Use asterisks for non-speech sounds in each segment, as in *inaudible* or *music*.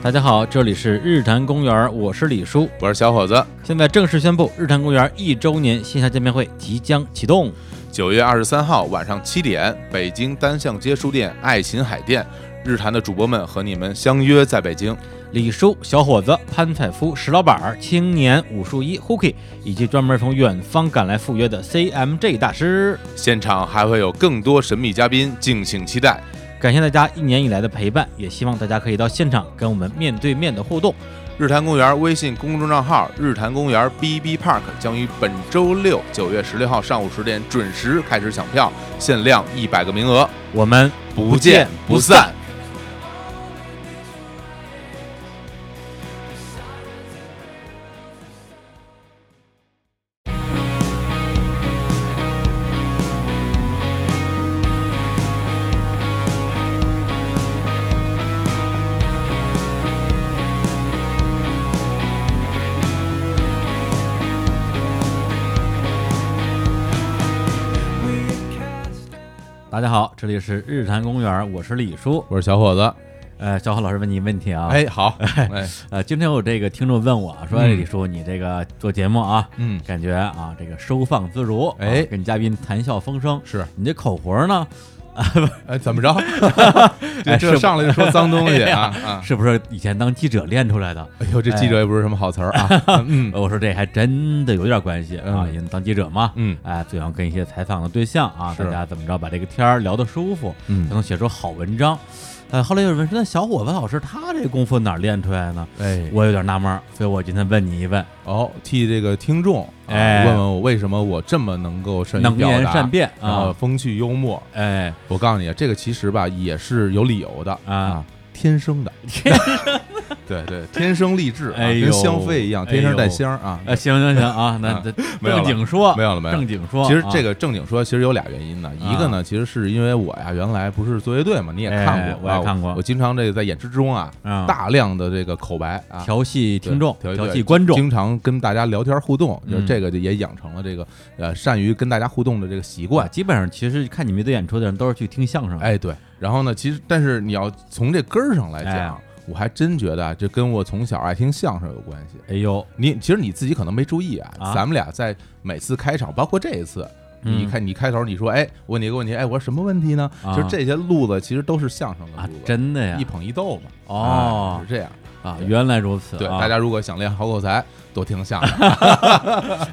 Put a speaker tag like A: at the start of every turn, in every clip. A: 大家好，这里是日坛公园，我是李叔。
B: 我是小伙子。
A: 现在正式宣布，日坛公园一周年线下见面会即将启动。
B: 九月二十三号晚上七点，北京单向街书店爱琴海店，日坛的主播们和你们相约在北京。
A: 李叔、小伙子、潘采夫、石老板、青年武术一 Hooky，以及专门从远方赶来赴约的 CMJ 大师。
B: 现场还会有更多神秘嘉宾，敬请期待。
A: 感谢大家一年以来的陪伴，也希望大家可以到现场跟我们面对面的互动。
B: 日坛公园微信公众账号“日坛公园 BB Park” 将于本周六九月十六号上午十点准时开始抢票，限量一百个名额，
A: 我们
B: 不见不散。
A: 大家好，这里是日坛公园，我是李叔。
B: 我是小伙子。
A: 呃，小伙老师问你问题啊？，
B: 哎，好，哎，
A: 呃，今天有这个听众问我说，哎
B: 嗯
A: 李叔，你这个做节目啊，
B: 嗯，
A: 感觉啊，这个收放自如，
B: 哎
A: 啊跟嘉宾谈笑风生。
B: 是，
A: 你这口活呢，
B: 哎，怎 *laughs* 么着？这
A: 哎是
B: 这
A: 不
B: 上来就说脏东西 *laughs* 啊啊！
A: 哎是不是以前当记者练出来的？
B: 哎呦，这记者也不是什么好词儿啊。
A: *laughs*
B: 嗯
A: 呃我说这还真的有点关系啊，
B: 嗯
A: 因为当记者嘛，
B: 嗯
A: 哎，最好跟一些采访的对象啊，
B: 是
A: 大家怎么着把这个天儿聊得舒服，才
B: 嗯，
A: 能写出好文章。呃，后来有人问说，那小伙子老师他这功夫哪儿练出来呢？
B: 哎，
A: 我有点纳闷儿，所以我今天问你一问，
B: 哦，替这个听众啊
A: 哎
B: 问问我为什么我这么能够善于
A: 能
B: 表
A: 言
B: 达
A: 善辩
B: 然后
A: 啊，
B: 风趣幽默。
A: 哎，
B: 我告诉你，啊这个其实吧也是有理由的
A: 啊，
B: 天
A: *laughs*
B: 生的，对对，天生丽质，啊
A: 哎呦
B: 跟香妃一样，天生带香啊。
A: 呃，行行行啊，那这
B: 没有
A: 正
B: 了
A: 经说，
B: 没有了没有了
A: 正经说啊。啊
B: 其实这个正经说，其实有俩原因呢。一个呢，其实是因为我呀，原来不是做乐队嘛，你也看
A: 哎
B: 过，
A: 我也
B: 啊
A: 看过
B: 我经常这个在演出中啊，
A: 嗯
B: 大量的这个口白啊，
A: 调戏听众，
B: 对
A: 调
B: 对
A: 戏观众，
B: 经常跟大家聊天互动，就
A: 嗯
B: 是这个就也养成了这个呃善于跟大家互动的这个习
A: 哇，
B: 惯。
A: 基本上其实看你们的演出的人都是去听相声的，
B: 哎，对。然后呢，其实但是你要从这根儿上来
A: 哎
B: 讲，我还真觉得啊，这跟我从小爱听相声有关系。
A: 哎呦，
B: 你其实你自己可能没注意啊
A: 啊，
B: 咱们俩在每次开场，包括这一次。
A: 嗯
B: 你看，你开头你说，哎，我问你一个问题，哎，我说什么问题呢？
A: 啊
B: 就是这些路子其实都是相声的
A: 啊
B: 路，子，
A: 真的呀
B: 哎一，捧一逗嘛。
A: 哦
B: 啊是这样。
A: 啊，
B: 对
A: 原来如此，
B: 对，
A: 啊
B: 大家如果想练好口才，多听相
A: *laughs*
B: 声。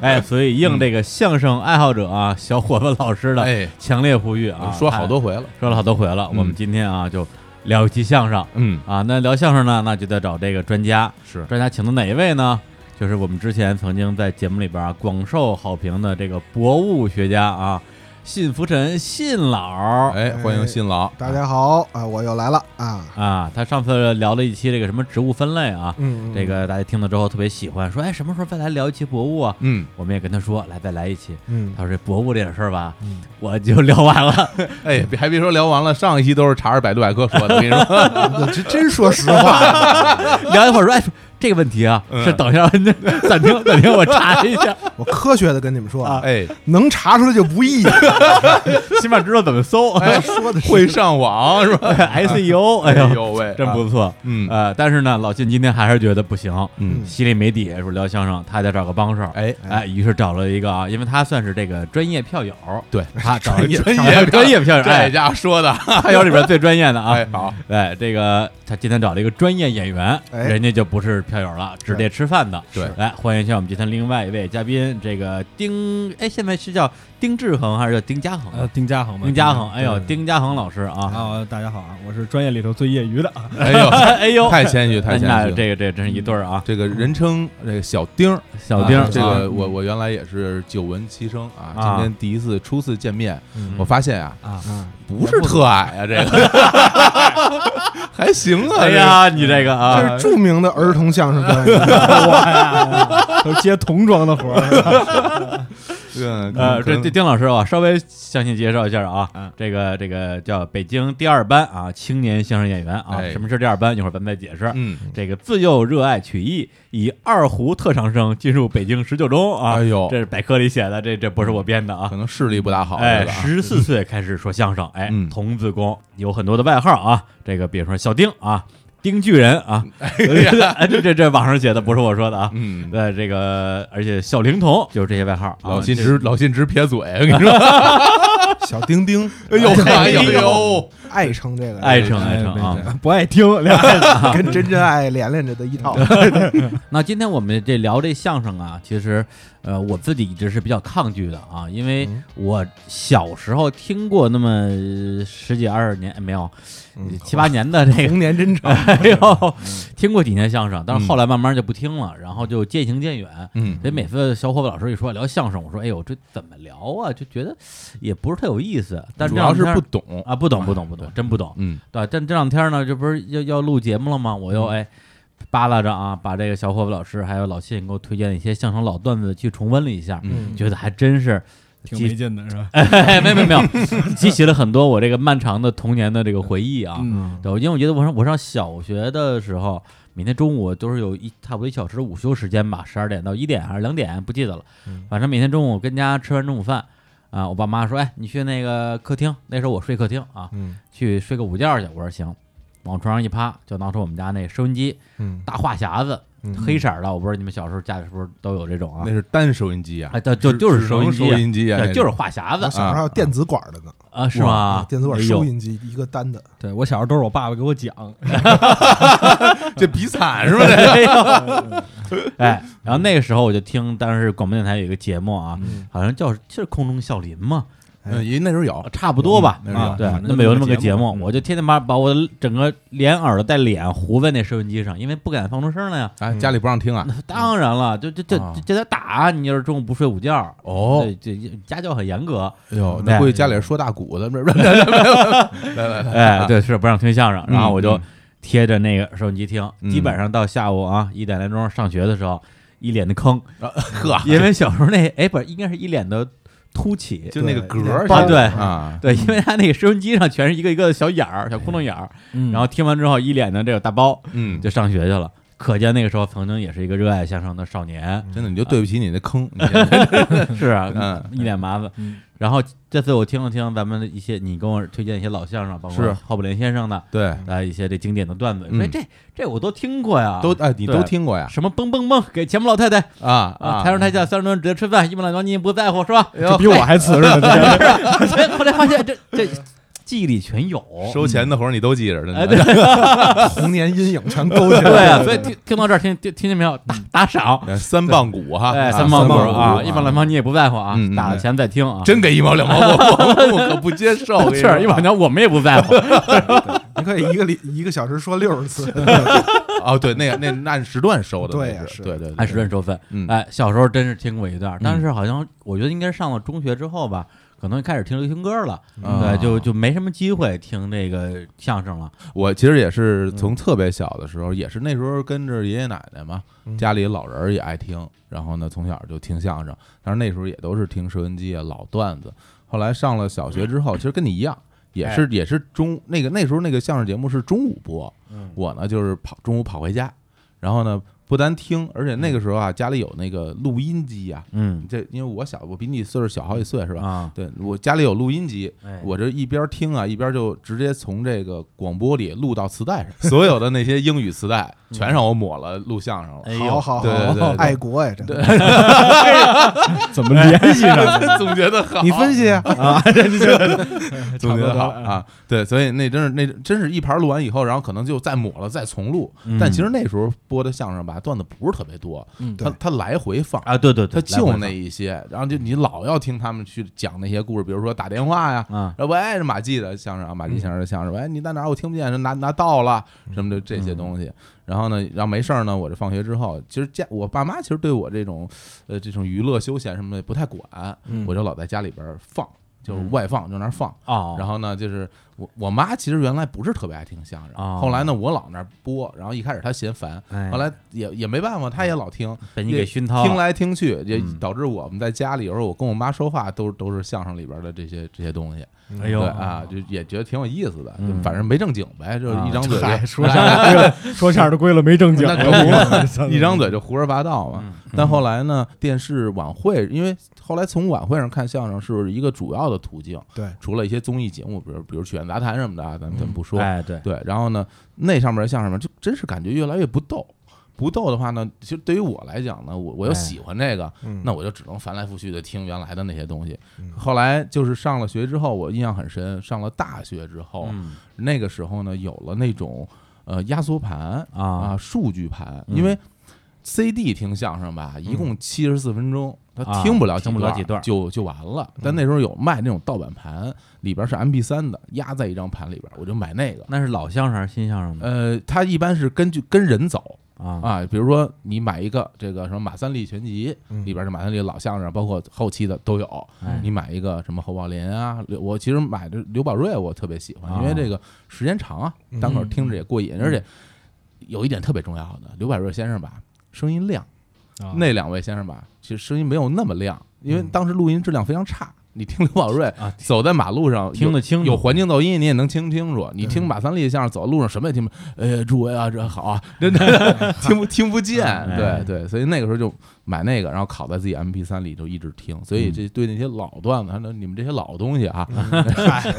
A: 哎，所以应这个相声爱好者啊，小伙子老师的
B: 哎，
A: 强烈呼吁啊，
B: 说好
A: 哎
B: 多回了。
A: 说了好多回了，
B: 嗯
A: 我们今天啊就聊一期相声
B: 嗯，
A: 啊，那聊相声呢，那就得找这个专家，
B: 是
A: 专家请的哪一位呢？就是我们之前曾经在节目里边啊广受好评的这个博物学家啊，信福臣信老儿，
B: 哎，欢迎新郎，
C: 大家好啊，我又来了啊，
A: 啊，他上次聊了一期这个什么植物分类啊，
C: 嗯
A: 这个大家听了之后特别喜欢，说哎什么时候再来聊一期博物啊？
B: 嗯，
A: 我们也跟他说来再来一期。
C: 嗯
A: 他说这博物这点事儿吧，
C: 嗯
A: 我就聊完了。 *laughs*
B: 哎，
A: 嗯
B: 别还别说聊完了，上一期都是查着百度百科说的，我跟你说，
A: *laughs*
C: 呃这真真说实话，啊
A: 聊一会儿说哎这个问题啊，
B: 嗯
A: 是等一下 *laughs* 暂停暂停，我查一下， *laughs*
C: 我科学的跟你们说啊，
B: 哎，
C: 能查出来就不易。
A: 起码知道怎么搜。 *laughs*
B: 哎，说的会上网是吧？
A: SEO，哎
B: 哎
A: 呦，
B: 呦喂，
A: 真不
B: 啊，
A: 错。
B: 嗯
A: 呃，但是呢，老信今天还是觉得不行，
B: 嗯，
A: 心里没底，说聊相声，他得找个帮手。
B: 哎，
A: 哎，于是找了一个啊，因为他算是这个专业票友，
B: *laughs* 对，
A: 他找了一个
B: 专
A: 找了
B: 业
A: 一个专业票友，
B: 这
A: 哎，
B: 家伙说的，
A: 票友里边最专业的啊
B: 哎，。好，
A: *laughs* 哎，这个他今天找了一个专业演员，
C: 哎
A: 人家就不是票友了，直接吃饭的。
B: 对
A: 来欢迎一下我们今天另外一位嘉宾，这个丁，哎，现在是叫丁志恒还是叫丁家恒
D: 呃
A: 啊？，
D: 丁家恒吧，
A: 丁家恒，哎呦，
D: 对
A: 丁家恒老师啊，
D: 啊，大家好啊，我是专业里头最业余的啊，
B: 哎呦，
A: 哎呦，
B: 太谦虚，
A: 那
B: 太
A: 那
B: 谦虚了。嗯
A: 这个这个真是一对儿啊，
B: 这个人称这个小丁儿，
A: 小丁
B: 啊这
A: 啊
B: 个我我原来也是久闻其声啊，
A: 啊
B: 今天第一次初次见面，
D: 嗯
B: 我发现啊，
D: 啊，
B: 不是特矮啊，这个
A: *laughs*
B: 还行啊，
A: *laughs* 哎呀，你这个啊，
C: 这是著名的儿童相声表演，
D: 都接童装的活儿，
B: 这个，嗯
A: 呃，
B: 可
A: 这
B: 能
A: 丁丁老师啊，稍微详细介绍一下啊
D: 嗯，
A: 这个这个叫北京第二班啊，青年相声演员啊，
B: 哎
A: 什么是第二班？一会儿咱们再解释。
B: 嗯，
A: 这个自幼热爱曲艺，以二胡特长生进入北京十九中啊，
B: 哎呦
A: 这是百科里写的，这这不是我编的啊
B: 可。能视力不大好，
A: 哎，
B: 这个啊
A: 十四岁开始说相声，哎，
B: 嗯
A: 童子功有很多的外号啊，这个比如说小丁啊。丁巨人啊，哎 *laughs* 这这这网上写的不是我说的啊。
B: 嗯，
A: 对，这个而且小灵童就是这些外号啊。
B: 老信直老信直撇嘴，我跟你说， *laughs*
C: 小丁丁，
B: 哎呦
A: *laughs*
B: 哎呦
C: 呦，爱称这个，
A: 爱称
D: 哎
A: 爱称啊，
D: 不爱听，
C: 跟真真爱连连着的一套。
A: 那今天我们这聊这相声啊，其实，呃，我自己一直是比较抗拒的啊，因为
C: 嗯
A: 我小时候听过那么呃十几二十年没有呃
C: 嗯
A: 七八年的这个，
C: *laughs* 童年真长，
A: 哎呦，听过几年相声，但是后来慢慢就不听了，然后就渐行渐远。
B: 嗯
A: 所以每次小伙伴老师一说聊相声，我说哎呦这怎么聊啊？就觉得也不是特有意思。但
B: 主
A: 这两
B: 要是
A: 天
B: 不懂，
A: 啊，不懂不懂不懂，真不懂。
B: 嗯
A: 对，但这两天呢，这不是要要录节目了吗？我
D: 嗯
A: 又哎扒拉着啊，把这个小伙子老师还有老信给我推荐的一些相声老段子去重温了一下，
B: 嗯
A: 觉得还真是 *laughs*
D: 挺没劲的是吧？
A: 哎，没有没有没有，激起了很多我这个漫长的童年的这个回忆啊。
D: 嗯，
A: 对，因为我觉得我上我上小学的时候，每天中午都是有一差不多一小时的午休时间吧，十二点到一点还是两点，不记得了。
D: 嗯
A: 反正每天中午跟家吃完中午饭，啊，我爸妈说，哎，你去那个客厅，那时候我睡客厅啊，
C: 嗯
A: 去睡个午觉去。我说行，往床上一趴，就拿出我们家那收音机
C: 嗯，
A: 大话匣子，
C: 嗯
A: 黑色儿的，我不知道你们小时候家里是不是都有这种啊
B: 那？是单收音机啊，
A: 哎，对，就
B: 只
A: 就是
B: 只
A: 收
B: 能
A: 音
B: 收
A: 机啊，
B: 音机啊，
A: 对
B: 那
A: 就是
B: 种
A: 话匣
C: 我
A: 子
C: 小时候还有电子管的呢，
A: 啊，是吗？
C: 电子管
A: 哎
C: 收
A: 呦
C: 音机一个单的，
D: 对我小时候都是我爸爸给我讲，
B: 这比
A: *laughs*
B: 惨是吧？嗯这
A: 哎呦哎，然后那个时候我就听，当时广播电台有一个节目啊，好像叫是空中笑林嘛，
B: 嗯，因为那时候有，
A: 差不多吧
B: 嗯。那
A: 啊，
B: 是
A: 对，
D: 反正
A: 那么有那么个
D: 节
A: 节
D: 目嗯
A: 目，我就天天把把我的整个连耳朵带脸糊在那收音机上，因为不敢放出声来呀。
B: 哎，家里不让听啊，
A: 那当然了，就就就
B: 啊
A: 就就得打，你要是中午不睡午觉，
B: 哦，
A: 对，这家教很严格。
B: 哎呦，
A: 对
B: 那估计家里是说大鼓 *laughs* 的，不是不是，不是不是来来
A: *laughs*
B: 来，
A: 哎，对，是不让听相声，然后我就
B: 嗯
A: 贴着那个收音机听，
B: 嗯
A: 基本上到下午啊一点来钟上学的时候，一脸的坑，
B: 啊呵，
A: 因为小时候那哎不是应该是一脸的凸起，
B: 就那个
C: 对
B: 嗝儿
A: 啊
B: 是吧
A: 对
B: 啊，
A: 对，因为他那个收音机上全是一个一个的小眼儿、小窟窿眼儿，
D: 嗯
A: 然后听完之后一脸的这个大包
B: 嗯，
A: 就上学去了。可见那个时候曾经也是一个热爱相声的少
B: *laughs*
A: 年，
B: 真的你就对不起你那坑，
A: *laughs*
B: 你
A: 是啊
B: 嗯，
A: 一脸麻子。然后这次我听了听咱们的一些，你跟我推荐一些老相声，包
B: 是
A: 括浩不连先生的
B: 对，
A: 啊一些这经典的段子，
B: 嗯
A: 哎，这这我都听过呀，
B: 都哎你
A: 对
B: 都听过呀
A: 什么蹦蹦蹦给钱穆老太太
B: 啊哎
A: 啊，台上台下三十多人直接吃饭，一本老娘你也不在乎是吧？
D: 这比我还 *laughs* 瓷实呢。
B: *laughs*
A: 哎后来发现这这记忆里全有，
B: 收钱的活儿你都记着呢
A: 哎，对
C: 童年阴影全勾起来。
A: 对啊，所以听听到这儿，听听听见没有？打打赏，
B: 哎 *laughs* 三棒鼓哈，
A: 哎，
B: 啊
A: 三
B: 棒
A: 毛
C: 三
A: 狗
C: 毛
A: 啊，
C: 狗
A: 一毛两毛你也不在乎啊
B: 嗯嗯，
A: 打了钱再听啊。
B: 真给一毛两毛，我我我可不接受，我跟你说
A: *laughs* 是，一毛两毛我们也不在
B: *laughs*
A: 乎。
C: 你可以一个里一个小时说六十次，
B: 哦，对，那那那按时段收的，
C: 对
B: 那
C: 呀
B: 是
C: 是
B: 对对，对
A: 按时段收费
B: 嗯，
A: 哎，小时候真是听过一段，但是好像我觉得应该是上了中学之后吧，可能开始听流行歌了，
B: 嗯
A: 对，就就没什么机会听这个相声了。
B: 我其实也是从特别小的时候，也是那时候跟着爷爷奶奶嘛，
C: 嗯
B: 家里老人儿也爱听，然后呢从小就听相声，但是那时候也都是听收音机啊、老段子。后来上了小学之后，其实跟你一样，也是也是中那个那时候那个相声节目是中午播，我呢就是跑中午跑回家，然后呢不单听，而且那个时候啊家里有那个录音机啊，
A: 嗯
B: 这因为我小我比你岁数小好几岁是吧？
A: 啊，
B: 对我家里有录音机，
A: 哎
B: 我这一边听啊，一边就直接从这个广播里录到磁带上， *laughs* 所有的那些英语磁带全让我抹了录相声了。 *laughs*
A: 哎呦
C: 好好
B: 对对对
C: 好，
B: 对
C: 爱国呀，真的。
D: 怎么联系上？
B: 哎总觉得好，
C: 你分析啊，
B: *laughs*
C: *laughs*
B: 总觉得好
D: 差不多
B: 啊，对，所以那真是那真是一盘录完以后，然后可能就再抹了，再重录。但其实那时候播的相声吧，段子不是特别多，
A: 嗯
B: 他他来回放。
A: 啊，对对
B: 他
A: 对，来
B: 就
A: 回
B: 那一些，然后就你老要听他们去讲那些故事，比如说打电话呀，
A: 放啊，
B: 然后喂，这马季的相声啊，
A: 嗯
B: 马季先生的相声，喂，你在哪儿？我听不见，拿拿到了什么的这
A: 嗯
B: 些东西。然后呢，然后没事儿呢，我这放学之后，其实家我爸妈其实对我这种呃这种娱乐休闲什么的不太管，
A: 嗯
B: 我就老在家里边儿放，就是外放，就那儿放。
A: 哦，
B: 然后呢，就是我我妈其实原来不是特别爱听相声，
A: 哦
B: 后来呢我老那儿播，然后一开始她嫌烦，
A: 哎
B: 后来也也没办法，她也老听，
A: 被你给熏陶
B: 听
A: 了，
B: 来听去，也
A: 嗯
B: 导致我们在家里有时候我跟我妈说话都都是相声里边的这些这些东西。
A: 哎呦
B: 对啊，就也觉得挺有意思的，就
A: 嗯啊
B: 反正没正经呗，就是一张嘴就、
D: 嗨，说相声归了说相声的归了没正经，啊
B: 那可不嘛，一张嘴就胡说八道嘛。
A: 嗯
B: 但后来呢，电视晚会，因为后来从晚会上看相声是一个主要的的途径。
C: 对，
B: 除了一些综艺节目，比如比如曲苑杂谈什么的啊，咱们咱们不说。
A: 哎，对，
B: 对，然后呢，那上面的相声嘛，就真是感觉越来越不逗。不逗的话呢，其实对于我来讲呢，我我又
A: 哎
B: 喜欢这个，
C: 嗯
B: 那我就只能翻来覆去的听原来的那些东西。
C: 嗯
B: 后来就是上了学之后，我印象很深。上了大学之后，
A: 嗯
B: 那个时候呢，有了那种呃压缩盘
A: 啊
B: 啊，数据盘，
A: 嗯
B: 因为 CD 听相声吧，一共七十四分钟，他听不了
A: 啊听不了几段嗯
B: 段，就就完了。但那时候有卖那种盗版盘，里边是 MP 三的，压在一张盘里边，我就买那个。
A: 那是老相声还是新相声吗？
B: 呃，它一般是根据跟人走
A: 啊
B: 啊，比如说你买一个这个什么马三立全集，
C: 嗯
B: 里边是马三立老相声，包括后期的都有。
A: 哎
B: 你买一个什么侯宝林啊，刘我其实买的刘宝瑞我特别喜欢，因为
A: 啊
B: 这个时间长啊，
C: 嗯
B: 单口听着也过瘾，而且有一点特别重要的，刘宝瑞先生吧，声音亮，
A: 啊
D: 啊
B: 那两位先生吧，其实声音没有那么亮，因为
C: 嗯
B: 当时录音质量非常差。你听刘宝瑞
A: 啊
B: 走在马路上，
A: 听得清楚
B: 有环境噪音，你也能听清楚。你
C: 对
B: 听马三立相声，走路上什么也听不。哎，诸位啊，这好啊，真的 *laughs* 听不听不见。
A: 哎
B: 对对，所以那个时候就买那个，然后拷在自己 M P 三里就一直听。所以这对那些老段子，还有你们这些老东西
C: 嗯
B: 啊，还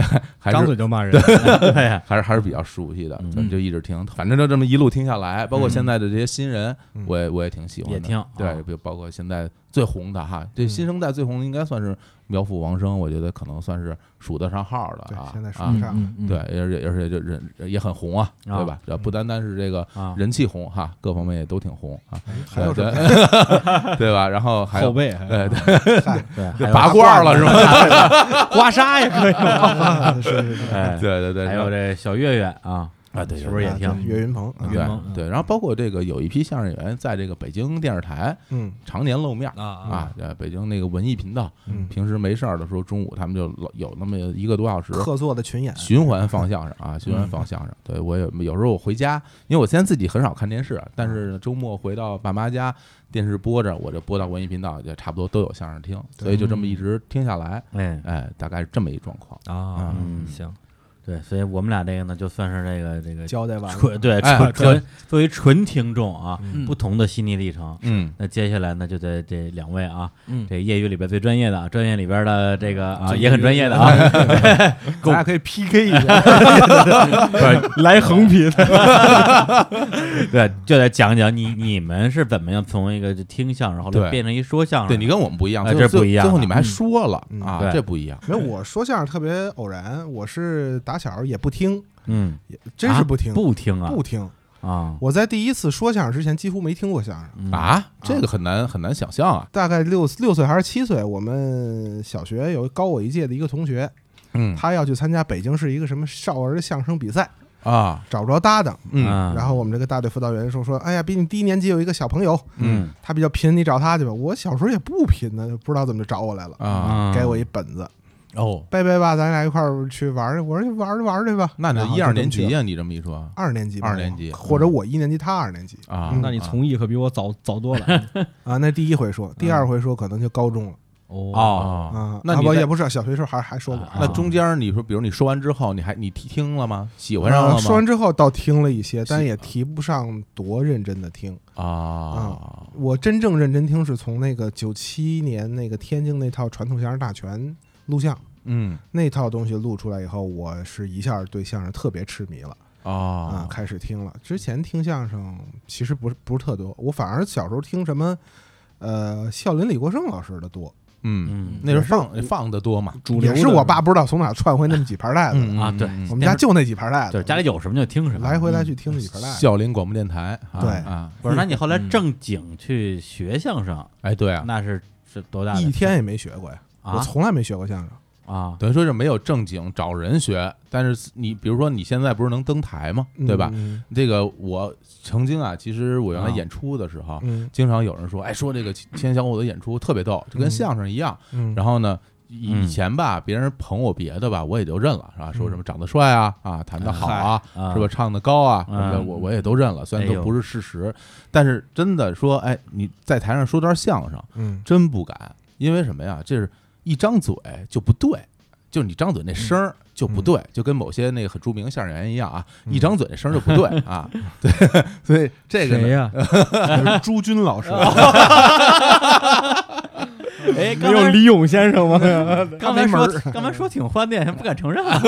B: 还还
D: 张
B: 是
D: 嘴就骂人，
A: 对呀，
B: 还是还是比较熟悉的，
A: 嗯
B: 咱们就一直听，反正就这么一路听下来，包括现在的这些新人，
C: 嗯
B: 我也我也挺喜欢的，
A: 也听啊
B: 对，就包括现在最红的哈，这新生代最红的应该算是苗阜、王声，我觉得可能算是数得上号的
C: 对
B: 啊，
C: 现在数
B: 啊
C: 得
A: *laughs* 嗯
C: 上
A: 嗯嗯
B: 对，而且而且就人也很红啊，
A: 啊
B: 对吧？这不单单是这个
A: 啊，
B: 人气红哈，各方面也都挺红啊，
C: 还有什
B: 对
C: 么？
B: 对 *laughs* 对吧？然后还
D: 后
B: 有
D: 背
B: 对对
C: 嗨
A: 对，还
B: 对
A: 有
B: 拔罐了是吧？
D: 刮痧也可以吗？
A: *laughs*
C: 啊 *laughs* 是是是，
A: 哎，
B: *laughs* 对对对，
A: 还有这小岳岳啊，
B: 啊，对，对
A: 是不是也
C: 啊
A: 听
C: 对岳云鹏，啊
A: 岳云鹏嗯
B: 对对，然后包括这个有一批相声演员在这个北京电视台
C: 嗯
B: 常年露面儿
D: 啊
B: 啊，呃，北京那个文艺频道，
C: 嗯，
B: 平时没事儿的时候，中午他们就老有那么一个多小时
C: 客座的群演，
B: 循环放相声
A: 嗯
B: 啊，循环放相声。对我也有时候我回家，因为我现在自己很少看电视，但是
A: 嗯
B: 周末回到爸妈家，电视播着，我就播到文艺频道，也差不多都有相声听，所以就这么一直听下来，
A: 哎，
B: 哎，大概是这么一状况。
D: 啊
A: 嗯
D: 行，
A: 对，所以我们俩这个呢，就算是这个这个
C: 交代完了，
A: 纯对
B: 哎
A: 纯
B: 对
A: 纯作为纯听众啊，不同的心理历程。
B: 嗯，
A: 那接下来呢，就在这两位啊，
D: 嗯
A: 这业余里边最专业的啊，专业里边的这个啊，
D: 最
A: 也很专业的啊，
C: *laughs* 咱俩可以 PK 一下，
A: *laughs* 不是
D: 来横批的，
A: 对，就得讲讲你你们是怎么样从一个就听相声，后来
B: 对
A: 变成一说相声的，
B: 嗯对你跟我们不一样，
A: 哎
B: 最后
A: 这不一样
B: 最后你们还
D: 嗯
B: 说了
C: 嗯
B: 啊
A: 对，
B: 这不一样。
C: 没有，我说相声特别偶然，我是打小也不听，
A: 嗯，
C: 也真是不听，
A: 啊不听啊
C: 不听。
A: 啊，
C: 我在第一次说相声之前，几乎没听过相声。
A: 嗯，
B: 啊，这个很难很难想象啊。
C: 大概六六岁还是七岁，我们小学有高我一届的一个同学，
B: 嗯
C: 他要去参加北京市一个什么少儿相声比赛，
B: 啊，
C: 找不着搭档。
B: 嗯
A: 啊
C: 然后我们这个大队辅导员说说，哎呀，比你低年级有一个小朋友，
A: 嗯
C: 他比较贫，你找他去吧。我小时候也不贫呢，不知道怎么就找我来了，
A: 嗯
B: 啊
C: 给我一本子，
B: 哦，
C: 贝贝吧，咱俩一块儿去玩儿去。我说玩儿玩儿去吧。
B: 那
C: 然
B: 你
C: 后
B: 一
C: 就
B: 二
C: 这么
B: 年
C: 去
B: 级
C: 了
B: 呀？你这么一说啊
C: 二年级吧，
B: 二年级
C: 或者我一年级，他二年级
B: 啊，
C: 嗯
D: 那你从艺可比我早早多了。 *laughs*
C: 啊。那第一回说，第二回说可能就高中了
A: 哦，
B: 啊
C: 啊。
B: 嗯那
C: 啊
B: 你
C: 不
B: 在
C: 也不是小学时候还还说过
A: 啊
B: 那中间儿你说，比如你说完之后，你还你听听了吗？喜欢上了
A: 嗯
C: 啊，
B: 吗？
C: 说完之后倒听了一些，但也提不上多认真的听。
B: 啊，
C: 我真正认真听是从那个九七年那个天津那套传统相声大全录像
B: 嗯
C: 那套东西录出来以后，我是一下对相声特别痴迷了啊
B: 啊，
C: 开始听了。之前听相声其实不是不是特多，我反而小时候听什么。呃，笑林李国盛老师的多，
B: 嗯，
A: 嗯
B: 那时候放放的多嘛，
D: 主流
C: 也
D: 的
C: 是我爸不知道从哪串回那么几盘带子的，
B: 嗯
A: 啊对
C: 我们家就那几盘带子，
A: 对，家里有什么就听什么，嗯
C: 来回来去听那几盘带子。
B: 嗯孝林广播电台，啊
C: 对
B: 啊，
A: 不是，那你后来
D: 嗯
A: 正经去学相声，
B: 哎，对啊，
A: 那是是多大的
C: 嗯一天也没学过呀，我
A: 啊
C: 从来没学过相声。
A: 啊？
B: 等于说是没有正经找人学，但是你比如说你现在不是能登台吗？对吧？
C: 嗯
B: 这个我曾经啊，其实我原来
A: 啊
B: 演出的时候，
C: 嗯
B: 经常有人说，哎，说这个千小伙的演出特别逗，就跟
C: 嗯
B: 相声一样。
C: 嗯，
B: 然后呢，
A: 嗯
B: 以前吧，别人捧我别的吧，我也就认了，是吧？说
C: 嗯
B: 什么长得帅啊，啊，弹得好啊，
A: 啊
B: 是吧？？唱得高啊，
A: 嗯
B: 什么的，我我也都认了，虽然
A: 哎
B: 都
A: 呦
B: 不是事实，但是真的说，哎，你在台上说段相声， *laughs*
C: 嗯
B: 真不敢，因为什么呀？这是一张嘴就不对，就你张嘴那声
A: 嗯
B: 儿就不对，就跟某些那个很著名相声演员一样啊，
C: 嗯
B: 一张嘴那声儿就
A: *laughs*
B: 不对啊，对，所以这个
D: 谁
B: 呢，
C: 啊
D: 呀？
C: 朱军老师，
A: 哎，
D: 没
A: 刚
D: 有
A: 才
D: 李勇先生吗？
A: 刚才说刚才说挺欢的，还不敢承认，啊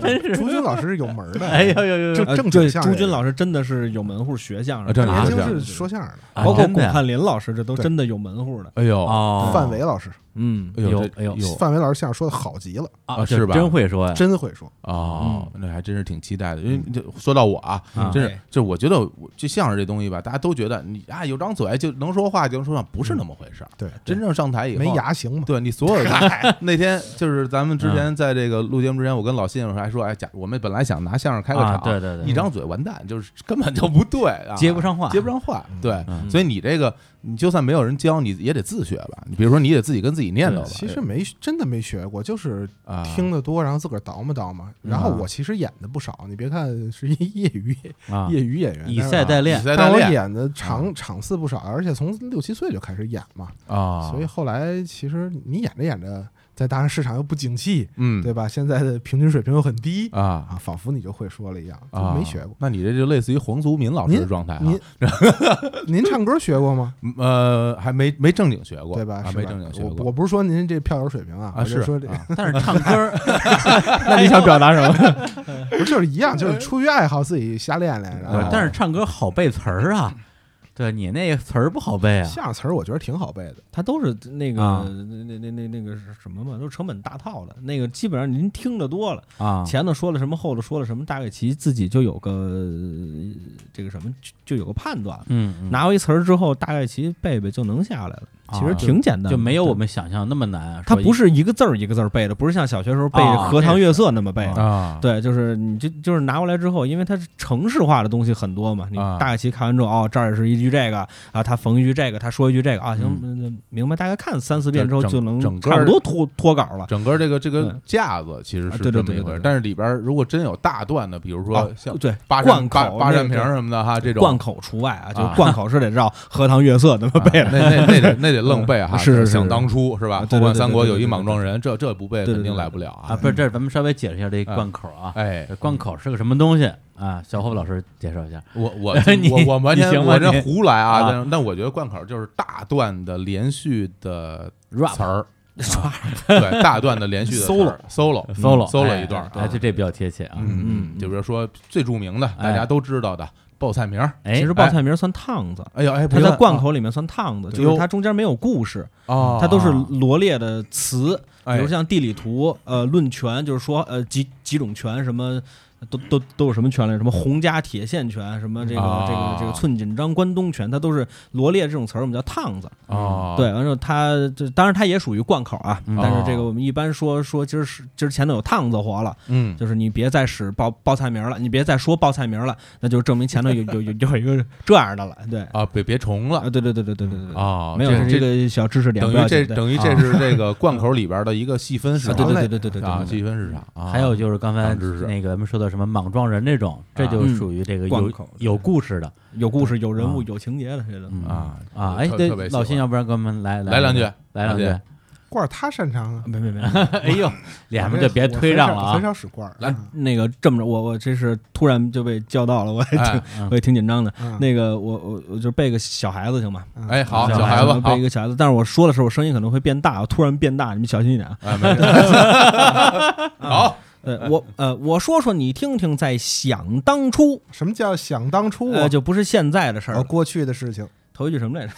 A: 真是。
C: *laughs* 朱军老师是有门儿
A: *laughs*
C: 的，
A: 哎呦呦呦
D: *laughs* 就
A: 呦！
C: 呃
D: 正
C: 对
D: 对
C: 相
D: 朱
C: 声
D: 军老师真的是有门户学相
B: 啊
D: 声，
B: 这
C: 年轻
B: 啊
C: 是说相声的，
A: 啊
D: 包括
A: 真
D: 巩
A: 的呀
D: 汉林老师，这都
C: 对
D: 真的有门户的。
B: 哎呦，
A: 哦，
C: 范伟老师，
A: 嗯，
B: 哎呦
A: 有
B: 这
A: 哎呦
B: 有
C: 范伟老师相声说的好极了，
A: 啊，
B: 啊
A: 这
B: 是吧
A: 真会说呀！
C: 真会说。
B: 哦，那还真是挺期待的。因为就说到我啊
A: 嗯，
B: 真是
D: 哎
B: 就我觉得我这相声这东西吧，大家都觉得你啊有张嘴就能说话就能说话，不是那么回
A: 嗯
B: 事儿。
C: 对，
B: 真正上台以后，啊
C: 没牙行 *laughs* 嘛？
B: 对你所有的
C: *laughs*
B: 那天就是咱们之
C: 嗯
B: 前在这个录节目之前，我跟老信还说，哎，假我们本来想拿相声开个
A: 啊
B: 场，
A: 对对对
B: 一张嘴完蛋，就是根本就不
C: *laughs*
B: 对啊，
A: 接不上话
B: *laughs* 接不上话，对，
A: 嗯
B: 所以你这个你就算没有人教，你也得自学吧，你比如说你也得自己跟自己念叨吧，
C: 其实没真的没学过，就是
B: 啊，
C: 听得多，然后自个儿倒磨倒磨。然后
B: 嗯
C: 我其实演的不少，你别看是一业余
A: 啊，
C: 业余演员，
A: 以
C: 但是
A: 赛代练
B: 比赛
C: 但
B: 代
C: 我
B: 练
C: 演的场场次不少，而且从六七岁就开始演嘛，
B: 啊，
C: 所以后来其实你演着演着，在大市市场又不景气，
B: 嗯，
C: 对吧？现在的平均水平又很低
B: 啊
C: 啊，仿佛你就会说了一样，就
B: 啊，
C: 没学过。
B: 那你这就类似于黄祖民老师的
C: 您
B: 状态啊
C: 您，您唱歌学过吗？
B: 嗯呃，还没没正经学过，
C: 对吧？
B: 啊
C: 是
B: 没
C: 吧
B: 正经学
C: 我
B: 过
C: 我不是说您这票友水平啊，
B: 啊，
C: 我
B: 是
C: 就说这
B: 啊
A: 但是唱歌儿， *laughs*
D: 那你想表达什么？
C: *laughs* 不是就是一样，就是出于爱好自己瞎练练，然
A: 对
C: 后
A: 哎但是唱歌好背词儿啊，对你那个词儿不好背啊，
C: 相声词儿我觉得挺好背的。
D: 他都是那个
A: 啊
D: 那那那那个是什么嘛，都是成本大套的。那个基本上您听得多了，
A: 啊，
D: 前头说了什么，后头说了什么，大概其自己就有个呃这个什么，就就有个判断了。
A: 嗯，嗯
D: 拿回词儿之后，大概其背背就能下来了，
A: 啊
D: 其实挺简单的，
A: 就没有我
D: 对。
A: 们想象那么难。啊
D: 它
A: 说
D: 不是一个字儿一个字儿背的，不是像小学时候背
A: 啊
D: 荷塘月色那么背的。
B: 啊，
D: 对，就是你就就是拿过来之后，因为它是城市化的东西很多嘛，你
B: 啊
D: 大概其看完之后，哦，这儿是一句这个啊，他逢一句这个，他说一句这个啊，行，嗯明白，大概看三四遍之后
B: 整
D: 就能
B: 整个
D: 差不多脱脱稿了。
B: 整个这个这个
D: 对
B: 架子其实
D: 啊
B: 是
D: 对对
B: 这么
D: 对
B: 一
D: 对
B: 回事
D: 对，
B: 但是里边如果真有大段的，比如
D: 啊
B: 说像
D: 对，
B: 八扇
D: 贯
B: 八
D: 口
B: 八
D: 那
B: 扇屏
D: 个
B: 什么的哈，这种
D: 贯口除外啊，就
B: 啊
D: 贯口是得绕
B: *laughs*
D: 荷塘月色那么
B: 啊
D: 背的。
B: 那那那得
D: *laughs*
B: 那得愣背哈，
D: 是是是
B: 想当初是吧
D: 啊？对对
B: 后冠
D: 对
B: 三
D: 对
B: 国
D: 对
B: 有
D: 对
B: 一
D: 对
B: 莽撞人，这这不背
D: 对对
B: 肯定
D: 对
B: 来
D: 对
B: 不了啊
A: 啊，！不是这，咱们稍微解释一下这贯口啊，
B: 哎
A: 这，贯口是个什么东西啊？小伙老师介绍一下。
B: 我
D: *laughs*
B: 我
A: 你
B: 我我完
A: 你
B: 全
A: 行吗
B: 我
A: 你
B: 这胡来啊！
A: 啊
B: 但但我觉得贯口就是大段的连续的
A: rap
B: 词儿，对，大段的连续的
D: *laughs*
A: Solo
B: solo
A: 啊 solo
B: solo 一段
A: 哎，
B: 啊，
A: 就这比较贴切啊。
B: 嗯嗯，就比如说最著名的，大
A: 哎
B: 家都知道的报菜名儿，
A: 哎，
D: 其实
B: 哎
D: 报菜名算趟子，
B: 哎呦哎，
D: 它在贯
B: 灌
D: 口里面算趟子，
B: 对
D: 就是它中间没有故事，
B: 哦，
D: 它都是罗列的词，比
B: 哎
D: 如像地理图、呃论拳，就是说呃几几种拳，什么都都都有什么拳来着？什么洪家铁线拳，什么这个、
B: 啊
D: 这个这个寸锦章关东拳，它都是罗列这种词儿，我们叫趟子。
B: 哦，
D: 对，完之后它这当然它也属于贯口啊，
A: 嗯
D: 但是这个
B: 哦
D: 我们一般说说今儿是今儿前头有趟子活了，
B: 嗯，
D: 就是你别再使报报菜名了，你别再说报菜名了，那就证明前头有有有有一个这样的了，对。
B: 啊，别别重了
D: 啊，对对对对对对对，
B: 啊，
D: 没有，
B: 这
D: 是一
B: 这
D: 个小知识点，
B: 等
D: 不要
B: 于
D: 紧
B: 这
D: 对
B: 等于这是这个贯口里边的一个细分市
D: 啊，对
B: 场
D: 对对对对对对
B: 啊，
D: 对
B: 细分市场啊，
A: 还有就是刚才
B: 长知识
A: 那个咱们说的什么莽撞人这种，这就
D: 嗯
A: 属于这个
D: 贯
A: 有
D: 口
A: 有故事的
D: 有故事、有人物、
A: 啊
D: 有情节的，这都
A: 嗯
B: 啊
A: 啊。
B: 特
A: 哎，对
B: 特别，喜欢
A: 老辛，要不然给我们来
B: 来两句，
A: 来两句。
C: 罐儿他擅长
D: *laughs*
C: 啊，
D: 没没没。
A: 哎呦， *laughs* 脸上就别
C: 我
A: 推
C: 很
A: 让
C: 少
A: 了
C: 很
A: 啊。
C: 少使罐儿。
B: 来
C: 啊
D: 那个这么着，我我这是突然就被叫到了，我也挺、
B: 哎
A: 嗯
D: *laughs* 我也挺紧张的。
C: 嗯
D: 那个我我我就背个小孩子行吗？
C: 嗯
B: 哎，好，
A: 小
B: 小
A: 孩
B: 孩子
D: 我
B: 好
D: 背一，个小孩子，但是我说的时候，我声音可能会变大，我突然变大，你们小心一点啊。
B: 哎，没事
D: *laughs*
B: 好，
D: 呃，我呃，我说说你听听，在想当初，
C: 什么叫想当初啊
D: 呃，？就不是现在的事儿
C: 啊
D: 了。
C: 过去的事情，
D: 头一句什么来着？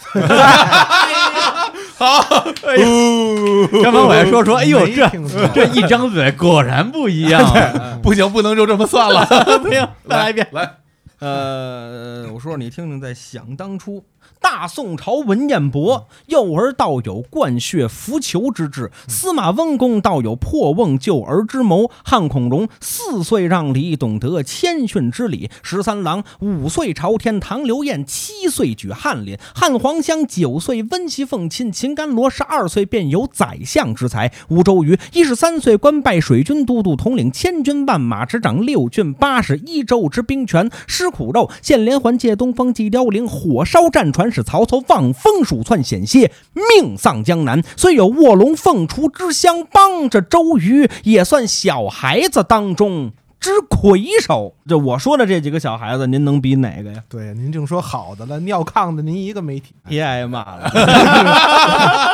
A: 刚才我还说说，哎呦，
C: 没
A: 这
C: 听说
A: 这一张嘴果然不一
B: *laughs*
A: 样啊。
B: 不行，不能就这么算了，
A: 不行，再 *laughs* 来一遍。
B: 来，
D: 呃，我说说你听听，在想当初，大宋朝文彦博，幼儿道有灌血扶裘之志；司马温公道有破瓮救儿之谋；汉孔融四岁让梨，懂得谦逊之礼；十三郎五岁朝天，唐刘晏七岁举翰林；汉黄香九岁温席奉亲，秦甘罗十二岁便有宰相之才；吴周瑜一十三岁官拜水军都督，统领千军万马，执掌六郡八十一州之兵权。吃苦肉，献连环，借东风，祭凋零，火烧战船，使曹操望风鼠窜，险些命丧江南。虽有卧龙凤雏之相帮着周瑜，也算小孩子当中之魁首。这我说的这几个小孩子，您能比哪个呀？
C: 对，您净说好的了，尿炕的您一个没提。
D: *laughs* 别挨骂 *laughs* 了，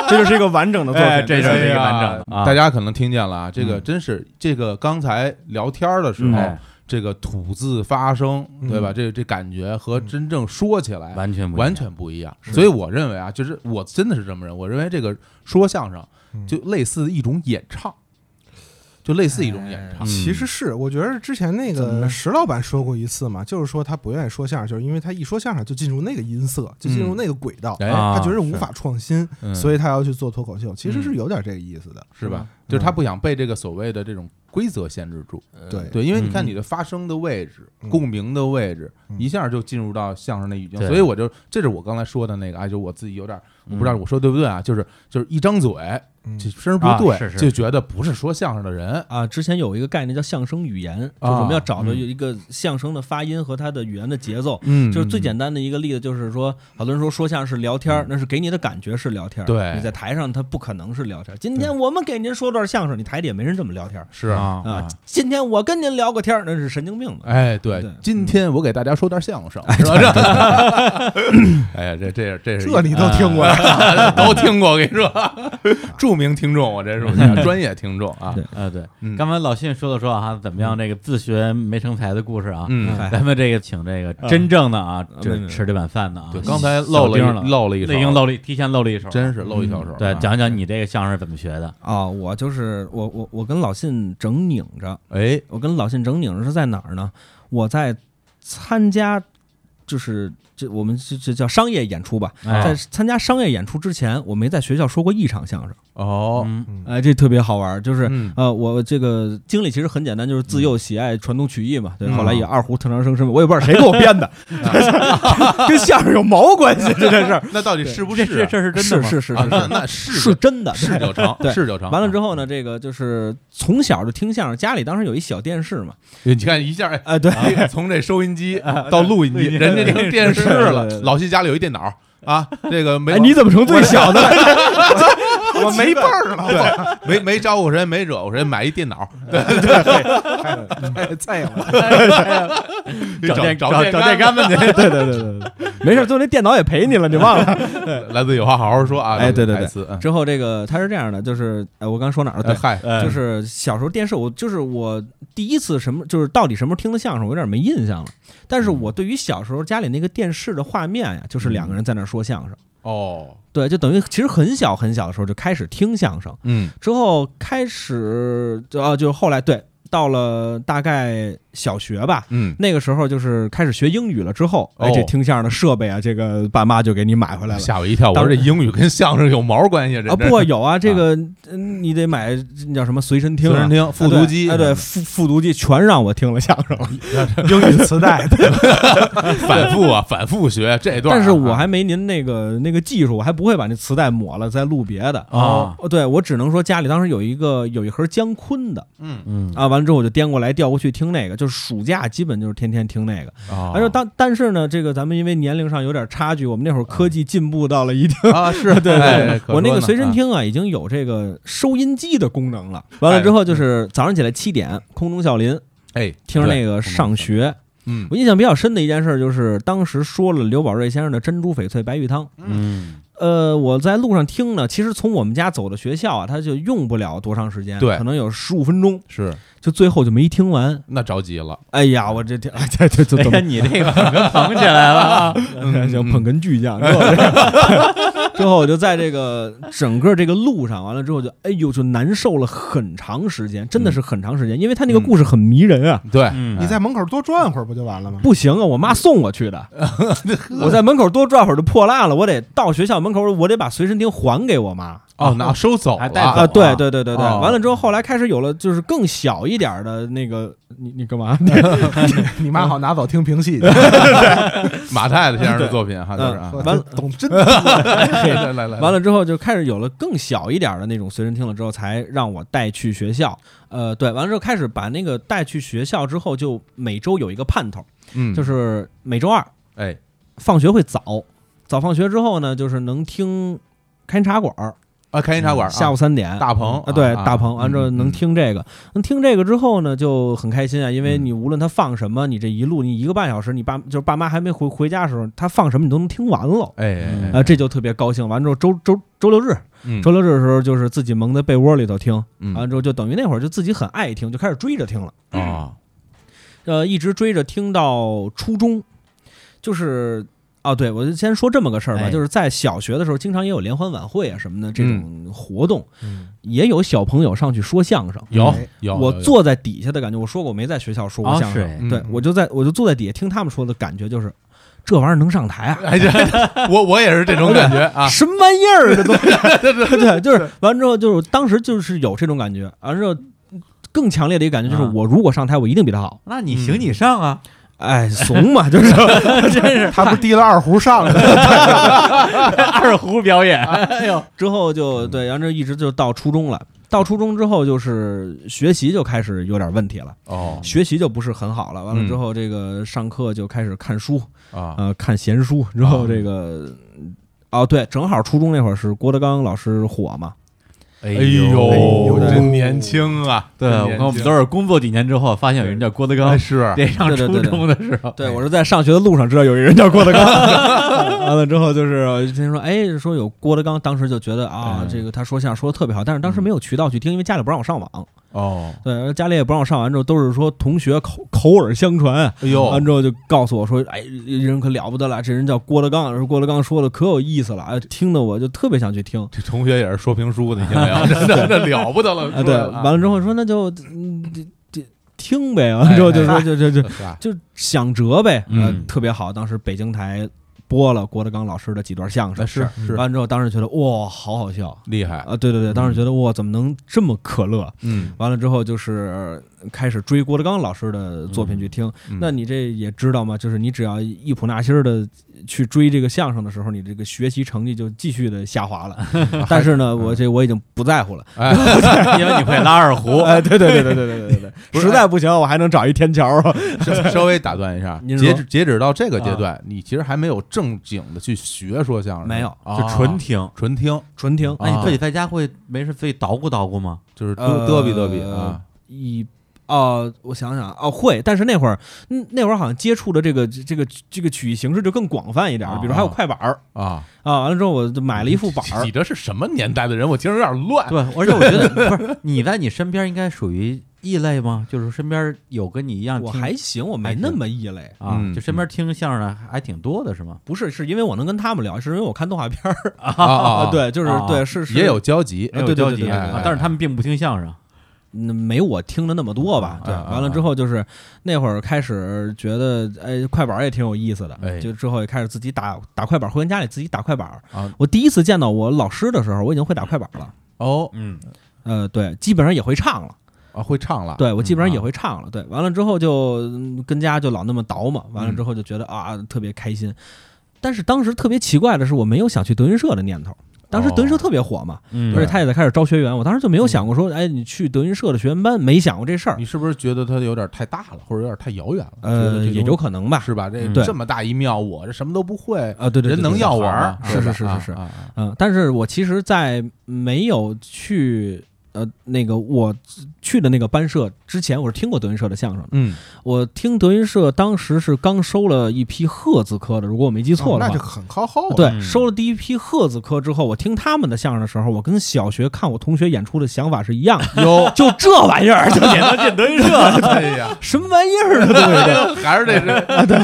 E: 这就是一个完整的
B: *laughs*
E: 作品。
A: 哎这
E: 是
A: 是一
B: 这
A: 个
B: 个
A: 完整的啊，
B: 大家可能听见了啊，这个
A: 嗯
B: 真是这个刚才聊天儿的时候，
D: 嗯
A: 哎
B: 这个吐字发声，
C: 嗯
B: 对吧？这这感觉和
D: 嗯
B: 真正说起来
A: 完全不一样
B: 完全不一样。所以我认为啊，就是我真的是这么认为，我认为这个说相声
C: 嗯
B: 就类似一种演唱，就类似一种演
A: 嗯。
B: 唱
C: 其实是，我觉得之前那
D: 怎么
C: 个
D: 了
C: 石老板说过一次嘛，就是说他不愿意说相声，就是因为他一说相声就进入那个音色，就进入那个轨道，
B: 哎
A: 啊
C: 他觉得无
B: 是
C: 法创新，
B: 嗯
C: 所以他要去做脱口秀，其实是有点这个意思的。
B: 是吧？
C: 嗯
B: 就是他不想被这个所谓的这种规则限制住，
C: 对
B: 对，因为你看
A: 嗯
B: 你的发声的位置、
C: 嗯
B: 共鸣的位置，
C: 嗯
B: 一下就进入到相声的语境，
A: 对
B: 所以我就这是我刚才说的那个，哎，就我自己有点
A: 嗯
B: 我不知道我说对不对啊，就是就是一张嘴，
C: 嗯
B: 这声儿不
A: 啊
B: 对，
A: 是是
B: 就觉得不是说相声的人，
D: 啊，之前有一个概念叫相声语言，就
B: 啊
D: 是我们要找到
A: 嗯
D: 有一个相声的发音和它的语言的节奏。
B: 嗯嗯
D: 就是最简单的一个例子，就是说，好多人说说相声是聊天儿，那是给你的感觉是聊天儿。
B: 对
D: 你在台上他不可能是聊天儿。今天我们给您说段相声，你台里也没人这么聊天儿
B: 是，
A: 啊
D: 啊。今天我跟您聊个天儿，那是神经病的。
B: 哎，对
D: 对，
B: 今天我给大家说段相声，是吧？这 *laughs* 哎呀，这这这是一
C: 这你都听过，
B: 都听过，我跟你说，著名听众，我这是我这专业听众啊
D: 对，
A: 呃对
B: 嗯，
A: 刚才老信说的说啊，怎么样这个自学没成才的故事啊，
B: 嗯。
D: 哎
A: 咱们这个请这个真正的啊，
D: 没
A: 这
D: 没
A: 吃这碗饭的啊
B: 对，，刚才漏
A: 小
B: 了
A: 丁
B: 一
A: 了，
B: 漏了一手，
A: 已经漏了一，提前漏了一手，
B: 真是漏一小手。
A: 对
B: 啊，
A: 讲讲你这个相声怎么学的？
D: 啊，我就是我我我跟老信整拧着，
B: 哎，
D: 我跟老信整拧着是在哪儿呢？我在参加，就是这我们这这叫商业演出吧。
A: 哎
D: 在参加商业演出之前，我没在学校说过一场相声。
B: 哦，
A: 嗯
D: 哎，这特别好玩儿，就是。
B: 嗯
D: 呃，我这个经历其实很简单，就是自幼喜爱传统曲艺嘛，对，
B: 嗯
D: 后来以二胡特长生身份，我也不知道谁给我编的，跟相声有毛关系？这件事儿
B: 那到底是不
A: 这
B: 是
A: 这
B: 啊？
A: 这是真的
D: 是
A: 吗？
D: 是是
B: 啊，那
D: 是
B: 那是
D: 是真的，
B: 是啊就成，
D: 对
B: 是就成。
D: 完了之
B: 后，
D: 后呢，这个就是从小就听相声，家里当时有一小电视嘛，
B: 你看一下，哎，
D: 哎，对，
B: 从这收音机到录音
A: 对
B: 机，人家成电视了
D: 对对。对
B: 老西家里有一电脑啊，这个没
D: 哎，你怎么成最小的了？
C: *laughs* 我没辈儿了，
B: 对啊 *laughs* 没没招呼谁，没惹过谁，买一电脑，
C: *laughs* 太菜了。
A: 找电
B: 找
A: 找
B: 电
A: 杆子去，
D: 对对对对对，没事，最后那电脑也陪你了，你忘了？
B: *laughs* 来自有话好好说啊。
D: 哎对对
B: 台
D: 对
B: 词，嗯
D: 之后这个他是这样的，就是哎，我刚说哪儿了？对呃
B: 哎，嗨，
A: 哎
D: 就是小时候电视，我就是我第一次什么，就是到底什么时候听的相声，我有点没印象了。但是我对于小时候家里那个电视的画面呀，就是两个人在那儿说相声。
B: 哦，
D: 对，就等于其实很小很小的时候就开始听相声，
B: 嗯
D: 之后开始就啊，就是后来对，到了大概小学吧，
B: 嗯，
D: 那个时候就是开始学英语了之后，哎，
B: 哦
D: 这听相声的设备啊，这个爸妈就给你买回来了。
B: 吓我一跳，我
D: 当
B: 说这英语跟相声有毛关系？这
D: 啊，
B: 真
D: 不
B: 是
D: 有啊，这个嗯你得买那叫什么随身听、
B: 私
D: 啊
B: 人，听复读机，
D: 哎 *laughs* 对，哎对，复复读机全让我 *laughs* 听了相声了，
C: 英语磁带，
B: 反复啊， *laughs* 反复学这段啊。
D: 但是我还没您那个那个技术，我还不会把那磁带抹了再录别的。
A: 啊，
D: 哦，对我只能说家里当时有一个有一盒姜昆的
B: 嗯，
A: 嗯
D: 啊，完了之后我就颠过来调过去听那个，就是暑假基本就是天天听那个。
B: 啊
D: 而且当但是呢，这个咱们因为年龄上有点差距，我们那会儿科技进步到了一定， *laughs*
B: 啊，是对对，可
D: 我那
B: 说
D: 个
B: 呢
D: 随身
B: 啊
D: 听啊已经有这个收音机的功能了。完了之后就是早上起来七点空中笑林，
B: 哎，
D: 听着
B: 对
D: 那个上学，
B: 嗯
D: 我印象比较深的一件事就是，当时说了刘宝瑞先生的珍珠翡翠白玉汤。
A: 嗯
D: 呃，我在路上听呢，其实从我们家走到学校啊，他就用不了多长时间，
B: 对
D: 可能有十五分钟，
B: 是
D: 就最后就没听完。
B: 那着急了，
D: 哎呀，我这天，哎这这这
A: *laughs* 哎
D: 怎
A: 呀，
D: 么
A: 你
D: *laughs*
A: 这个捧哏捧起来了
B: *laughs*
A: 啊，
B: 嗯
D: 行，捧哏巨匠。之后 *laughs* 之后我就在这个整个这个路上，完了之后就哎呦，就难受了很长时间，
B: 嗯
D: 真的是很长时间，因为他那个故事很迷人啊。
B: 对，
A: 嗯
C: 你在门口多转会儿不就完了
D: *laughs*
C: 吗？
D: 不行啊，我妈送我去的。我在门口多转会儿就破烂了，我得到学校门口，我得把随身听还给我妈。
B: 哦，那收走
A: 还
B: 了
A: 带走
D: 啊，对对对对对，
B: 哦
D: 完了之后，后来开始有了就是更小一点儿的那个，你你干嘛？
C: 你妈好拿走听评戏去，
B: 马太太
D: 嗯
B: 先生的作品哈，就是啊，
C: 我
D: 完了
C: 懂真
B: *laughs* 来来来，
D: 完
B: 了，
D: 了之后就开始有了更小一点儿的那种随身听了，之后才让我带去学校。呃，对，完了之后开始把那个带去学校之后，就每周有一个盼头，
B: 嗯，
D: 就是是每周二
B: 哎，
D: 放学会早，早放学之后呢，就是能听开茶馆儿。
B: 啊，开心茶馆，
D: 下午
B: 午
D: 三点。
B: 大鹏
D: 啊，对，
B: 啊
D: 大鹏，完之后
B: 嗯
D: 能听这个，能听这个之后呢，就很开心啊，因为
B: 嗯
D: 你无论他放什么，你这一路你一个半小时，你爸就是爸妈还没回回家的时候，他放什么你都能听完了，
B: 哎哎哎
A: 嗯
D: 啊，这就特别高兴。完之后周周周六日，
B: 嗯
D: 周六日的时候就是自己蒙在被窝里头听，
B: 嗯
D: 完之后就等于那会儿就自己很爱听，就开始追着听了，
B: 啊
D: 呃，一直追着听到初中，就是。哦，对，我就先说这么个事儿吧，
A: 哎
D: 就是在小学的时候，经常也有联欢晚会啊什么的这种活动，
C: 嗯，
D: 也有小朋友上去说相声。
B: 有
C: 哎
B: 有，
D: 我
B: 有有
D: 坐在底下的感觉，我说过我没在学校说过
A: 啊
D: 相
A: 是
D: 声，
A: 哎
B: 嗯
D: 对我就在我就坐在底下听他们说的感觉就是，这玩意儿能上台啊？
B: 哎，这我我也是这种感觉啊，
D: 什么玩意儿这都，对，就是完之后就是当时就是有这种感觉，完之后更强烈的一个感觉就是
A: 啊
D: 我如果上台，我一定比他好。
A: 那你行你上啊， *laughs*
D: 哎，怂嘛，就是真是。
C: 他不是提了二胡上来的，
A: 二胡表 *laughs* 演，哎呦，
D: 之后就对，然后就一直就到初中了。到初中之后，就是学习就开始有点问题了，
B: 哦
D: 学习就不是很好了。完了
B: 嗯
D: 之后，这个上课就开始看书，
B: 啊
D: 呃，看闲书。之后这个，哦，对，正好初中那会儿是郭德纲老师火嘛，
B: 哎
C: 哎呦
B: 真年轻啊，
A: 对，我看我们都
B: 是
A: 是工作几年之后发现有人叫郭德纲，
B: 是
A: *laughs* 得上
D: 对对
A: 初
D: 对对
A: 中的时候，
D: 对，哎我是在上学的路上知道有一个人叫郭
B: *laughs*
D: 德纲， *laughs* 完了之后就是我就听说，哎，说有郭德纲，当时就觉得
B: 哎
D: 啊
A: 嗯，
D: 这个他说相声说的特别好，但是当时没有渠道去听，因为家里不让我上网，
B: 嗯哦，
D: 对，家里也不让我上完之后，都是说同学口口耳相传，
B: 哎呦
D: 完之后就告诉我说，哎，人可了不得了，这人叫郭德纲，说郭德纲说的可有意思了，哎，听得我就特别想去听。
B: 这同学也是说评书的，你听没有？ *laughs* 真的这了不得了，
D: 啊，对，完了之后说那就嗯，这这听呗，完了之后就说 *laughs*
B: 哎
D: 就就就
B: 后
D: 就想辙呗，
A: 嗯
D: 呃，特别好。当时北京台播了郭德纲老师的几段相声，
B: 哎是是
D: 完了之后，当时觉得哇，好好笑
B: 厉害，
D: 啊！对对对，当时觉得哇，怎么能这么可乐？
B: 嗯，
D: 完了之后就是呃开始追郭德纲老师的作品去听。
B: 嗯
D: 那你这也知道吗？就是你只要一普纳新的去追这个相声的时候，你这个学习成绩就继续的下滑了。
B: *laughs*
D: 但是呢，我这我已经不在乎了。
B: 哎，
A: 因为你会拉二 *laughs* 胡，
D: 哎，对对对对对对对对
B: 不
D: 对，
B: 是
D: 实在 *laughs* 不行，哎我还能找一天桥啊。
B: 稍稍微打断一下，
D: 您说
B: 截止截止到这个阶段，你其实还没有正经的去学说相声，
D: 没有
B: 啊，
A: 就纯听。
B: 纯听，
D: *laughs* 纯听
A: 那
B: 啊
A: 你自己在家会没事自己捣鼓捣鼓吗？
B: 就是嘚
D: 呃
B: 嘚比嘚比啊，
D: 一哦，我想想啊，哦会，但是那会儿，嗯那会儿好像接触的这个这个这个曲艺形式就更广泛一点儿，比如还有
B: 啊
D: 快板儿
B: 啊，
D: 啊。完了之后，我就买了一副板儿
B: 你这是什么年代的人？我听着有点乱。啊
A: 对，而且我觉得 *laughs* 不是你在你身边应该属于异类吗？就是身边有跟你一样听，
D: 我嗯还行，我没
A: 还
D: 那
A: 行
D: 么异类。
A: 啊
B: 嗯，
A: 就身边听相声的还挺多的是吗？
D: 不是，是因为我能跟他们聊，是因为我看动画片儿
B: 啊啊，啊，
D: 对，就是
A: 啊
D: 对，是是
B: 也哎有交集
D: 啊
A: 也有
D: 对对
A: 交
D: 对
A: 集
D: 对对
B: 对
A: 啊，但是他们并不听相声，
D: 嗯没我听的那么多吧。对，
B: 啊啊啊
D: 完了之后就是那会儿开始觉得，哎，快板儿也挺有意思的，
B: 哎
D: 就之后也开始自己打打快板儿，回家里自己打快板儿。
B: 啊
D: 我第一次见到我老师的时候，我已经会打快板儿了。
B: 哦
A: 嗯，
D: 呃，对，基本上也会唱了。
B: 啊，会唱了，
D: 对我基本上也
B: 啊
D: 会唱了。对，完了之后就嗯跟家就老那么倒嘛，完
B: 嗯
D: 了之后就觉得啊特别开心。但是当时特别奇怪的是，我没有想去德云社的念头。当时德云
B: 哦
D: 社特别火嘛，
A: 嗯
D: 而且他也在开始招学员，我当时就没
B: 嗯
D: 有想过说，哎，你去德云社的学员班，没想过这事儿
B: 你。是不是觉得它有点太大了，或者有点太遥远了？觉
D: 呃，
B: 得这
D: 也
B: 东
D: 有可能吧。
B: 是吧？这
A: 嗯
D: 对
B: 这么大一庙，我这什么都不会，
D: 啊，对对，对
B: 人能
D: 对
B: 要玩儿
A: 好，
D: 玩儿
B: 吧
D: 是是是是
B: 啊啊
D: 嗯，但是我其实，在没有去呃那个我去的那个班社之前，我是听过德云社的相声的。
B: 嗯，
D: 我听德云社当时是刚收了一批赫字科的，如果我没记错
C: 哦
D: 的
C: 那
D: 话，
C: 就很靠后了。
D: 对，
A: 嗯
D: 收了第一批赫字科之后，我听他们的相声的时候，我跟小学看我同学演出的想法是一样的，
B: 哟，
D: 就这玩意儿，就
A: 也能进德云社，
B: *laughs* 哎呀，
D: *laughs* 什么玩意儿的东西。这
B: *laughs* 还是这
D: *laughs*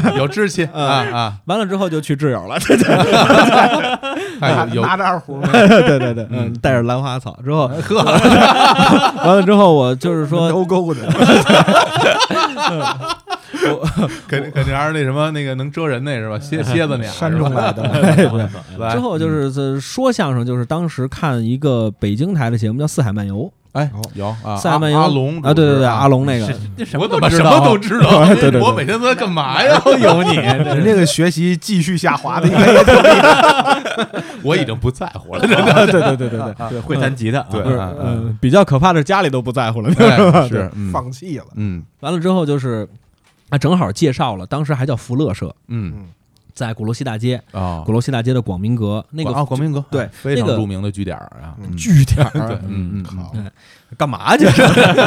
B: 是有志气
D: 嗯
B: 啊啊，
D: 完了之后就去挚友了，对对
B: 哎
C: 拿
B: 有
C: 拿着二胡，
D: 对对对，嗯，带着兰花草
B: *laughs*
D: 之后，呵， *laughs* 完了之后我就是
C: *laughs*
D: 说，
C: 勾勾的，
B: 肯定肯定还是那什么那个能遮人那是吧？
D: 哎
B: 蝎蝎子脸
C: 山中来的。
D: *laughs*
C: *laughs*
B: 来嗯
D: 之后就是这说相声，就是当时看一个北京台的节目叫《四海漫游
B: 哎有啊，》，
D: 四海漫游
B: 阿龙
D: 啊，对对对，阿
B: 龙，
D: 龙那个，
A: 这什
B: 我
A: 么都
B: 怎么
A: 知
B: 什
A: 道
B: 么都知道？
D: *laughs* 对对对
B: 我每天都在干嘛
D: *laughs*
B: 呀？
A: 都有你，
C: 你这个学习继续下滑的，应该也挺
B: 我已经不在乎了，真的
D: *laughs* 对对对对
B: *laughs*
D: 对，
A: 对会弹吉他，
B: 对
D: 不是，
B: 嗯
D: 嗯，比较可怕的是家里都不在乎了。 *laughs*
B: 哎是嗯
C: 放弃了。
B: 嗯
D: 完了之后就是，啊，正好介绍了，当时还叫福乐社，
B: 嗯
D: 在鼓楼西大街，
B: 啊
D: 鼓，楼西大街的广明阁那个
B: 啊，光明阁
D: 对
B: 哎非常
D: 那个
B: 著名的据点儿啊，
C: 嗯
D: 据点儿，
B: 对，嗯嗯
C: 好，
D: 干嘛去？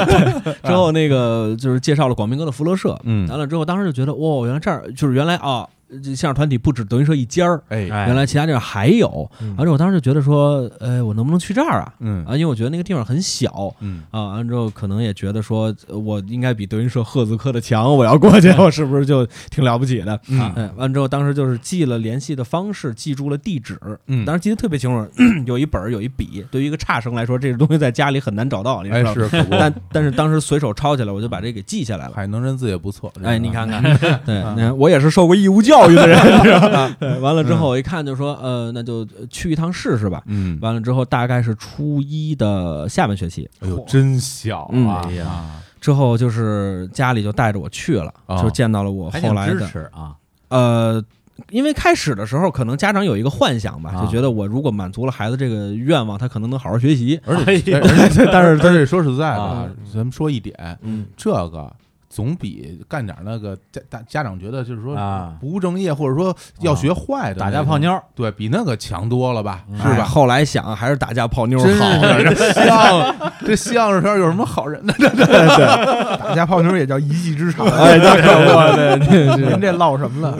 D: *laughs* 之后那个就是介绍了广明哥的福乐社，
B: 嗯
D: 完了之后，当时就觉得，哇，原来这儿就是原来啊，这相声团体不止德云社一家儿，
B: 哎，
A: 哎
D: 原来其他地儿还有。
C: 嗯
D: 完了之后，我当时就觉得说，哎，我能不能去这儿啊？
B: 嗯
D: 啊，因为我觉得那个地方很小。
B: 嗯，
D: 啊，完了之后可能也觉得说，呃我应该比德云社赫兹科的强，我要过去，我是不是就挺了不起的？
B: 嗯
D: 哎，完了之后，当时就是记了联系的方式，记住了地址，
B: 嗯
D: 当时记得特别清楚， *clears throat* 有一本儿有一笔。对于一个差生来说，这个东西在家里很难找到，你知
B: 哎
D: 道吗？
B: 是，可不
D: 但但是当时随手抄起来，我就把这给记下来了。
B: 海能认字也不错，这
D: 哎，
B: 个
D: 你看看， *laughs* 对，那我也是受过义务教育的人，是吧？对，完了之后我一看就说，呃，那就去一趟试试吧。
B: 嗯，
D: 完了之后大概是初一的下半学期，
B: 哎呦，真小
D: 嗯
B: 啊
A: 哎！呀
B: 啊
D: 之后就是家里就带着我去了，
B: 哦
D: 就见到了我
A: 还
D: 后
A: 挺
D: 来
A: 支
D: 的哎
A: 持啊，
D: 呃。因为开始的时候，可能家长有一个幻想吧，
A: 啊
D: 就觉得我如果满足了孩子这个愿望，他可能能好好学习。
B: 而
A: 哎
B: 且，
D: *laughs*
A: 呦
B: 而且，但是，但是说实在的
A: 啊，
B: 咱们说一点，
D: 嗯，
B: 这个总比干点那个家大家长觉得就是说
A: 啊
B: 不务正业，或者说要学坏的
A: 打
B: 那
A: 架
B: 种
A: 泡妞，儿，
B: 对比那个强多了吧？是
D: 哎
B: 吧？
D: 后来想还是打架泡妞
B: 真
D: 好。
B: 是这相这相声圈有什么好人的？
D: *laughs*
C: 打架泡妞也叫一技之长，
D: 哎，那可不，对，
C: *laughs*
D: 这是
C: 您这唠什么了？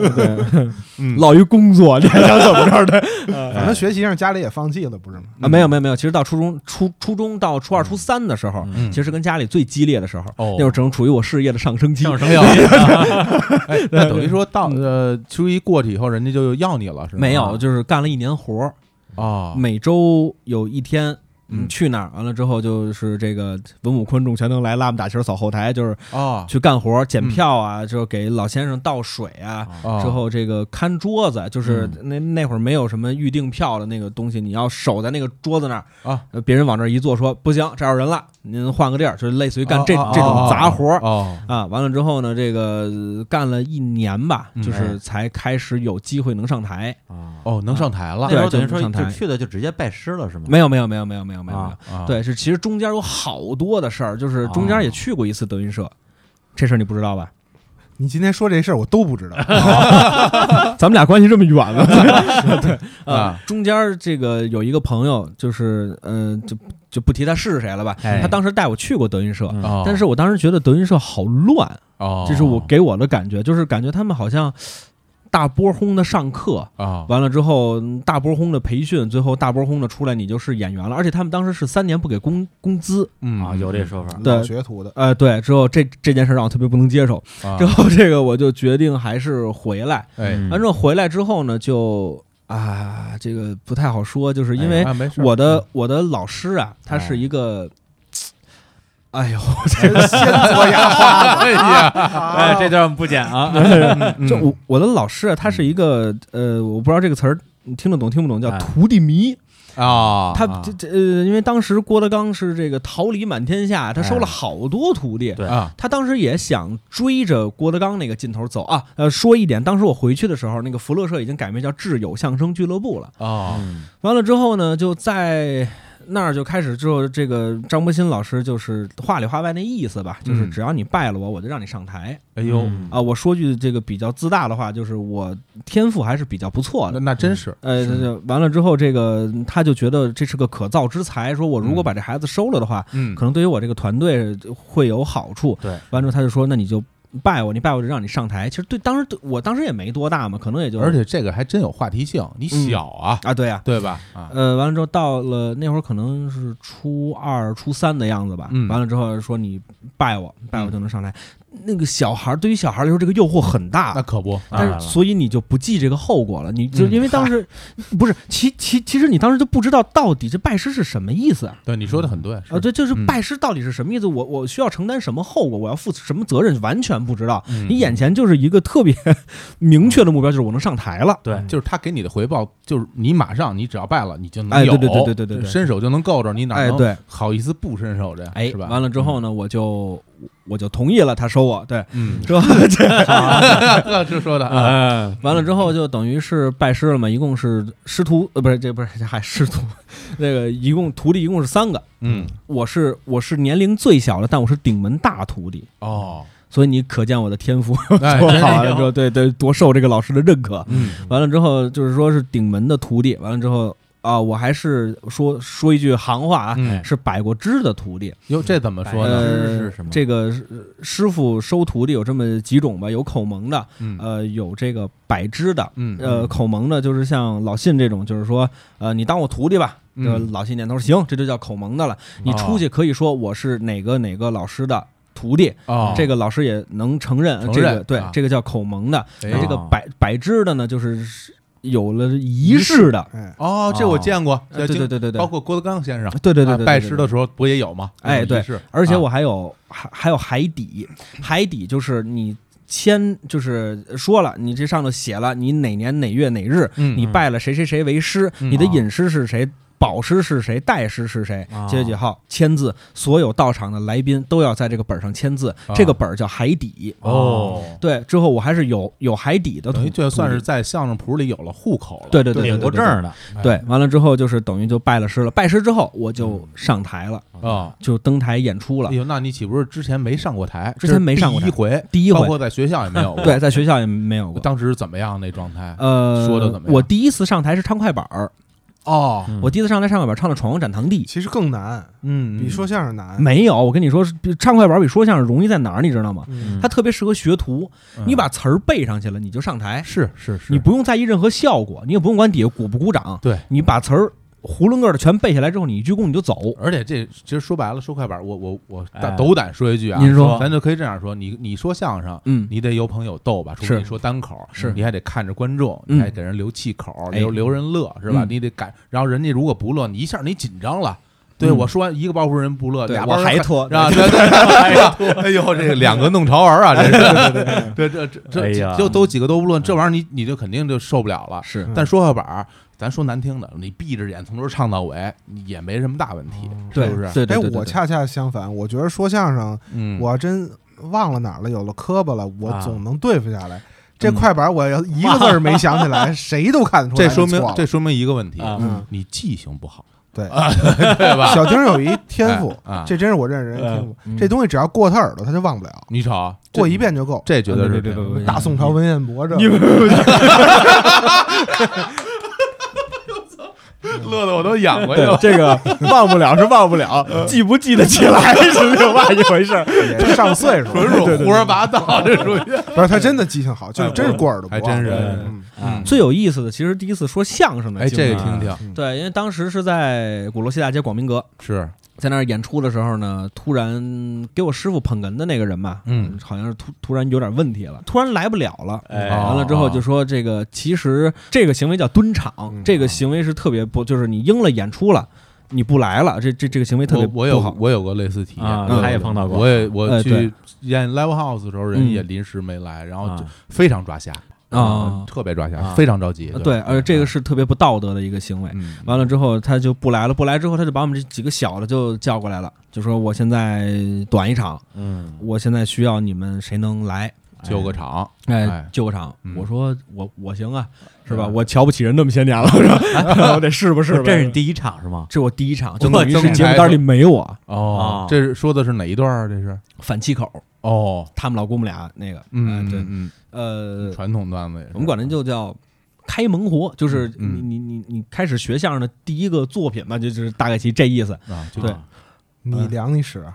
D: 落于工作，这想怎么着的
C: 反正学习上家里也放弃了，不是吗？
D: 啊？没有没有没有，其实到初中初初中到初二初三的时候，
A: 嗯
D: 其实跟家里最激烈的时候，
B: 哦
D: 那会儿正处于我事业的上升期。
A: 上升
B: 哎呦， *laughs* 哎，那等于说到呃初一过去以后，人家就要你了，是吗？
D: 没有，就是干了一年活儿，
B: 啊，
D: 每周有一天。
B: 嗯
D: 嗯，去哪儿？完了之后就是这个文武昆众全能来，拉姆打旗儿扫后台，就是
B: 啊
D: 去干活儿、检票啊，就是给老先生倒水啊，
B: 嗯啊
D: 之后这个看桌子，就是
A: 嗯
D: 那那会儿没有什么预订票的那个东西，你要守在那个桌子那儿
B: 啊，
D: 呃别人往这儿一坐说不行，这儿有人了，您换个地儿，就是类似于干这
B: 啊啊
D: 这种杂活儿
B: 哦，
D: 啊。完了之后呢，这个呃干了一年吧，
B: 嗯
D: 就是才开始有机会能上台。
A: 啊，
B: 哦，能上台了
A: 那时候
D: 对
A: 等于
D: 就
A: 说
D: 上
A: 就
D: 台
A: 去了就直接拜师了是吗？
D: 没有没有没有没有没有没有没有
A: 啊，
B: 啊！
D: 对，是其实中间有好多的事儿，就是中
A: 哦
D: 间也去过一次德云社，这事儿你不知道吧？
C: 你今天说这事儿我都不知道，
D: *laughs* 咱们俩关系这么远了， *laughs* 对
B: 啊
D: 啊，中间儿这个有一个朋友，就是嗯、呃就就不提他是谁了吧，
A: 哎
D: 他当时带我去过德云社。
A: 嗯
B: 哦，
D: 但是我当时觉得德云社好乱，
B: 哦，
D: 这是我给我的感觉，就是感觉他们好像大波轰的上课，
B: 啊
D: 完了之后嗯大波轰的培训，最后大波轰的出来你就是演员了，而且他们当时是三年不给工工资，
B: 嗯
A: 啊，有这说法，
C: 老
D: 对
C: 学徒的， *laughs*
D: 呃，对，之后这这件事让我特别不能接受，
B: 啊
D: 之后嗯这个我就决定还是回来，
B: 哎，
A: 嗯
D: 完之后回来之后呢，就啊，这个不太好说，就是因为
B: 哎哦没事
D: 我的我的老师啊，他
A: 哎
D: 是一个，哎呦， *laughs*
C: 先做牙花子，
A: 哎呀，哎，这段不剪啊，
B: 嗯
D: 这我我的老师啊，他是一个呃，我不知道这个词儿。你听得懂听不懂？叫
A: 哎
D: 徒弟迷，
B: 啊，
D: 他
B: 啊
D: 这这呃，因为当时郭德纲是这个桃李满天下，他收
A: 哎
D: 了好多徒弟，
A: 对
B: 啊
D: 他当时也想追着郭德纲那个劲头走啊。呃，说一点，当时我回去的时候，那个福乐社已经改名叫挚友相声俱乐部了。
B: 啊
A: 嗯
D: 完了之后呢，就在那儿就开始之后，这个张伯鑫老师就是话里话外那意思吧，就是
B: 嗯
D: 只要你拜了我，我就让你上台
B: 哎呦，
A: 嗯
D: 啊。我说句这个比较自大的话，就是我天赋还是比较不错
B: 那
D: 的。
B: 那真是
D: 呃，就完了之后，这个他就觉得这是个可造之才，说我如果把这孩子收了的话，
B: 嗯
D: 可能对于我这个团队会有好处。
A: 对，
D: 完了之后他就说，那你就拜我，你拜我就让你上台。其实对当时对我当时也没多大嘛，可能也就
B: 而且这个还真有话题性，你小啊，
D: 啊，对呀、
B: 对吧？啊，
D: 呃，完了之后到了那会儿可能是初二、初三的样子吧。
B: 嗯
D: 完了之后说你拜我，拜我就能上台。那个小孩儿对于小孩儿来说，这个诱惑很大。
B: 那可不，
A: 当然
D: 但
A: 了
D: 是，所以你就不计这个后果了，你就
B: 啊嗯
D: 因为当时、不是，其其其实你当时就不知道到底这拜师是什么意思啊？
B: 对你说的很对是
D: 啊，对，就是
B: 嗯
D: 拜师到底是什么意思？我我需要承担什么后果？我要负什么责任？完全不知道。
B: 嗯
D: 你眼前就是一个特别 *laughs* 明确的目标，就是我能上台了。
A: 对，
B: 就是他给你的回报，就是你马上你只要拜了，你就能
D: 哎
B: 有，
D: 对对对对对对对
B: 伸手就能够着，你哪
D: 哎
B: 能
D: 对
B: 好意思不伸手这，
D: 哎
B: 是，吧？
D: 完了之后呢，我就我就同意了，他收我，对，
B: *laughs* 嗯，
D: 是吧？ *laughs*
B: 嗯，这说的啊，
A: 嗯，
D: 完了之后就等于是拜师了嘛，一共是师徒呃不是这不是这还师徒， *laughs* 那个一共徒弟一共是三个，
B: 嗯，
D: 我是我是年龄最小的，但我是顶门大徒弟。
B: 哦，
D: 所以你可见我的天
B: *laughs*
D: 赋 *laughs*
B: 哎
D: 多
B: 真是
D: 好了之后，对对，多受这个老师的认可。
B: 嗯
D: 完了之后就是说是顶门的徒弟，完了之后啊，我还是说说一句行话啊，
B: 嗯，
D: 是百过枝的徒弟。
B: 哟，这怎么说呢？
A: 知
D: 呃，
A: 是什么
D: 这个师师傅收徒弟有这么几种吧，有口蒙的，
B: 嗯
D: 呃，有这个百枝的。
B: 嗯
D: 呃，口蒙的就是像老信这种，就是说，呃，你当我徒弟吧，
B: 嗯哦
D: 这老信点头行，这就叫口蒙的了。你出去可以说我是哪个哪个老师的徒弟，
B: 哦，
D: 这个老师也能承认，
B: 承
D: 这
B: 认
D: 个对
B: 啊，
D: 这个叫口蒙的。
B: 哎
D: 那这个
A: 哦
D: 百百枝的呢，就是有了仪式的，
C: 哎，
B: 哦，这我见过，
D: 呃对对对对对
B: 包括郭德纲先生，
D: 对对对
B: 啊
D: 对，
B: 拜
D: 对
B: 师的。时候不也有吗？
D: 哎对
B: 是，
D: 而且
B: 啊
D: 我还有还还有海底，海底就是你签，就是说了，你这上头写了，你哪年哪月哪日，
B: 嗯
D: 你拜了谁谁谁为师，
B: 嗯
D: 你的
A: 啊
D: 隐师是谁。保师是谁？代师是谁
B: 哦
A: 啊？
D: 几月几号签字？所有到场的来宾都要在这个本上签字。这个本儿叫海底。
B: 哦，
D: 对，之后我还是有有海底的徒
B: 等于
D: 弟，
B: 这算是在相声谱里有哎了户口了。
D: 对对对对
A: 领过
D: 对
A: 证
D: 对
A: 儿的
D: 对，完了之后就是等于就拜了师了，拜师之后我
B: 嗯
D: 就上台了，
B: 啊，
D: 就登台演出了
B: 哎。呦，那你岂不是之前没上过台？
D: 之前没上过
B: 这
D: 台
B: 是第一回，
D: 第一
B: 包
D: 回，
B: 括在学校也没
D: *laughs*
B: 有过。
D: 对，在学校也没有过。
B: 当时是怎么样那状态？
D: 呃，
B: 说得怎么样
D: 我第一次上台是唱快板儿，
B: 哦，
A: 嗯
D: 我第一次上台唱快板儿唱的《闯王斩堂弟》，
C: 其实更难，
B: 嗯
C: 比说相声难。
D: 啊没有，我跟你说，是比唱快板儿比说相声容易在哪儿，你知道吗？
C: 嗯
D: 它特别适合学徒，
B: 嗯
D: 你把词儿背上去了，你就上台，
B: 是是是，
D: 你不用在意任何效果，你也不用管底下鼓不鼓掌，
B: 对
D: 你把词儿囫囵个儿的全背下来之后，你一鞠躬你就走。
B: 而且这其实说白了，说快板，我我我
A: 哎
B: 大斗胆说一句啊，
D: 您说
B: 咱就可以这样说，你你说相声，
D: 嗯，
B: 你得有朋友逗吧，除非
D: 是
B: 你说单口，
D: 是
B: 你还得看着观众，
D: 嗯
B: 你还给人留气口，
D: 哎
B: 留留人乐是吧？
D: 嗯
B: 你得感，然后人家如果不乐，你一下你紧张了。对，
D: 嗯
B: 我说完一个包袱人不乐，
D: 对
B: 俩
D: 我
B: 包
D: 还
B: 拖
D: 拖
B: 啊，对对，对哎呦， *laughs* 这个两个弄潮儿啊，这是，对这
A: 哎
B: 这
A: 呀
B: 这就都几个都不乐，这玩意儿你你就肯定就受不了了。
D: 是
C: 嗯
B: 但说快板儿，咱说难听的，你闭着眼从头唱到尾也没什么大问题，
D: 哦对
B: 是不是？
D: 对对
C: 哎
D: 对，对，
C: 我恰恰相反，我觉得说相声，
B: 嗯，
C: 我要真忘了哪儿了，有了磕巴了，我
A: 啊
C: 总能对付下
B: 嗯
C: 来。这快板我要一个字儿没想起
B: *laughs*
C: 来，谁都看得出
B: 这
C: 来你错
B: 说
C: 了。
B: 明这说明一个问题，
A: 啊
C: 嗯，
B: 你记性不好，
C: 对
B: 啊 *laughs* 对
C: *laughs*
B: 吧？
C: *laughs* 小丁有一天赋
B: 哎啊，
C: 这真是我认识人的天赋。
D: 嗯
C: 这东西只要过他耳朵，他就忘不了，
B: 你瞅
C: 过一，遍就够。
B: 啊这这绝对是这样
D: 嗯对对对对
C: 大宋朝文彦博这，
B: *laughs* 乐的我都痒过去
E: 对
B: 了。
E: 这个忘不了是忘不
D: *laughs*
E: 了，记不记得起来是另外一回事儿。
C: 也上岁数
B: 纯
C: 了，
B: 属胡说八道，这属于
C: 不是他真的记性好，就
B: 哎
C: 是真是过耳朵不
B: 还
C: 忘，
B: 真是
C: 嗯
A: 啊，
D: 最有意思的，其实第一次说相声的
B: 哎，
D: 经历，
B: 这个听听
D: 对，因为当时是在鼓楼西大街广明阁，
B: 是
D: 在那儿演出的时候呢，突然给我师傅捧哏的那个人嘛，
B: 嗯
D: 好像是突突然有点问题了，突然来不了了。
A: 哎
D: 完了之后就说这个，其实这个行为叫蹲场
C: 嗯，
D: 这个行为是特别不，就是你应了演出了，你不来了，这这这个行为特别
B: 我我
D: 不
B: 有
D: 好。
B: 我有过类似体验，
A: 啊
B: 嗯
A: 他也碰到过
B: 我也我
D: 哎对
B: 去演 live house 的时候，人也临时没来，然后就
A: 啊
B: 非常抓瞎
D: 啊
B: 特别抓瞎，
A: 啊
B: 非常着急。
D: 对，而这个是特别不道德的一个行为。
B: 嗯
D: 完了之后他就不来了，不来之后他就把我们这几个小的就叫过来了，就说我现在短一场，
A: 嗯，
D: 我现在需要你们谁能来。
B: 救个场，哎
D: 哎，救个场
B: 嗯！
D: 我说我我行啊，是吧？
B: 嗯
D: 我瞧不起人那么些年了，是吧？我得试不试呗？
A: 这是你第一场是吗？
D: 这我第一场，就
B: 我
D: 等于
B: 这么
D: 是节目单里没我
B: 哦
A: 啊，
B: 这是说的是哪一段啊？这是
D: 反气口，
B: 哦，
D: 他们老姑母俩那个，
B: 嗯
D: 哎对，
B: 嗯，嗯
D: 呃，
B: 传统段子也是，
D: 我们管那就叫开门活，就是你
B: 嗯
D: 你你你开始学相声的第一个作品吧，就就是大概其这意思。
B: 啊，就
D: 对
B: 哎
C: 你量你使啊，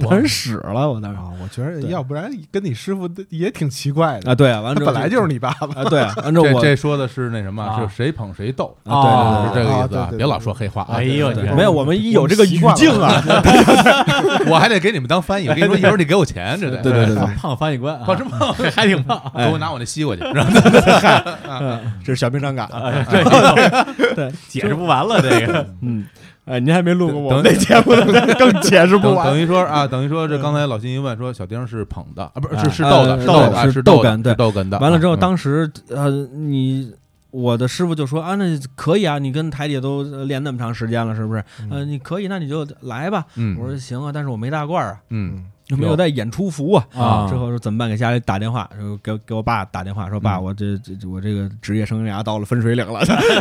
D: 当然使了，我当时
C: 我觉得
D: 对
C: 要不然跟你师傅也挺奇怪的，
D: 啊，对啊，完
C: 他
D: 了之
C: 本
D: 后
C: 来就是你爸爸，
D: 啊，对啊，完了之
B: 这
D: 后我
B: 这说的是那什么，
A: 啊
B: 是谁捧谁逗，
A: 啊
B: 是这个
C: 啊
B: 意思
C: 对
B: 啊
C: 对，对
B: 别老说黑话啊
A: 哎。呦
B: 对对
A: 你
B: 对
A: 看
D: 没有，我们一有这个语境啊，
B: 我还得给你们当翻译，我跟你说，一会儿得给我钱，这得
D: 对哎对对
C: 哎
D: 对，
A: 胖翻译官啊，
B: 我这 *laughs* 么
A: 还挺胖，
B: 给我拿我那西瓜去，是吧
D: *laughs*
E: 这是小兵张嘎，
D: 啊
A: 嗯哎
D: 对，
A: 解释不完了这个，
D: 嗯，哎，您还没录过我
B: 等
D: 们那节目呢， *laughs* 更解释不
B: 等
D: 完
B: 等。于说啊，等于说这刚才老金一问说小丁是捧的啊，不是
A: 哎
B: 是是逗的，
D: 呃
B: 是逗的
D: 是
B: 啊，是
D: 逗
B: 的
D: 哏对
B: 是逗哏的。
D: 完了之后，
B: 嗯
D: 当时呃，你我的师傅就说啊，那可以啊，你跟台姐都呃练那么长时间了，是不是？呃，你可以，那你就来吧。
B: 嗯 *laughs*
D: 我说行啊，但是我没大褂啊。
B: 嗯
D: 有没有带演出服啊？
A: 啊
D: 之后说怎么办？给家里打电话，说给给我爸打电话，说爸，我这这这我这个职业生涯到了分水岭了，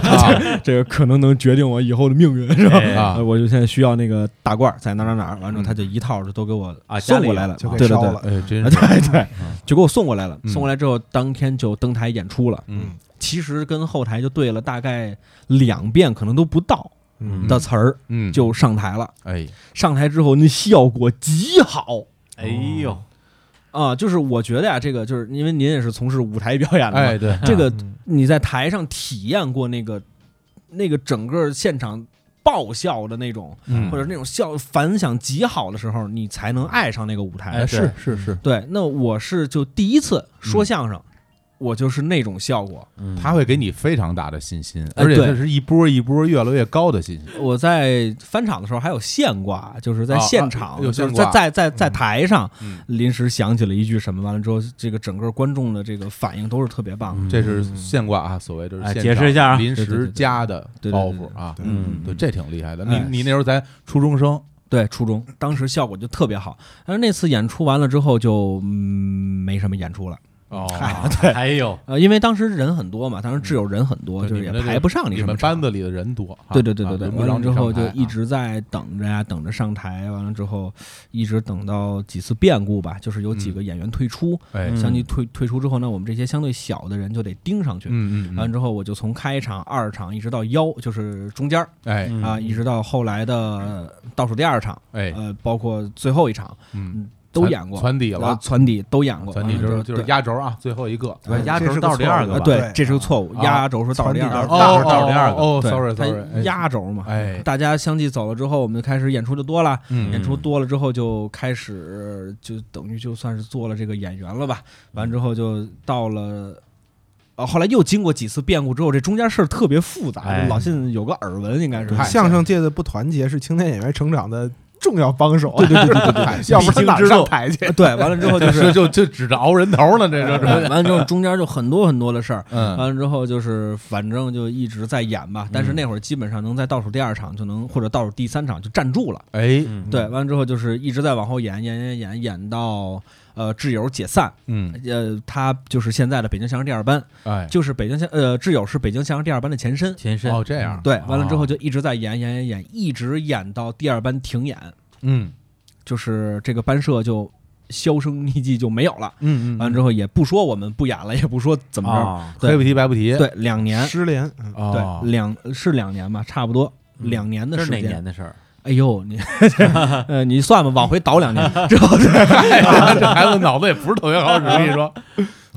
D: *laughs* 这个可能能决定我以后的命运，是吧？
A: 哎
B: 啊
D: 呃我就现在需要那个大褂儿在哪儿哪儿哪儿，完之后他就一套就都给我
A: 啊家
D: 送
A: 里
D: 过来了，
C: 就
D: 对
C: 给
D: 对
C: 烧
D: 对
C: 了，
B: 哎，真
D: 啊，
B: 是，
D: *laughs* 对对
B: 嗯，
D: 就给我送过来了。
B: 嗯
D: 送过来之后，当天就登台演出了。
B: 嗯
D: 其实跟后台就对了大概两遍，可能都不到
B: 嗯
D: 的词儿，
B: 嗯，
D: 就上台了。
B: 哎，
D: 上台之后，那效果极好
A: 哎呦，
D: 啊！就是我觉得呀、这个就是因为您也是从事舞台表演的嘛，
B: 哎，对，
D: 这个
C: 嗯
D: 你在台上体验过那个那个整个现场爆笑的那种，
B: 嗯
D: 或者那种笑反响极好的时候，你才能爱上那个舞台。
A: 哎
B: 是是是，
D: 对，那我是就第一次说相
B: 嗯
D: 声，我就是那种效果。
A: 嗯
B: 他会给你非常大的信心，
D: 哎
B: 而且
D: 对
B: 这是一波一波越来越高的信心。
D: 我在翻场的时候还有现挂，就是在
B: 啊
D: 现
B: 啊
D: 场，
B: 有
D: 就
B: 现
D: 是在
B: 挂
D: 在在在台上、
B: 嗯
D: 临时想起了一句什么，完了之后，这个整个观众的这个反应都是特别棒的。
B: 这是现挂啊，所谓就是
A: 哎
B: 现
A: 解释
B: 场
A: 一下啊
B: 临
D: 对对对
B: 时
D: 对
B: 加的
D: 对对对
B: 包
D: 对
B: 袱啊，
C: 对
A: 嗯
B: 对，这挺厉害的。
D: 哎
B: 你你那时候咱初中生，
D: 对，初中当时效果就特别好，但是那次演出完了之后就、嗯、没什么演出了。
B: 哦嗯
D: 嗨
A: 哎呦，
D: *laughs* 呃，因为当时人很多嘛，当时挚友人很多，就是
B: 你
D: 也
B: 们的这
D: 排不上
B: 你
D: 什么
B: 们
D: 场
B: 班子里的人多，啊
D: 对对对对对，
B: 啊轮不
D: 完
B: 着
D: 了
B: 你
D: 之后
B: 上
D: 就
B: 台
D: 一
B: 啊
D: 直在等着呀，等着上台。完了之后，一直等到几次变故吧，就是有几
B: 嗯
D: 个演员退出，
B: 哎，
A: 嗯
D: 相继退退出之后呢，我们这些相对小的人就得盯上去。
B: 嗯嗯
D: 完
B: 嗯，
D: 之后，我就从开场、二场一直到幺，就是中间儿
B: 哎
A: 嗯
D: 啊，一直到后来的倒数第二场，
B: 哎，
D: 呃，包括最后一场
B: 嗯，
D: 都演过，
B: 传底
D: 然
B: 了
D: 后，传底都演过。
B: 传底
D: 完
B: 就
D: 了之
B: 是
D: 后
B: 就是
D: 对
B: 压轴啊，最后一个。
C: 对
A: 对压
C: 这
A: 轴
C: 是个
A: 到第
C: 错
A: 二
C: 误
A: 个
D: 啊，
A: 吧
D: 对
C: 对，
D: 这是个错误，
C: 啊
D: 压轴是倒数第
C: 传底
D: 二
C: 到
D: 个，
C: 大
B: 哦
C: 是倒数
A: 第二个
B: 哦
D: 对
B: ，sorry
D: 他
B: sorry，
D: 压轴嘛，
B: 哎，
D: 大家相继走了之后，我们就开始演出的多了，
B: 嗯
D: 演出多了之后就开始就等于就算是做了这个演员了吧。完之后就到了，啊，后来又经过几次变故之后，这中间事儿特别复杂。
A: 哎
D: 老信有个耳闻，应该是
B: 嗨
C: 相声界的不团结是青年演员成长的重要帮手，
D: 对对对对对
C: 要不然
D: 必经
C: 哪
D: 之
C: 儿上
D: 路
C: 台去？
D: 对对，完了之后就
B: 这
D: 是
B: *laughs* 是就就指着熬人头呢，这就是
D: 完了之后中间就很多很多的事儿。
B: 嗯
D: 完了之后就是，反正就一直在演吧。但是那会儿基本上能在倒数第二场就能，或者倒数第三场就站住了。
B: 哎
A: 嗯
D: 对，完了之后就是一直在往后演，演演演演到呃挚友解散，
B: 嗯
D: 呃，他就是现在的北京相声第二班，
B: 哎
D: 就是北京相呃挚友是北京相声第二班的前身。
A: 前身
B: 哦这样
D: 嗯对，完了之后就一直在演演演演，一直演到第二班停演，
B: 嗯
D: 就是这个班社就销声匿迹就没有了。
B: 嗯嗯，
D: 完了之后也不说我们不演了，也不说怎么着，
A: 啊
B: 黑不提白不提，
D: 对，两年，
C: 失联，嗯
B: 哦
D: 对，两是两年吧，差不多
A: 嗯
D: 两年的
A: 这
D: 时
A: 是哪
D: 间。
A: 年的事儿？
D: 哎呦，
B: *laughs*
D: 你呃，你算吧，往回倒两年，之
B: *laughs*
D: 后
B: 这孩子脑子也不是特别好使，我跟你说，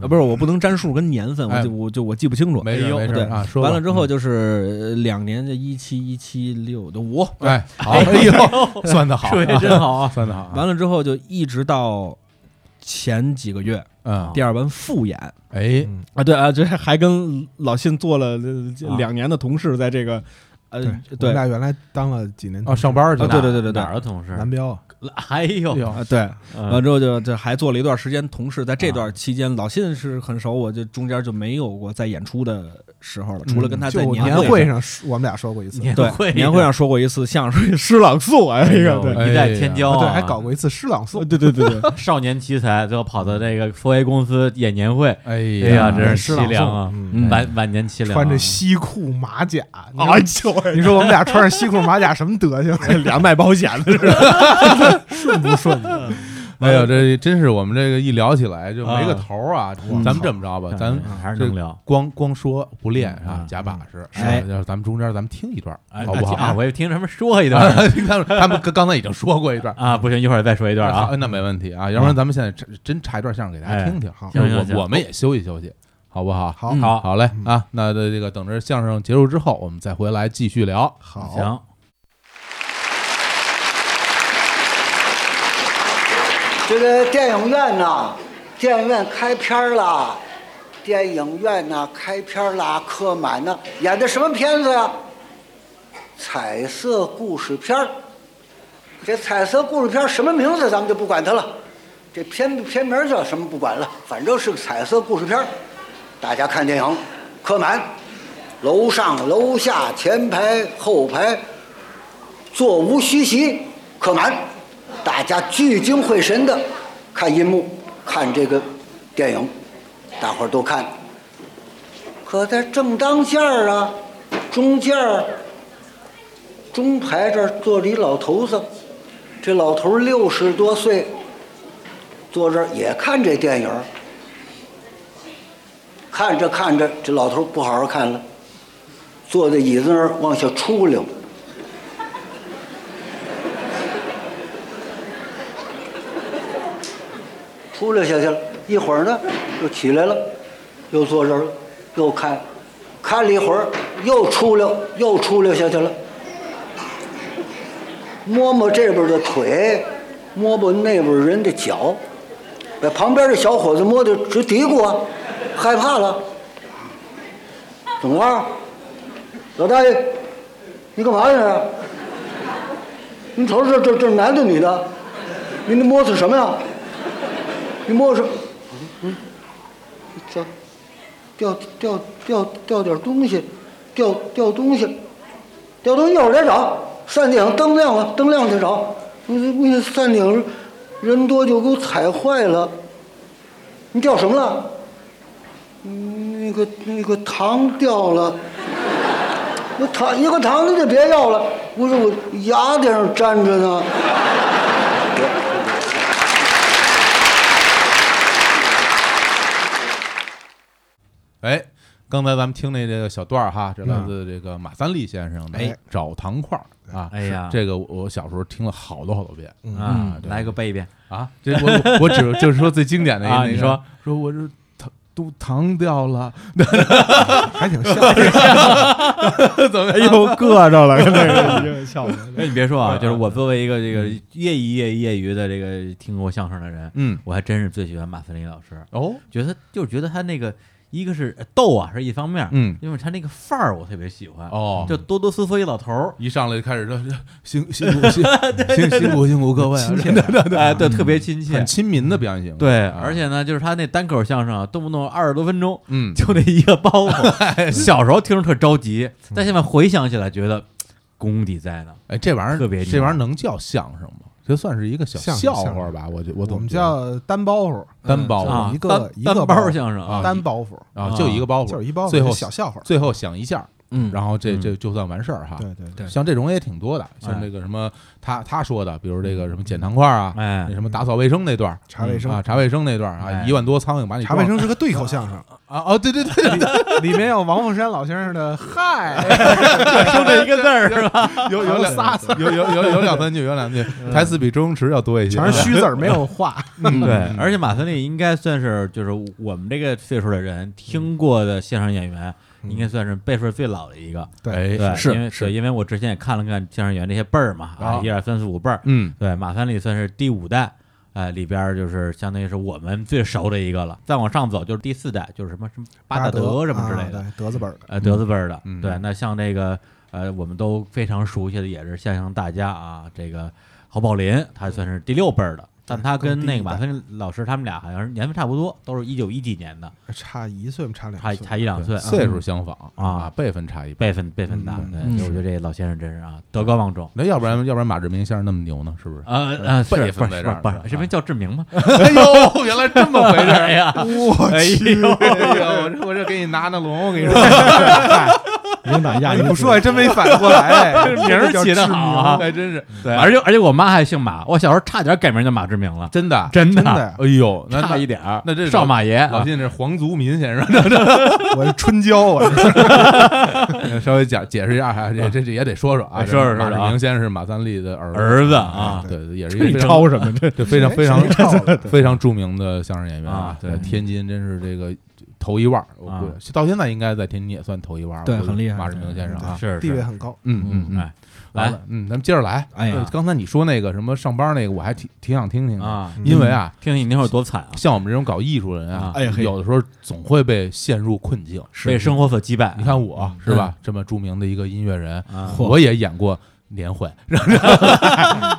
D: 啊，不是，我不能沾数跟年份，我
B: 哎
D: 就我就我记不清楚。哎
B: 没事没事
D: 对
B: 啊，说吧
D: 完了之后，就是呃两年的一七一七六的五，
B: 哎，
D: *laughs*
B: 好，哎呦， *laughs* 算的好，
A: 数学真好啊！
B: 算的好啊，
D: 完了之后就一直到前几个月
B: 嗯，
D: 第二班复演
B: 哎，
C: 嗯
D: 啊，对啊，这还跟老信做了呃
A: 啊
D: 两年的同事，在这个呃
C: 我们
D: 对啊
C: 俩原来当了几
D: 嗯
C: 年
B: 哦，上班去
D: 对
B: 了，
D: 对对对对
A: 哪儿的同事？
C: 蓝标啊，
A: *laughs* 哎呦
B: 哎，呦
D: 啊对，
A: 嗯
D: 完了之后就这还做了一段时间同事，在这段期间老信是很熟，我就中间就没有过在演出的时候了，除了跟他
C: 就
D: 在
C: 年
D: 嗯会
C: 会上说我们俩说过一次，
A: 年
D: 对
A: 会
D: *laughs* 年会上说过一次相声诗朗诵，哎
A: 哎
D: 呀，
A: 呦
D: 对
B: 哎
A: 一代天骄
C: 啊
A: 啊，
C: 对，还搞过一次诗朗诵，
D: 对对对对，
A: *laughs* 少年奇才，最后跑到这个 4A 公司演年会，
B: 哎
A: 哎
B: 呀
A: 呀，真是
C: 诗朗
A: 凄
C: 诵
A: 凉啊！
D: 嗯
A: 晚晚年凄凉啊，
C: *laughs* 穿着西裤马甲，你
E: 哎
C: 说
E: 呦喂，
C: 你说我们俩穿着西裤马甲什么德行？啊
E: 俩卖保险的是
B: 哎呦，这真是我们这个一聊起来就没个头儿啊！咱们这么着吧，
A: 嗯
B: 咱
A: 还是能聊。
B: 光光说不练啊
A: 嗯，
B: 假把式。
D: 嗯
B: 是吧
D: 哎
B: 要是咱们中间咱们听一段，
A: 哎
B: 好不好？
A: 啊，我也听他们说一段
B: 啊 *laughs* 听他们他们刚刚才已经说过一段，
A: 啊，不行，一会儿再说一段
B: 好
A: 啊。
B: 那没问题啊。要不然咱们现在真真插一段相声给大家
A: 哎
B: 听听，好
A: 行行行
B: 我我们也休息休息，好不好？
C: 好
D: 嗯
A: 好
B: 好嘞啊！那这这个等着相声结束之后，我们再回来继续聊。
C: 好，
A: 行，
F: 这个电影院呐，电影院开片儿啦，电影院呐开片儿啦，客满呐，演的什么片子呀？彩色故事片儿。这彩色故事片儿什么名字咱们就不管它了，这片片名儿叫什么不管了，反正是个彩色故事片儿。大家看电影，客满，楼上楼下前排后排，座无虚席，客满。大家聚精会神的看银幕，看这个电影，大伙儿都看。可在正当间儿啊，中间儿，中排这儿坐着一老头子，这老头六十多岁，坐这儿也看这电影儿。看着看着，这老头儿不好好看了，坐在椅子那儿往下出溜。出溜下去了，一会儿呢又起来了，又坐这儿了，又看，看了一会儿又出溜，又出溜下去了，摸摸这边的腿，摸摸那边人的脚，把旁边的小伙子摸得直嘀咕啊，害怕了，怎么了？老大爷，你干嘛去啊？你瞅瞅这这这男的女的，你那摸的什么呀？你摸什么？嗯，这嗯掉掉掉掉点东西，掉掉东西，掉东西一会儿再找。山顶灯亮了，灯亮再找。我我山顶人多就给我踩坏了。你掉什么了？嗯，那个那个糖掉了。那糖一个糖你就别要了，不是我牙顶上粘着呢。
B: 哎，刚才咱们听那这个小段儿哈，这
E: 嗯
B: 来自这个马三立先生的《
C: 哎
B: 找糖块儿》啊，
A: 哎呀
B: 这个我小时候听了好多好多遍
E: 嗯
A: 啊，
B: 对
A: 来个背一遍，
B: 啊，这我我我只就是说最经典的一个，
A: 啊
B: 那个
A: 你说
B: 说我这糖都糖掉了，
C: 还挺像。
E: *laughs* 哎呦，硌着了，跟这个已经笑了。
A: 哎，你别说啊，就是我作为一个这个业余业余业余的这个听过相声的人，
B: 嗯，
A: 我还真是最喜欢马三立老师，
B: 哦，
A: 觉得就是觉得他那个一个是逗啊是一方面，
B: 嗯
A: 因为他那个范儿我特别喜欢，
B: 哦
A: 就哆哆嗦嗦一老头儿，
B: 一上来就开始说
E: *laughs*
B: 辛辛苦辛辛辛苦辛苦各位啊，
A: 对对对，哎对，特别亲切
B: 很，亲民的表演形式，
A: 对，
B: 啊
A: 而且呢，就是他那单口相声啊，动不动二十多分钟，
B: 嗯
A: 就那一个包袱，小时候听着特着急，但现在回想起来觉得功底在呢，
B: 哎，这玩意儿
A: 特别厉害
B: 这玩意儿能叫相声吗？这算是一个小
C: 相声
B: 笑
C: 相
B: 话
C: 声
B: 吧？我觉我
C: 我
B: 怎么
C: 们
B: 觉得
C: 叫单包袱，嗯
B: 单包
A: 啊
B: 袱
C: 一个
A: 单
C: 一
A: 单
C: 个
A: 包
C: 包
A: 相声
B: 啊
C: 单包袱
B: 啊，
A: 啊
B: 就一个包袱，
C: 就是一包袱，
B: 最后
C: 小笑话。
B: 最后想一下，
D: 嗯，
B: 然后这
A: 嗯
B: 这就算完事儿哈。
C: 对对对，
B: 像这种也挺多的，像这个什么他他说的，比如这个什么捡糖块儿啊，
A: 哎
B: 那什么打扫卫生那段儿
C: 查卫生
B: 啊，查卫生那段儿啊，
A: 哎
B: 一万多苍蝇把你
C: 查卫
B: 撞
C: 生是个对口相声，
B: 啊哦，对对对，
C: 里面有王凤山老先生的“ *laughs* 嗨
A: 就这一个字儿是吧？
B: 有有两
C: 仨
B: 有有有有两三句，有两句台词比周星驰要多一”，些，
C: 全是虚字儿，没有画。
A: 对，而且马三立应该算是就是我们这个岁数的人听过的相声演员，应该算是辈分最老的一个。
B: 对
A: 对，
D: 是
A: 因为
D: 是
A: 对因为我之前也看了看相声演员这些辈儿嘛，啊
B: 啊，
A: 一二三四五辈儿，
B: 嗯，
A: 对，马三立算是第五代，呃，里边儿就是相当于是我们最熟的一个了。再往上走就是第四代，就是什么什么巴
C: 巴
A: 达德
C: 德
A: 什么之类的，
C: 啊，对德字本儿的。
A: 呃，德字辈儿的。
B: 嗯
A: 对，那像这个呃，我们都非常熟悉的，也是相声大家啊，这个侯宝林，他算是第六辈儿的，但他
C: 更
A: 跟那个
C: 低一
A: 马
C: 代
A: 三立老师他们俩好像是年份差不多，都是一九一几年的，
C: 差一岁嘛，差两
A: 差
C: 岁，
A: 差一两岁
B: 对
A: 啊，
B: 岁数相仿
A: 啊
B: 啊，辈分差一辈。
A: 辈分辈分大。
C: 嗯
A: 对，
D: 嗯
A: 所以我觉得这老先生真是啊，德高望重。
B: 那要不然要不然马志明先生那么牛呢？是不是？
A: 呃呃，是
B: 辈
A: 不
B: 分
A: 是不
B: 在这
A: 是
B: 儿
A: 不
B: 呢
A: 是，这不叫志明吗？
B: 哎 *laughs* 呦，原来这么回事儿
A: 哎呀，
C: 我
A: 哎呦，
B: 哎呦，我这我这给你拿那龙，我跟你说，
E: 领导压
C: 哎
E: 力
C: 你不说还真没反
B: *laughs*
C: 应过来，
A: 这名儿起得好啊！
B: 还真是
A: 对，而且而且我妈还姓马，我小时候差点改名叫马志明了，
B: *laughs* 真的。
A: 真啊
C: 真的呀，
B: 哎呦，那
A: 差
B: 那
A: 一点儿。
B: 那这
A: 少马爷
B: 老
A: 啊，
B: 信这皇族民先生， *laughs*
C: 我是春娇，啊哎我是
B: 呃稍微讲解释一下哈，这这这也得说说啊，
A: 哎说说
B: 马
A: 说
B: 志
A: 说啊
B: 明先生是马三立的儿
A: 儿子啊，
B: 对，也是一
E: 这
B: 个
E: 你
B: 非常
E: 抄什么？这
B: 这非常非
C: *laughs*
B: 常
C: 谁谁唱的
B: 非常著名的相声演员
A: 啊
B: 在
A: 对
B: 天津真是这个头一腕儿，我估计到现在应该在天津也算头一腕儿，
D: 对
B: 我估计
D: 很厉害
B: 马志明先生啊，
A: 是
C: 地位
A: 是，
C: 很高。
B: 嗯嗯嗯，
A: 哎，来
B: 好，嗯，咱们接着来。
D: 哎呀
B: 对刚才你说那个什么上班那个，我还挺挺想听听的，
A: 啊，
B: 因为啊，
A: 听听你那会儿多惨啊，
B: 像我们这种搞艺术人啊
A: 啊，
E: 哎嘿
B: 有的时候总会被陷入困境。
A: 被生活所击败。
B: 你看我是吧，这么著名的一个音乐人，
A: 啊，
D: 嚯
B: 我也演过年会， *laughs*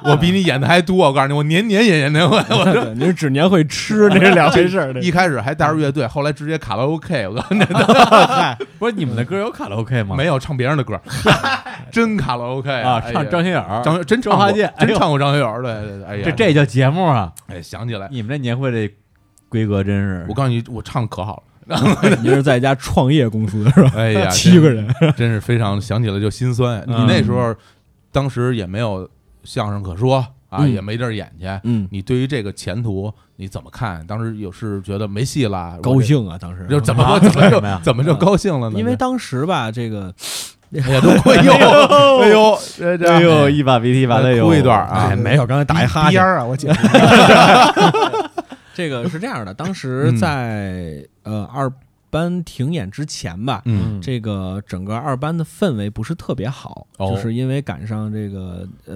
B: 我比你演的还多。我告诉你，
A: 啊
B: 我年年也演
A: *laughs*
B: 年会，我
E: 对你是指年会
C: *laughs*
E: 吃，那是两回事儿。这
B: 一开始还带着乐队，后来直接卡拉 OK，我告诉你，
A: 不是你们的歌有卡拉 OK 吗？ *laughs*
B: 没有唱别人的歌，真卡拉 OK
A: 啊，
B: 哎
A: 唱
B: 呀
A: 张学友儿，
B: 张真
A: 周
B: 唱
A: 华
B: 过
A: 健哎
B: 真
A: 呦
B: 唱过张学友，对对，对哎呀，
A: 这这叫节目啊！
B: 哎想起来，
A: 你们这年会这规格真是
B: 我，告诉你，我唱可好了，
D: 你是在家创业公司 *laughs* 是吧？
B: 哎呀，
D: 七个人，
B: 真真是非常想起来就心酸。你
A: 嗯
B: 那时候当时也没有相声可说啊，
D: 嗯
B: 也没地儿演去，
D: 嗯，
B: 你对于这个前途你怎么看？当时有是觉得没戏了，
D: 高，兴啊，当时
B: 就怎么
A: 啊
B: 说 *laughs* 怎么
A: 为什么呀
B: 就怎么就高兴了呢？
D: 嗯因为当时吧，这个
B: *laughs* 哎呀都
D: *laughs*
B: 快呦哎呦这这
A: 哎呦，一把鼻涕一把泪哟，
B: 哭一段啊
C: 哎
D: 没有，刚才打一哈
C: 鼻烟
D: 欠。
C: 儿啊，我姐夫
D: 这个是这样的，当时
B: 嗯
D: 在
B: *laughs*
D: 呃二班停演之前吧，
B: 嗯
D: 这个整个二班的氛围不是特别好，
B: 哦
D: 就是因为赶上这个呃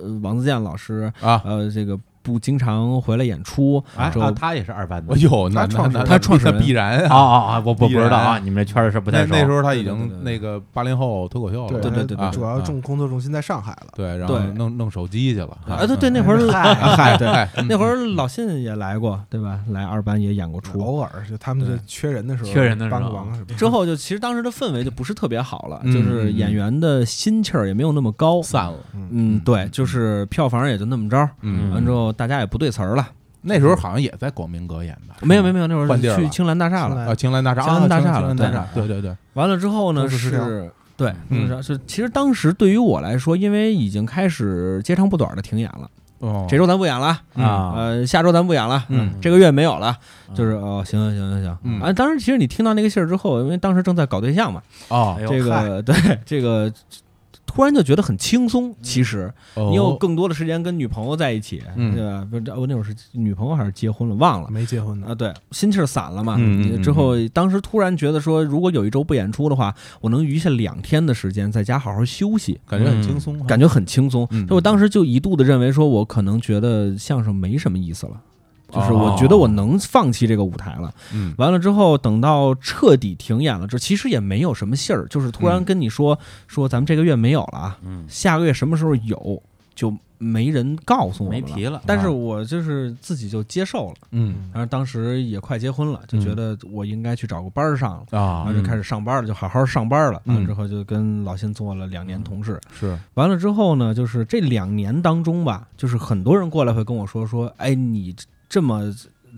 D: 呃王自健老师
B: 啊，
D: 呃这个不经常回来演出，
A: 啊
D: 这
A: 啊，他也是二班的
B: 哎， *laughs* 呦，那
C: 他创始
B: 那
C: 人
B: 那
D: 他创始人
B: 那必然
A: 啊啊啊！我不不
B: 必
A: 知
B: 然
A: 道啊，你们这圈儿是不
B: 那
A: 太熟。
B: 那时候他已
D: 对对对
B: 经
D: 对
B: 那个八零后脱口秀了，
D: 对对对
B: 啊
C: 主要重工作重心在上海了。
B: 对，然后
D: 对
B: 弄弄手机去了
D: 啊对对，那会儿
B: 嗨
D: 对
B: 嗨，嗯
D: 那会儿老信也来过，对吧？来二班也演过出。
C: 嗯偶尔就他们就缺人的时候，
A: 缺人的时候
C: 帮个忙什么的
D: 之后就其实当时的氛围就不是特别好了，
B: 嗯
D: 就是演员的心气儿也没有那么高。
B: 散了，
D: 嗯，对，就是票房也就那么着。
B: 嗯，
D: 完之后大家也不对词儿了，
B: 那时候好像也在光明阁演吧？
D: 没有没有没有，那会
B: 嗯换地
D: 儿
B: 儿
D: 去
B: 了
D: 青蓝大厦了。
B: 啊，青蓝大厦，
D: 青哎蓝大厦
B: 啊
D: 了
B: 青蓝大厦，对对对，
D: 完了之后呢
C: 都是失调
D: 是。对，
B: 嗯
D: 就是是，其实当时对于我来说，因为已经开始接长不短的停演了，
B: 哦
D: 这周咱不演了，
A: 啊，
D: 呃，下周咱不演了，
B: 嗯啊
D: 这个月没有了，就是哦，行行行行行，
B: 嗯
D: 啊，当时其实你听到那个信儿之后，因为当时正在搞对象嘛，
B: 哦
A: 哎，呦
D: 这个 *laughs* 对这个，突然就觉得很轻
B: 嗯
D: 松。其实你有更多的时间跟女朋友在一起，
B: 哦嗯
D: 对吧？不是，我那会儿是女朋友还是结婚了，忘了。
C: 没结婚的，
D: 啊，对，心气儿散了嘛。
B: 嗯嗯嗯
D: 之后，当时突然觉得说，如果有一周不演出的话，我能余下两天的时间在家好好休息，
C: 嗯
B: 感觉很轻松啊，
D: 感觉很轻松。
B: 嗯
D: 所以我当时就一度的认为说，我可能觉得相声没什么意思了，就是
B: 哦
D: 我觉得我能放弃这个舞台了。
B: 嗯
D: 完了之后，等到彻底停演了之后，其实也没有什么信儿，就是突然
B: 嗯
D: 跟你说、说咱们这个月没有了啊，
A: 嗯
D: 下个月什么时候有，就没人告诉我们
A: 没
D: 了
A: 提了啊
D: 但是我就是自己就接受了，
B: 嗯
D: 然后当时也快结婚了，就觉得我应该去找个班儿上了。然
B: 啊
D: 后就开始上班了，就好好上班了。啊
B: 嗯
D: 完了之后就跟老辛做了两年同事。
B: 是
D: 完了之后呢，就是这两年当中吧，就是很多人过来会跟我说说，哎，你这么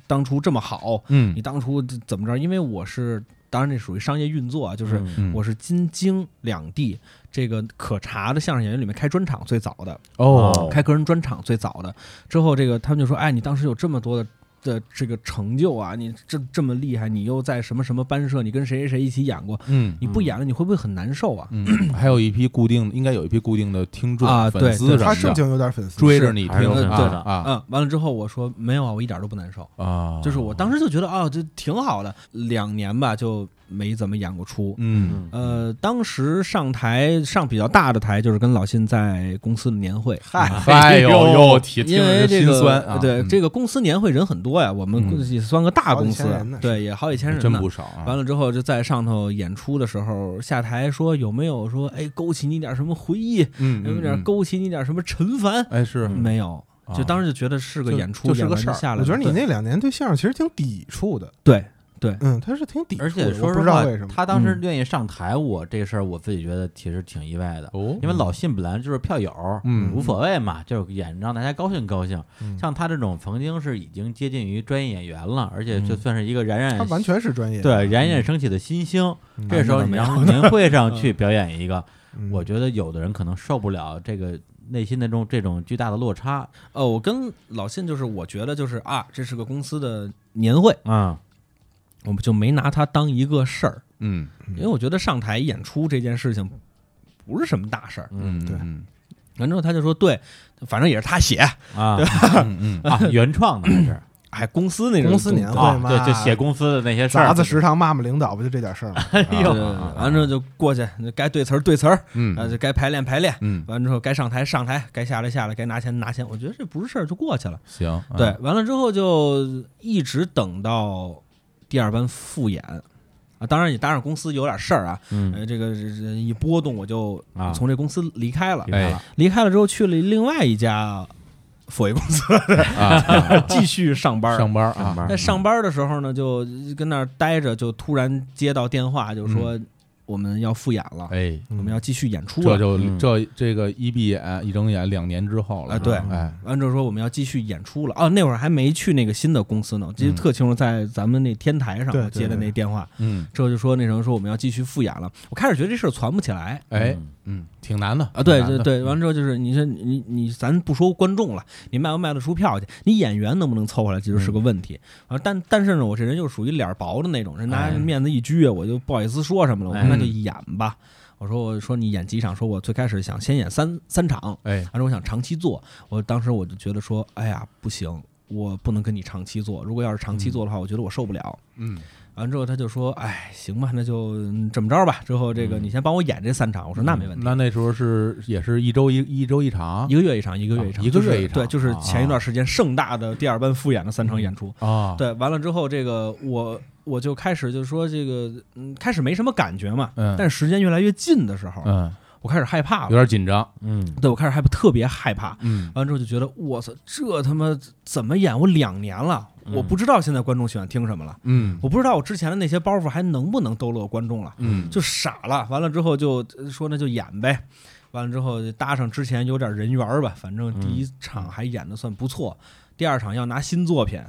D: 当初这么好，
B: 嗯
D: 你当初怎么着？因为我是，当然这属于商业运作啊，就是
B: 嗯
D: 我是京津两地这个可查的相声演员里面开专场最早的，
B: 哦
D: 开个人专场最早的。之后这个他们就说，哎，你当时有这么多的。的这个成就啊，你这这么厉害，你又在什么什么班社，你跟谁谁谁一起演过，
B: 嗯
D: 你不演了，你会不会很难受啊？
B: 嗯，还有一批固定，应该有一批固定的听众
D: 啊
B: 粉
D: 对
B: 丝
D: 对
B: 什
C: 他
B: 么
C: 正
B: 的，
C: 经有点粉丝，
B: 追着你
A: 还
B: 听
A: 有
D: 对
B: 啊啊
D: 嗯，完了之后我说没有啊，我一点都不难受，
B: 啊，
D: 嗯就是我当时就觉得啊，这挺好的，两年吧就没怎么演过出。
B: 嗯
D: 呃，当时上台上比较大的台，就是跟老信在公司的年会，
C: 嗨，
B: 哎
D: *laughs*
B: 呦呦，听听
D: 因为
B: 着
D: 这
B: 心
D: 个
B: 酸啊，
D: 对
B: 嗯
D: 这个公司年会人很多呀，我们
B: 嗯
D: 估计算个大公司
C: 好
D: 啊
C: 几千人呢，
D: 对，也好几千人呢，
B: 真不少啊，
D: 完了之后就在上头演出的时候，下台说有没有说哎勾起你点什么回忆，
B: 嗯
D: 有没有点
B: 嗯嗯
D: 勾起你点什么尘烦？
B: 哎是
D: 没有，就
B: 啊
D: 当时就觉得是个
B: 就
D: 演出，
B: 就是
D: 演
B: 个
D: 完
B: 事儿
D: 下来了，
C: 我觉得你
D: 对
C: 那两年对相声其实挺抵触的，
D: 对
C: 嗯，他是挺抵触的，
A: 而且说
C: 我
A: 实
C: 不知
A: 话
C: 道为什，么。
A: 他当时
D: 嗯
A: 愿意上台，我这事儿我自己觉得其实挺意外的。
B: 哦
A: 因为老信本来就是票友，
B: 嗯
A: 无所谓嘛，就是演让大家高兴高兴。
C: 嗯
A: 像他这种曾经是已经接近于专业演员了，而且就算是一个冉冉
C: 他完全是专业，
A: 对冉冉升起的新星，
C: 嗯，
A: 这时候你让年会上去表演一个，
C: 嗯
A: 我觉得有的人可能受不了这个内心的这种这种巨大的落差。
D: 呃，我跟老信就是我觉得就是啊，这是个公司的年会，
A: 嗯
D: 我们就没拿它当一个事儿，
B: 嗯
D: 因为我觉得上台演出这件事情不是什么大事儿。
B: 嗯
C: 对
D: *laughs*
B: 嗯
D: 完之后他就说，对，反正也是他写，
A: *laughs* 啊
B: 嗯嗯
A: 啊，原创的还是
D: 哎，公司那种
C: 公司
E: 嗯
C: 年
A: 啊
C: 会，嘛，
A: 对，就写公司的那些事儿，
C: 砸子食堂骂骂领导，不就这点事儿吗？
A: 哎
D: 对
A: 呦，
D: 对对完之后就过去，该对词儿对词儿，
B: 嗯
D: 啊，就该排练排练，
B: 嗯
D: 完之后该上台上台，该下来下来，该拿钱拿钱。我觉得这不是事儿，就过去了。
B: 行
D: 对，完了之后就一直等到第二班复演啊，当然也搭上公司有点事儿啊，
A: 嗯
D: 呃，这个这这一波动我就
A: 啊
D: 从这公司离开了，
B: 哎
D: 离开了之后去了另外一家佛爷公司
B: 啊
D: 继续上班儿。
B: 上班
A: 上
B: 啊
A: 班
D: 在上班的时候呢，就跟那儿待着，就突然接到电话，就说。我们要复演了，
B: 哎，
D: 我们要继续演出
B: 这
D: 了。
B: 就
A: 嗯
B: 这这个一闭眼一睁眼两年之后了
D: 啊对
C: 嗯
B: 哎，
D: 完之后说我们要继续演出了啊，那会儿还没去那个新的公司呢，我记得特清楚，在咱们那天台上
C: 对
D: 我接的
C: 对对
D: 那电话，
B: 嗯，
D: 之后就说那什么说我们要继续复演了。我开始觉得这事儿攒不起来
B: 哎，嗯，挺难的
D: 啊，对
B: 挺
D: 对
B: 难的嗯
D: 对，完之后就是你说你你你咱不说观众了，你卖不卖得出票去，你演员能不能凑合来，其实是个问题。啊，
B: 嗯
D: 但但是呢，我这人又属于脸儿薄的那种，人拿
A: 哎
D: 着面子一拘，我就不好意思说什么了，我
A: 哎
D: 说那就演吧。我说我说你演几场，说我最开始想先演三三场，
B: 哎，
D: 而且我想长期做，我当时我就觉得说，哎呀，不行，我不能跟你长期做。如果要是长期做的话，我觉得我受不了。
B: 嗯，
D: 完之后他就说，哎，行吧，那就嗯这么着吧。之后这
B: 嗯
D: 个你先帮我演这三场，我说那没问题，
B: 那那时候是也是一周一一周一场
D: 一个月一场，一个月一
B: 啊
D: 场，
B: 一个
D: 就是
B: 月一场
D: 对，就是前一
B: 啊
D: 段时间盛大的第二班复演的三场演出。
B: 啊，
D: 对，完了之后，这个我我就开始就说这个，嗯，开始没什么感觉嘛，
B: 嗯
D: 但是时间越来越近的时候，
B: 嗯，
D: 我开始害怕
B: 有
D: 了，
B: 点紧张，
A: 嗯，
D: 对我开始害怕，特别害怕，
B: 嗯
D: 完之后就觉得我操，这他妈怎么演？我两年了，我不知道现在观众喜欢听什么了，
B: 嗯
D: 我不知道我之前的那些包袱还能不能逗乐观众了，
B: 嗯，
D: 就傻了。完了之后就呃说那就演呗，完了之后就搭上之前有点人缘儿吧，反正第一场还演的算不错，第二场要拿新作品。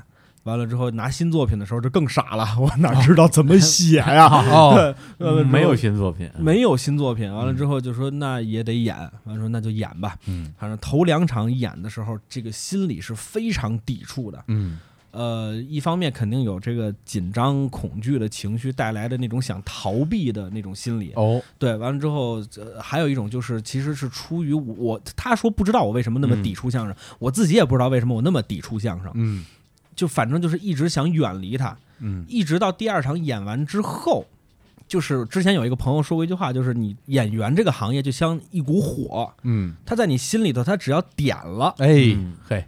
D: 完了之后拿新作品的时候就更傻了，我哪知道怎么写
B: *laughs*
E: 哎 *laughs*
D: 呀、
B: 哦，
D: 完
E: 呃
D: 了之后
A: 啊没有新作品，
D: 没有新作品，完了之后就说那也得演，完了说那就演吧。
B: 嗯
D: 反正头两场演的时候，这个心里是非常抵触的。
B: 嗯
D: 呃，一方面肯定有这个紧张、恐惧的情绪带来的那种想逃避的那种心理。
B: 哦，
D: 对，完了之后，呃，还有一种就是其实是出于我，他说不知道我为什么那么抵触相声，我自己也不知道为什么我那么抵触相声，
B: 嗯
D: 就反正就是一直想远离他。
B: 嗯
D: 一直到第二场演完之后，就是之前有一个朋友说过一句话，就是你演员这个行业就像一股火，
B: 嗯，
D: 它在你心里头，它只要点了，
B: 哎
A: 嗯
B: 嘿，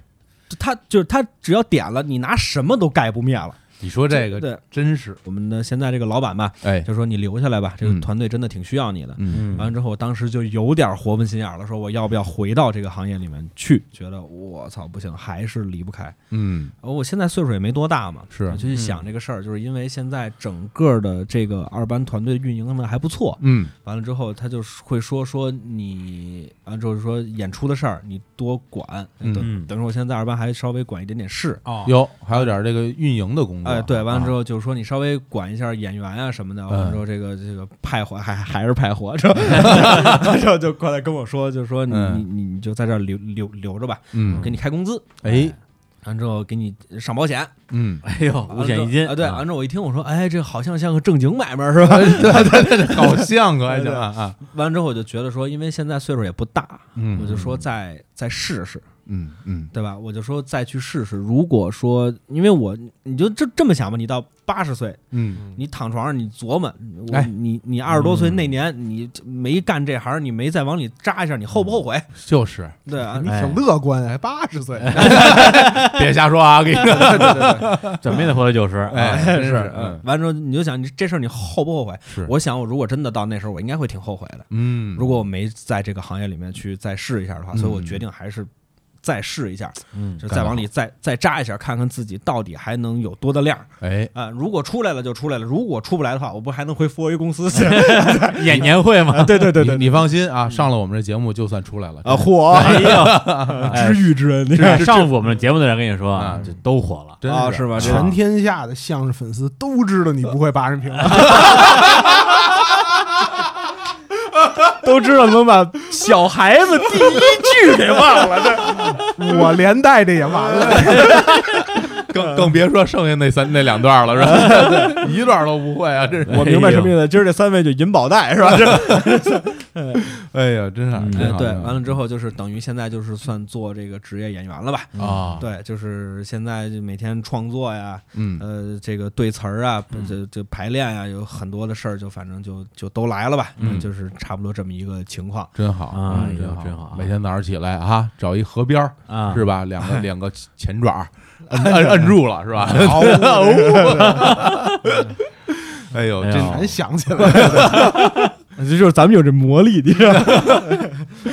D: 它就是它只要点了，你拿什么都盖不灭了。
B: 你说这个
D: 对
B: 真是
D: 我们的现在这个老板吧，
B: 哎，
D: 就说你留下来吧，这个
B: 嗯
D: 团队真的挺需要你的。
B: 嗯
A: 嗯
D: 完了之后，我当时就有点活不心眼了，说我要不要回到这个行业里面去？觉得我操不行，还是离不开。
B: 嗯
D: 呃我现在岁数也没多大嘛，
B: 是
D: 我就去想这个事儿，就是因为现在整个的这个二班团队运营的还不错，
B: 嗯
D: 完了之后他就会说说你，完了之后说演出的事儿你多管，
B: 嗯
D: 等等于我现在在二班还稍微管一点点事。
E: 哦，
B: 有还有点这个运营的工作，啊
D: 哎，对，完了之
B: 后
D: 后就是说你稍微管一下演员啊什么的，
B: 嗯
D: 完了之后这个这个派活还还是派
B: *laughs*
D: 活，之后之后就过来跟我说，就说你
B: 嗯
D: 你你你就在这儿留留留着吧，
B: 嗯
D: 给你开工资，
B: 哎
D: 完了之后给你上保险，
B: 嗯，
A: 哎呦，五险一金
D: 啊！对，完之后我一听，我说，哎，这好像像个正经买卖是 *laughs* 吧？
B: 好像可还行
D: 哎对
B: 啊啊，
D: 完了之后我就觉得说，因为现在岁数也不大，
B: 嗯
D: 我就说再再试试，
B: 嗯嗯
D: 对吧？我就说再去试试。如果说，因为我你就这这么想吧，你到八十岁，
B: 嗯
D: 你躺床上，你琢磨，我
B: 哎
D: 你你二十多岁
A: 嗯
D: 那年你没干这行，你没再往里扎一下，你后不后悔？ *laughs*
B: 就是
D: 对
E: 哎
D: 啊
B: *laughs*
C: 你，挺乐观，还八十岁，
B: 别瞎说啊，我跟
A: *laughs*
B: 你说，
A: 怎么也得活到九十，啊
B: 哎，真是
D: 嗯
B: 嗯
D: 完之后你就想，你这事儿你后不后悔？
B: 是
D: 我想，我如果真的到那时候，我应该会挺后悔的。
B: 嗯，
D: 如果我没在这个行业里面去再试一下的话，
B: 嗯
D: 所以我决定还是再试一下，
A: *laughs* 嗯
D: 就再往里再再扎一下，看看自己到底还能有多大量啊、
B: 哎
D: 如果出来了就出来了，如果出不来的话，我不还能回 f o 公
B: *laughs*
D: 司去？
A: 演年会嘛，
D: 对对对
B: 你你放心啊，上了我们这节目就算出来了
D: 啊，火
A: 哎 *laughs* 呦，
C: *laughs*
D: 知遇之恩，你看
A: 这上我们节目的人跟你说啊，
B: 嗯
A: 这都火了，
B: 真
D: *laughs*
B: 是
D: 啊
B: 哎
D: 是吧？这
C: 全天下的相声粉丝都知道你不会八人平。
E: 都知道怎么把小孩子第一句给忘了，
C: 我连带着也完
E: 哎
C: 了。
B: 更更别说剩下那三那两段了，是吧？一段都不会啊，真是。
E: 我明白什么意思。今儿这三位就银宝带是吧？这
B: *laughs* 哎呀，真是啊
A: 嗯
B: 真
D: 哎
B: 好
D: 对，
B: 真好
D: 完了之后就是等于现在就是算做这个职业演员了吧？
B: 啊，
D: 嗯对，就是现在就每天创作呀，
B: 嗯
D: 呃，这个对词儿啊，这这排练啊，有很多的事儿，就反正就就都来了吧，
B: 嗯
D: 就是差不多这么一个情况。
B: 真好
A: 啊
B: 嗯
A: 哎呦
B: 真
A: 真好啊
B: 每天早上起来啊，找一河边儿
A: 啊，
B: 是吧？两个两个前爪儿摁摁摁住了是吧？ *laughs* 哎呦，
A: 哎呦
B: 真
C: 哎全想起来了，
E: 就是咱哎们有这魔力，你知道吗？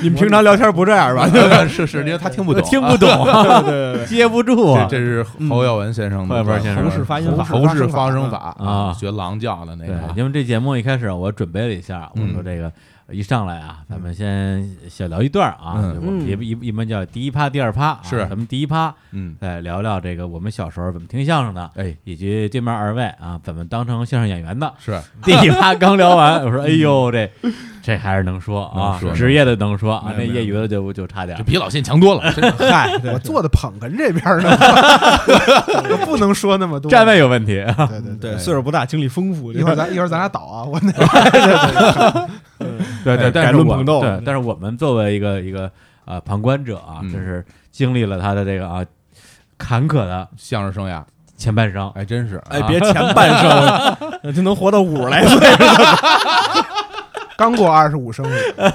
E: 你们平常聊天不这
B: *laughs*
E: 样吧？
B: 嗯是是，因为他听不懂，啊
E: 听
B: *laughs*
E: 不懂，对对对，
A: 接不住
B: 这
A: 啊，
B: 这是侯耀文先生
A: 侯
B: 的
A: 耀文先生
E: 侯氏发音法
B: 侯氏发声法
A: 啊
B: 学狼叫的那
A: 对
B: 个，啊
A: 因为这节目一开始我准备了一下，我
B: 嗯
A: 说这个一上来啊，咱们先小聊一段啊，
B: 嗯
A: 就我们一一一般叫第一趴、第二趴啊，
B: 是
A: 咱们第一趴
B: 嗯，
A: 再聊聊这个我们小时候怎么听相声的，
B: 哎，
A: 以及对面二位啊怎么当成相声演员
B: *laughs*
A: 的。
B: 是
A: 第一趴刚聊完，我说哎呦这这还是能说啊，
B: 能说
A: 职业的能说啊，那业余的就就差点
B: 这。比老信强
E: *laughs*
B: 多了，真的 *laughs*
E: 嗨，
C: 我坐的捧哏这边呢， *laughs* 我不能说那么多。
A: 站位有问题，
C: 对对对，
E: 对，岁数不大，经历丰富，
C: 一会儿咱一会儿咱俩倒啊，我那
A: *laughs* 对对，
E: 哎
A: 但
E: 改
A: 是
E: 论
A: 我
E: 捧逗
A: 啊对，但是我们作为一个一个呃旁观者啊，
B: 嗯
A: 真是经历了他的这个啊坎坷的
B: 相声生涯，
A: 前半生，
B: 哎，真是，
E: 哎，别前半
A: *laughs*
D: *laughs*
E: 生，就能活到五十来岁，
C: 刚过二十五生日，
B: 啊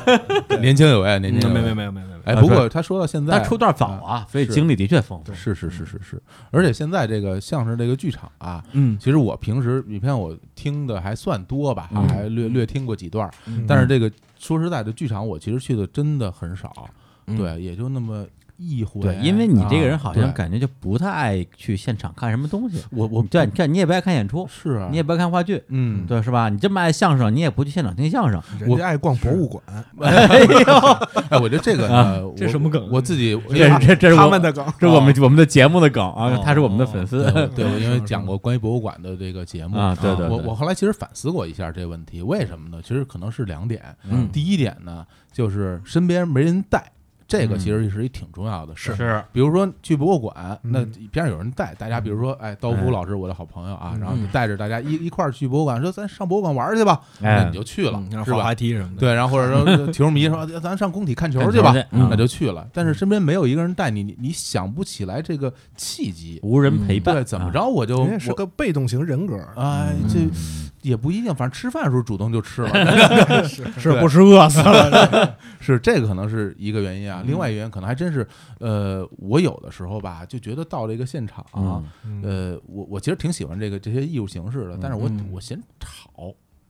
B: 年轻有为，年轻有为
E: 嗯没没，没啊有没有没有，
B: 哎，不过他说到现在
A: 他，出道早啊，所以
B: 嗯是
A: 经历的确丰富。
B: 是是是是是，而且现在这个相声这个剧场啊，
E: 嗯，
B: 其实我平时你看我听的还算多吧，
A: 嗯
B: 还略略听过几段儿，
E: 嗯
B: 但是这个说实在的，剧场我其实去的真的很少，
E: 嗯
B: 对，也就那么一回。
A: 对，因为你这个人好像
B: 啊对
A: 感觉就不太爱去现场看什么东西。
B: 我我
A: 对，你看你也不爱看演出，
B: 是啊，
A: 你也不爱看话剧，
B: 嗯，
A: 对，是吧？你这么爱相声，你也不去现场听相声，
C: 人家爱逛博
B: *laughs*
C: 物馆，
A: 哎呦，
B: 哎，我觉得这个呢，
E: 啊这
B: 我
E: 什么梗
B: 我自己因为
A: 这这这是
C: 他
A: 我
C: 们的梗。
A: 这是我们我们的节目的梗啊
E: 哦，
A: 他是我们的粉丝，
B: 嗯对，我因为讲过关于博物馆的这个节目
A: 啊对对
B: 我
A: 对
B: 我后来其实反思过一下这个问题，为什么呢？其实可能是两点。
A: 嗯
B: 第一点呢，就是身边没人带，这个其实是一挺重要的事儿。
A: 嗯是
B: 比如说去博物馆，
C: 嗯
B: 那边上有人带大家，比如说，哎，刀夫
A: 哎
B: 老师，我的好朋友啊，
C: 嗯
B: 然后就带着大家一一块儿去博物馆，说咱上博物馆玩儿去吧，那
A: 哎
B: 你就去了，
D: 嗯
B: 是
D: 滑
B: 吧
D: 滑？梯什么的，
B: 对，然后或者
A: *laughs*
B: 说球迷说哎咱上工体看球
A: 看
B: 去
A: 球
B: 吧
A: 去，嗯
B: 那就去了。但是身边没有一个人带你，你你想不起来这个契机，
A: *laughs* 无人陪伴，
B: 嗯对，怎么
A: 啊？
B: 着我就
C: 人家是
B: 我
C: 个被动型人格，
B: 哎，这也不一定，反正吃饭的时候主动就吃了，
E: 是不是饿死了？
B: 是这个可能是一个原因啊。另外一个原因可能还真是，呃，我有的时候吧，就觉得到这个现场
A: 嗯
B: 啊，
C: 嗯
B: 呃，我我其实挺喜欢这个这些艺术形式的，但是我
D: 嗯
B: 我嫌吵，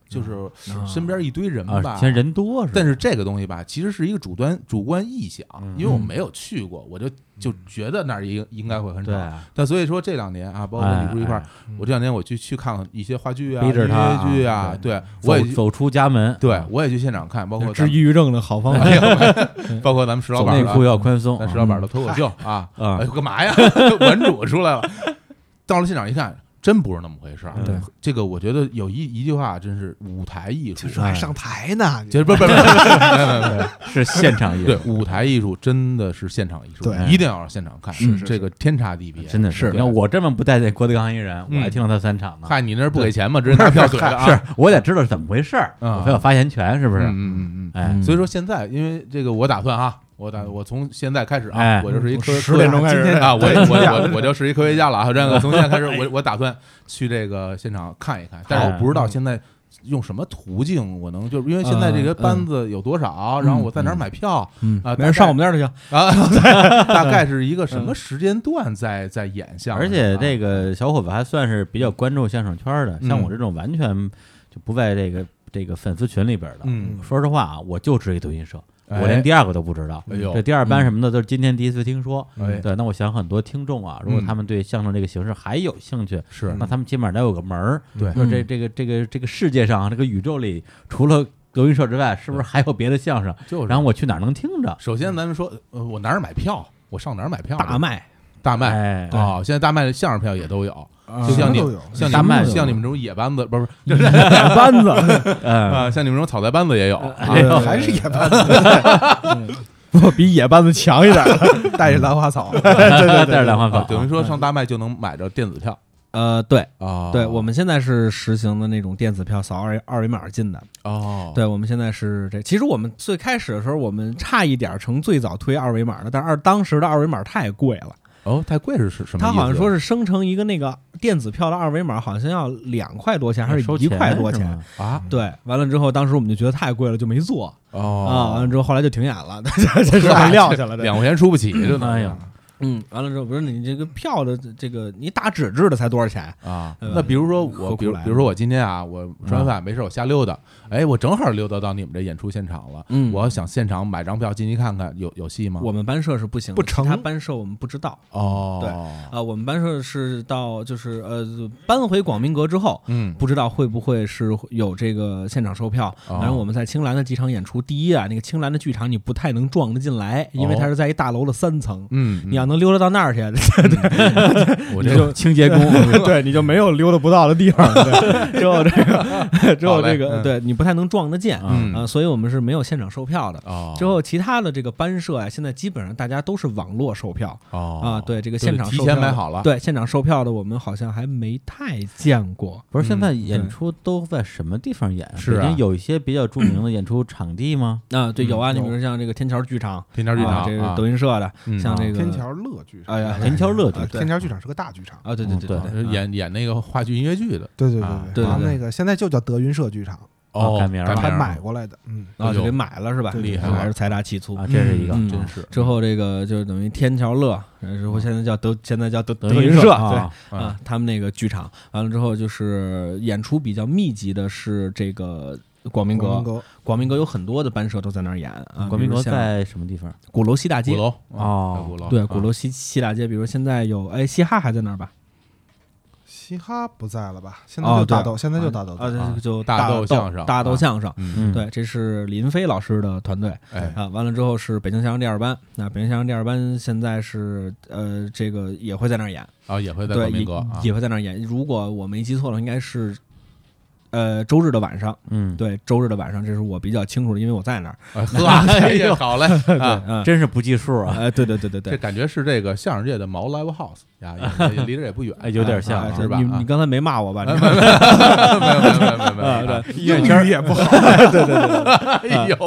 B: 就是身边一堆人吧
A: 啊，，嫌人多是吧？
B: 但是这个东西吧，其实是一个主观主观臆想，因为我没有去过，我就就觉得那儿应应该会很吵
A: 对。啊，
B: 但所以说这两年啊，包括你不是一块儿
A: 哎，
B: 我这两年我去去看一些话剧啊、
A: 逼
B: 音
A: 着他
B: 乐
A: 啊
B: 剧啊，对我
A: 走
B: 也去
A: 走出家门，
B: 对
A: 啊
B: 我也去现场看，包括咱
E: 治抑
B: 们
E: 郁症的好方法，
B: 包括咱们石老
A: 走
B: 板
A: 内
B: 的
A: 裤要宽松，
B: 咱
A: 啊
B: 石老板的脱口秀啊，
A: 啊
B: 哎，干嘛呀？文主出来了，到了现场一看，真不是那么回事儿。
A: 对，
B: 这个我觉得有一一句话，真是舞台艺术
C: 就。是还上台呢，
B: 其实不不不，
A: 是现场演
B: 对，舞台艺术真的是现场艺术，
C: 对
B: 一定要现场看，
A: 是是
B: 这个天差地别，
A: 真的是。
B: 对
A: 那我这么不待见郭德纲一人，我
B: 嗯
A: 还听了他三场呢。
B: 嗨，你那是不给钱吗？直接拿票怼的啊！
A: 是我得知道是怎么回事儿，
B: 嗯
A: 我才有发言权，是不
B: 嗯，
A: 是？
B: 嗯嗯嗯
A: 哎，
B: 嗯。所以说现在，因为这个，我打算啊，我打我从现在开始啊
A: 哎，
B: 我就是一科
E: 十点钟开始，
B: 啊，我我我我就是一科学家了啊！这个从现在开始，我我打算去这个现场看一看，但是我不知道现在用什么途径我能，就是因为现在这个班子有多少，然后我在哪儿买票
E: 嗯
B: 啊？
E: 没事，上我们那儿去，
B: 那儿啊， *laughs* 大概是一个什么时间段在在演啊相声？
A: 而且
B: 这
A: 这个小伙子还算是比较关注相声圈儿的，
B: 嗯
A: 像我这种完全就不在这个这个粉丝群里边儿的，
B: 嗯
A: 说实话啊，我就知一德云社，
B: 哎
A: 我连第二个都不知道。
B: 哎呦
A: 这第二班什么的都是今天第一次听说。
B: 哎嗯
A: 对，那我想很多听众啊，如果他们对相声这个形式还有兴趣，
B: 是
A: 那他们起码得有个门儿。
B: 对
A: 就是
D: 嗯
A: 这这个这个这个世界上啊这个宇宙里，除了德云社之外，是不是还有别的相声？
B: 就是
A: 然后我去哪儿能听着？
B: 首先咱们说，呃，我哪儿买票？我上哪儿买票？
D: 大麦
B: 大麦
A: 哎， *laughs*
B: 啊，现在大麦的相声票也都有，就
C: 什
B: 像
C: 么
B: 你
C: 啊都有。
B: 像
A: 大
B: 你
A: 麦
B: 们
A: 有
B: 像你们这种野班子，不是不是就是
E: 班子，
B: *laughs*
A: 嗯，
B: 啊，像你们这种草台班子也有
D: 嗯
B: 啊。
C: 对还是野蛮，
E: 我比野班子强一点，
C: 带着兰花草，
A: *laughs* 带着两万
B: 啊
D: 嗯
A: 粉，
B: 等于说上大麦就能买着电子票
D: 呃，对
B: 啊
D: 对，我们现在是实行的那种电子票扫二维二维码进的，
B: 哦，
D: 对，我们现在是这。其实我们最开始的时候，我们差一点成最早推二维码的，但是二当时的二维码太贵了，
B: 哦，太贵是是什么意
D: 他
B: 思？
D: 好像说
B: 是
D: 是生成一个那个电子票的二维码，好像要两块多钱还是
A: 收
D: 一块多
A: 是
D: 钱
A: 吗？
B: 啊
D: 对，完了之后，当时我们就觉得太贵了，就没做啊。完 *laughs*
B: 哦
D: 了之后，后来就停演了，这这 *laughs*
B: 是
D: 是
B: 吧
D: 被撂下了。这
B: 两块钱出不起，真的
A: 哎呀，
D: 嗯，完了之后，不是你这个票的这个，你打纸质的才多少钱？
B: 啊，
D: 呃
B: 那比如说
D: 何
B: 我，
D: 苦
B: 比如
D: 来嗯
B: 比如说我今天啊，我吃完饭没事，我瞎溜达，哎，我正好溜达到你们这演出现场了，
D: 嗯
B: 我要想现场买张票进去看看，有有戏吗？
D: 我们班社是不行的，
C: 不成
D: 其他班社我们不知道。
B: 哦，
D: 啊，我们班社是到就是呃搬回广明阁之后，
B: 嗯，
D: 不知道会不会是有这个现场售票。
B: 哦
D: 反正我们在青兰的几场演出，第一啊，那个青兰的剧场你不太能撞得进来，因为它是在一大楼的三层。
B: 嗯，
D: 你要能溜达到那儿去， *laughs*
B: 我
D: 你
B: 这
D: 就
A: 清
D: *laughs*
A: 洁工
D: 对，你就没有溜达不到的地方。对只有这个，只
B: 好
D: 有这
B: 嘞
D: 个，
B: 嗯
D: 对你不太能撞得见啊、
B: 嗯
D: 所以我们是没有现场售票的。
B: 哦，
D: 之后，其他的这个班社呀、现在基本上大家都是网络售票
B: 哦
D: 啊。对，这个
B: 就是
D: 现场
B: 提
D: 售
B: 前
D: 票
B: 买
D: 的
B: 好了
D: 对，现场售票的我们好像还没太见过。
A: 不是现在
D: 对
A: 演出都在什么地方演啊？
B: 是
A: 北
B: 啊
A: 京有一些比较著名的演出场地吗？
D: 啊，对，有啊，
B: 嗯
D: 你
B: 有
D: 比如像这个天桥剧场，
B: 天桥剧
D: 啊
B: 场，
D: 这是
B: 啊
D: 德云社的，
B: 嗯
D: 像这个
C: 天，桥乐剧场，
D: 哎呀，
A: 天桥乐剧
C: 呃
A: 场
C: 天桥剧场是个大剧场，
D: 啊，对对对
A: 嗯
D: 对，
B: 呃演演那个话剧音乐剧的，
C: 对对对
B: 啊
C: 对
D: 对
C: 然后
D: 对对
C: 那个现在就叫德云社剧场，
B: 哦，
A: 改名儿了
C: 还
B: 儿
C: 买过来的，嗯，
D: 啊，
B: 哎
D: 就
B: 呦
D: 给买了是吧？
B: 厉害了
D: 还是财大气粗
A: 啊，这是一个。
D: 嗯
B: 真是
D: 之后这个就等于天桥乐，然后现在叫德，现在叫德
A: 德
D: 德云
A: 云
D: 社，
A: 啊，
D: 对啊，他们那个剧场完了之后，就是演出比较密集的是这个广明
C: 广
D: 阁
C: 明，阁
D: 广明阁有很多的班社都在那儿演啊，
A: 国民
D: 比如
A: 国
D: 像
A: 在什么地方？
D: 鼓楼西大
B: 鼓
D: 街，
B: 楼
A: 哦
B: 在鼓楼
D: 对，鼓楼
B: 啊
D: 西西大街，比如现在有哎嘻哈还在那儿吧？
C: 嘻哈不在了吧？现在
D: 哦
C: 就大
D: 对
C: 豆，现在就大豆
D: 啊，
C: 在，
D: 这
B: 啊
D: 个就
B: 大豆
D: 豆
B: 相声
D: 大
B: 啊
D: 豆相声。
B: 嗯，
A: 嗯，
D: 对，这是林飞老师的团队
B: 哎，
D: 啊。完了之后是北京相声第二班，那北京相声第二班现在是呃，这个也会在那儿演，
B: 啊也会在
D: 对，
B: 德
D: 也
B: 明阁啊，
D: 也会在那儿演。如果我没记错了，应该是呃周日的晚上，
A: 嗯，
D: 对，周日的晚上，这是我比较清楚的，因为我在
B: *laughs*
D: 那儿。
B: 哎呵，
D: *laughs*
B: 哎呀，好嘞啊，
D: 嗯，
A: 真是不计数
D: *laughs*
A: 啊，
D: 哎，对对对对
B: 这
D: 对。
B: 感觉是这个相声界的毛 live house 呀，也也离这也不
D: *laughs*
B: 远，
A: 哎有点像
B: 啊
A: 啊
B: 是吧？
D: 你
B: 啊
D: 你刚才没
B: *laughs*
D: 骂我吧？你
B: 没有没有没有没有没有
D: *laughs*
B: 啊，
C: 英语也不好，
B: 哎呦，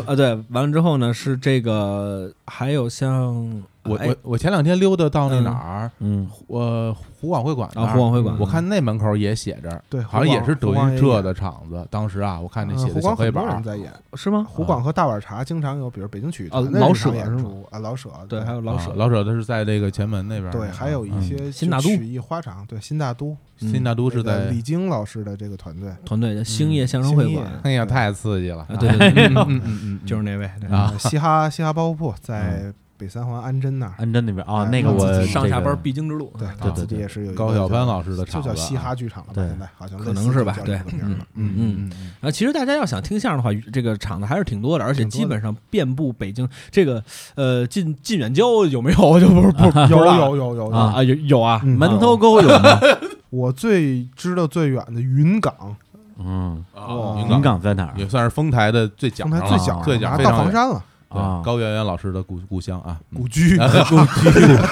D: 啊，对，完了之后呢，是这个，还有像
B: 我
D: 哎
B: 我我前两天溜达到那哪儿，
A: 嗯，
B: 我湖广会馆那儿
D: 啊，湖广会馆，
B: 我看那门口也写着，
C: 对
B: 好像也是德
C: 湖广
B: 云
C: 也
B: 社的场子。当时啊，我看那
C: 嗯
B: 写
C: 湖
B: 的小
C: 广
B: 黑
C: 很
B: 板
C: 多人
B: 儿，
C: 在演，
D: 是吗？
C: 湖广和大碗茶经常有，比如北京曲
D: 啊
C: 团的
D: 老
C: 日常
D: 舍
C: 演
D: 是吗
C: 出啊，老舍
D: 对，还有老舍
B: 啊，老舍他是在这个前门那边儿。
C: 对，还有
B: 啊
C: 一些
D: 新大都
C: 曲艺花场，对新大都
B: 新大都
C: 这
B: 是
C: 个
B: 在
C: 李，菁老师的这个团队，
D: 团
B: 嗯
D: 队的星夜相声会
C: 星
D: 馆
C: 夜
B: 哎呀，太刺激了
D: 啊，！对对对，
B: 嗯嗯嗯嗯，
D: 就是那位对
B: 啊
C: 呃嘻哈嘻哈包袱铺在北三环安贞那儿，
A: 安贞那边啊，
C: 哎
A: 那个
C: 我自
A: 我
C: 己
D: 上下班
A: 必
D: 必经之路，
C: 对
D: 啊
C: 他
B: 对
C: 自己也是有一个
B: 高晓
C: 叫
B: 攀老师的
C: 就
B: 场子
C: 叫
B: 啊，
C: 嘻哈剧场了吧？
A: 对
C: 现在好像
D: 可
C: 类
D: 能
C: 似
D: 是
C: 就
D: 吧
C: 叫
D: 对
C: 这个名儿了。
B: 嗯嗯嗯嗯，
D: 啊，其实大家要想听相声的话，这个场子还是挺多的，而且
C: 挺多的
D: 基本上遍布北京。这个呃，近近远郊有没有？ *laughs* 我就不不不知
C: 有
D: 道
C: 有有有有
D: 啊啊有有啊，
C: 嗯
A: 门头沟有
D: *laughs*
A: 吗？
C: 我最知道最远的云冈，
A: 嗯，
B: 啊
C: 云
A: 云港在哪儿
B: 也算是丰台的最角
C: 刚才
B: 上
C: 哦最
B: 了
C: 小
B: 啊最角
C: 拿
B: 非
C: 到
B: 常
C: 房
B: 远
C: 山了，
A: 啊
B: 对？高圆圆老师的故故乡
C: *laughs*
B: 啊，嗯
C: 故居。
B: 啊故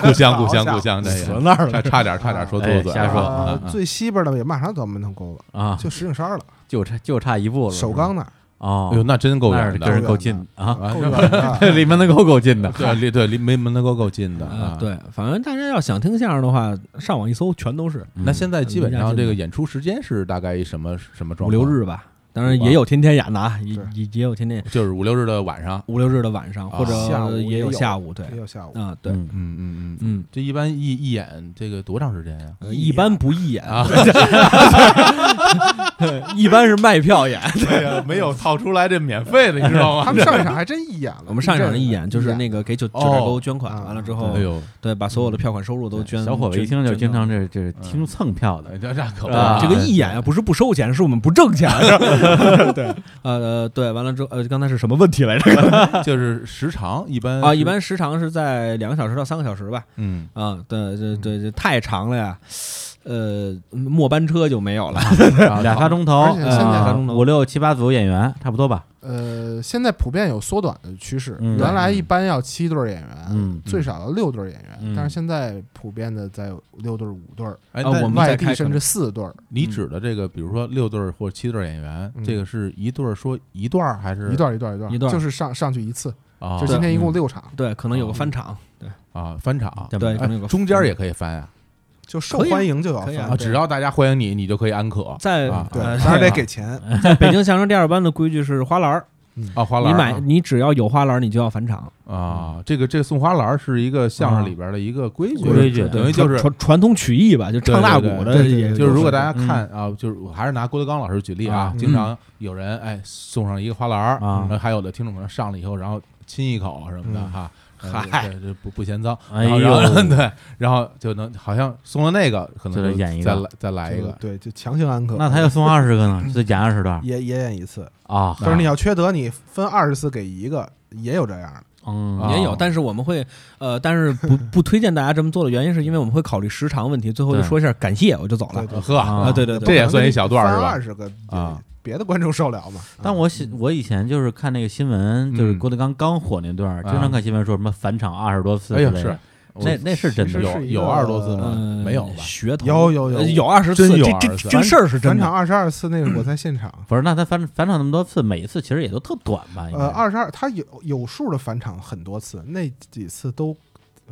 B: 故乡故乡故乡，这
D: 死
B: 个
D: 那儿了。
B: 差差点差点说
A: 哎
B: 错嘴，
A: 瞎说
C: 啊
B: 啊啊
C: 最西边的也马上到门头沟了，
A: 啊，
C: 就石景山了，
A: 就差就差一步了，
C: 首钢那儿
A: 哦
B: 哎呦，，那真够
A: 那
B: 远
A: 是
B: 的
A: 跟人够近啊，
B: 啊
C: 够
B: 那
C: 远
B: *laughs*
C: 的。
A: 离门头沟够近的。
B: 对，离对离没门头沟够近的啊，。
D: 啊对，反正大家要想听相声的话，上网一搜全都是
B: 那现在基本
D: 离家
B: 上
D: 近
B: 这个
D: 的
B: 演出时间是大概一什么什么状况？
D: 五六日吧。当然也有天天演的啊，也
C: 是
D: 也也有天天
B: 就是五六日的晚上。
D: 五六日的晚上，或
C: 下午
D: 者
C: 也
D: 也有
C: 有
D: 下午，对
C: 也有下午，
D: 啊对，
A: 嗯
B: 嗯嗯嗯，
D: 嗯，
B: 这一般一一演这个多长时间呀？
D: 呃一般不
B: *laughs*
D: 义演
B: 啊，
D: 一般是卖票演。
B: 对呀，没有套出来这免费的，你知道
C: 他？们
B: *laughs*
C: 上一场还真义演了，
D: *laughs* 我们上一场的义演就是
C: 义
D: 那个给九九
B: 哦
D: 寨沟捐款，
C: 啊
D: 完了之后
B: 哎，呦，
D: 对，把所有的票款收入都捐。
A: 小伙子一听就是
D: 捐
A: 经
D: 到
A: 常这这听蹭票的
B: 哎，这这可不
A: 啊
D: 这个义演啊，不是不收钱，是我们不 *laughs* 挣钱。对， *laughs* 呃，对，完了之后，呃，刚才是什么问题来 *laughs* 着？
B: 就是时长一般
D: 啊，一
B: 是
D: 般时长是在两个小时到三个小时吧。
B: 嗯，
D: 啊，对，对对对，太长了呀。呃，末班车就没有了。
B: 啊
A: 俩仨钟头，
C: 而且现在
A: 啊
D: 仨钟头
A: 五六七八组演员差不多吧？
C: 呃，现在普遍有缩短的趋势，
A: 嗯
C: 原来一般要七对儿演
A: 嗯
C: 员，哎最少要六对儿演
A: 嗯
C: 员，但是现在普遍的在六对儿、五对儿，
B: 哎，
D: 啊
B: 那
D: 我们嗯
C: 外
D: 再开
C: 地甚至
D: 可能
C: 四对儿，
B: 你指的这个，比如说六对儿或者七对儿演员，
C: 嗯
B: 这个是一对儿说一段儿还是
C: 一段儿一段儿一段儿，
D: 一段儿
C: 就是上上去一次，
B: 啊
C: 就今天一共
D: 嗯
C: 六场，
D: 对，可能有个翻场。
B: 啊翻场？
A: 对
D: 对，
B: 哎
D: 可能有个
B: 中间也可以翻啊，
C: 嗯就受
D: 可以啊
C: 欢迎就要
D: 可以啊
C: 翻
B: 啊，只要大家欢迎你，你就可以安可。
D: 在
B: 啊
C: 对，
D: 呃
C: 当然得给钱，
D: 在北京相声第二班的规矩是花篮儿，
B: 啊，花
D: 你
B: 篮
D: 买
B: 儿
D: 你只要有花篮，你就要返场。
B: 啊啊，这个这个送花篮儿是一个相声里边儿的一个规矩，
A: 规矩
B: 等于就是
D: 传传统曲艺吧，就唱大鼓的
B: 对对
D: 也
B: 就是如果大
D: 家
B: 家看啊，就是我还是拿郭德纲老师举例啊
A: 啊，
B: 经常有人哎送上一个花篮儿
A: 啊
B: 然后还有的听众可能上了以后，然后亲一口什么的哈。
D: 嗨
B: 对，这不不嫌脏，
A: 哎
B: 然后然后
A: 呦
B: *laughs* 对，然后就能好像送了那个，可能
A: 就得
B: 就
A: 演一
B: 再
A: 个
B: 来再来一
C: 就
B: 哎个，
C: 对，就强行安可。
A: 那他要送二十个呢， *laughs* 就得减二十段
C: 也也演一次，
A: 啊。
C: 嗯但是你要缺德，你分二十次给一个，也有这样的。
A: 嗯
B: 啊
D: 也有，但是我们会呃，但是不不推荐大家这么做的原因，是因为我们会考虑时长问题。最后就
A: 对
D: 说一下感谢，我就走了
C: 对。对
B: 呵，
D: 啊，对对
B: 这
D: 对，
B: 也算一小段儿是吧
C: 二十个
B: 啊，
C: 别的观众受了嗯吗？
A: 但我喜我以前就是看那个新闻，就是
B: 嗯
A: 郭德纲刚火那段儿，经
B: 啊
A: 常看新闻说什么返场二十多次
B: 哎
A: 之
B: 呀
A: 类的
B: 是，我
A: 那那是真
C: 其实
A: 的
B: 有
C: 是一
B: 有
C: 个
B: 二十多次吗？
D: 嗯，
B: 没有吧？
D: 噱头
C: 有有有
D: 呃有二十次，
B: 真有20
D: 这这
B: 次
D: 这个事儿是真
C: 返
D: 的
C: 场。二十二次，那是我在现场。
A: 不是，那他返返场那么多次，每一次其实也都特短
D: 哎
A: 吧？应该
C: 呃，二十二，他有有数的返场很多次，那几次都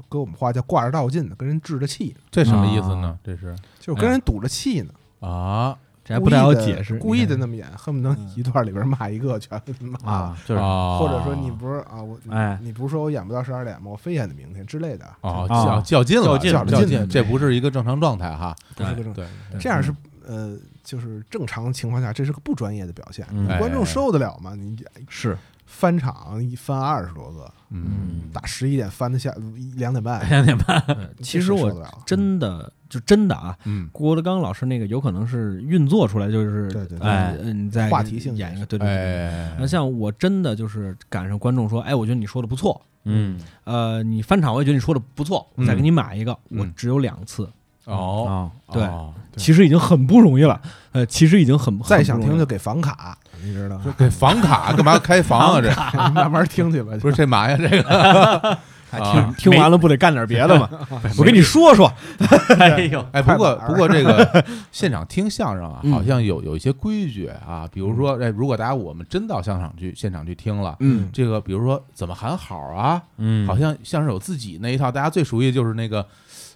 C: 跟我们话叫挂着道劲呢，跟人置着气呢，
B: 这什么意思呢？这是
C: 就是跟人赌着气呢，
B: 啊
D: 这还
C: 故
D: 不太
C: 意
D: 好
C: 的
D: 解释，
C: 故意的
D: 你
C: 那么演，恨不得一段里边骂一个全骂。
A: 啊，就是
B: 啊，
C: 或者说你不是啊，我
A: 哎
C: 你不是说我演不到十二点吗？我非演到明天之类的，
B: 哦，
A: 啊
B: 较较劲了，
A: 较劲
B: 较
C: 了较劲了
B: 这不是一个正常状态哈。
C: 不是个正
B: 对，
C: 这样是
D: 嗯
C: 呃，就是正常情况下，这是个不专业的表现，
A: 嗯
C: 观
B: 哎哎哎
C: 众受得了吗？你
D: 是
C: 翻场一翻二十多个，
B: 嗯，
C: 打十一点翻到下一两点半，
A: 两点
B: *laughs*
A: 半，
D: 呃
C: 嗯
D: 其
C: 这
D: 实
C: 谁
D: 我
C: 受得了啊
D: 真的就真的啊，
B: 嗯，
D: 郭德纲老师那个有可能是运作出来，就是
C: 对对对
A: 哎
D: 嗯，在
C: 话题性
D: 演一个，
C: 也
D: 对对对。对
B: 哎
D: 那，像我真的就是赶上观众说，哎，我觉得你说的不错，
A: 嗯
D: 呃，你翻场我也觉得你说的不错，我再给你买一个，
B: 嗯
D: 我只有两次，
B: 哦，
A: 啊，
D: 对
B: 哦
C: 对
D: 其实已经很不容易了，呃，其实已经很
C: 再想听就
D: 就
C: 给房卡，你知道吗？
B: 给房卡干嘛开房啊？这
C: 慢慢听 *laughs* 去吧。
B: 不是这嘛呀？这个啊，
D: 听完了不得干点别的吗？ *laughs* 我跟你说说，
A: 哎呦，
B: 哎，不
C: 快
B: 过
C: 板儿
B: 不过这个 *laughs* 现场听相声啊，
D: 嗯
B: 好像有有一些规矩啊，比如说，哎，如果大家我们真到相场去现场去听了。
D: 嗯，
B: 这个比如说怎么喊好啊，
A: 嗯，
B: 好像相声有自己那一套，大家最熟悉就是那个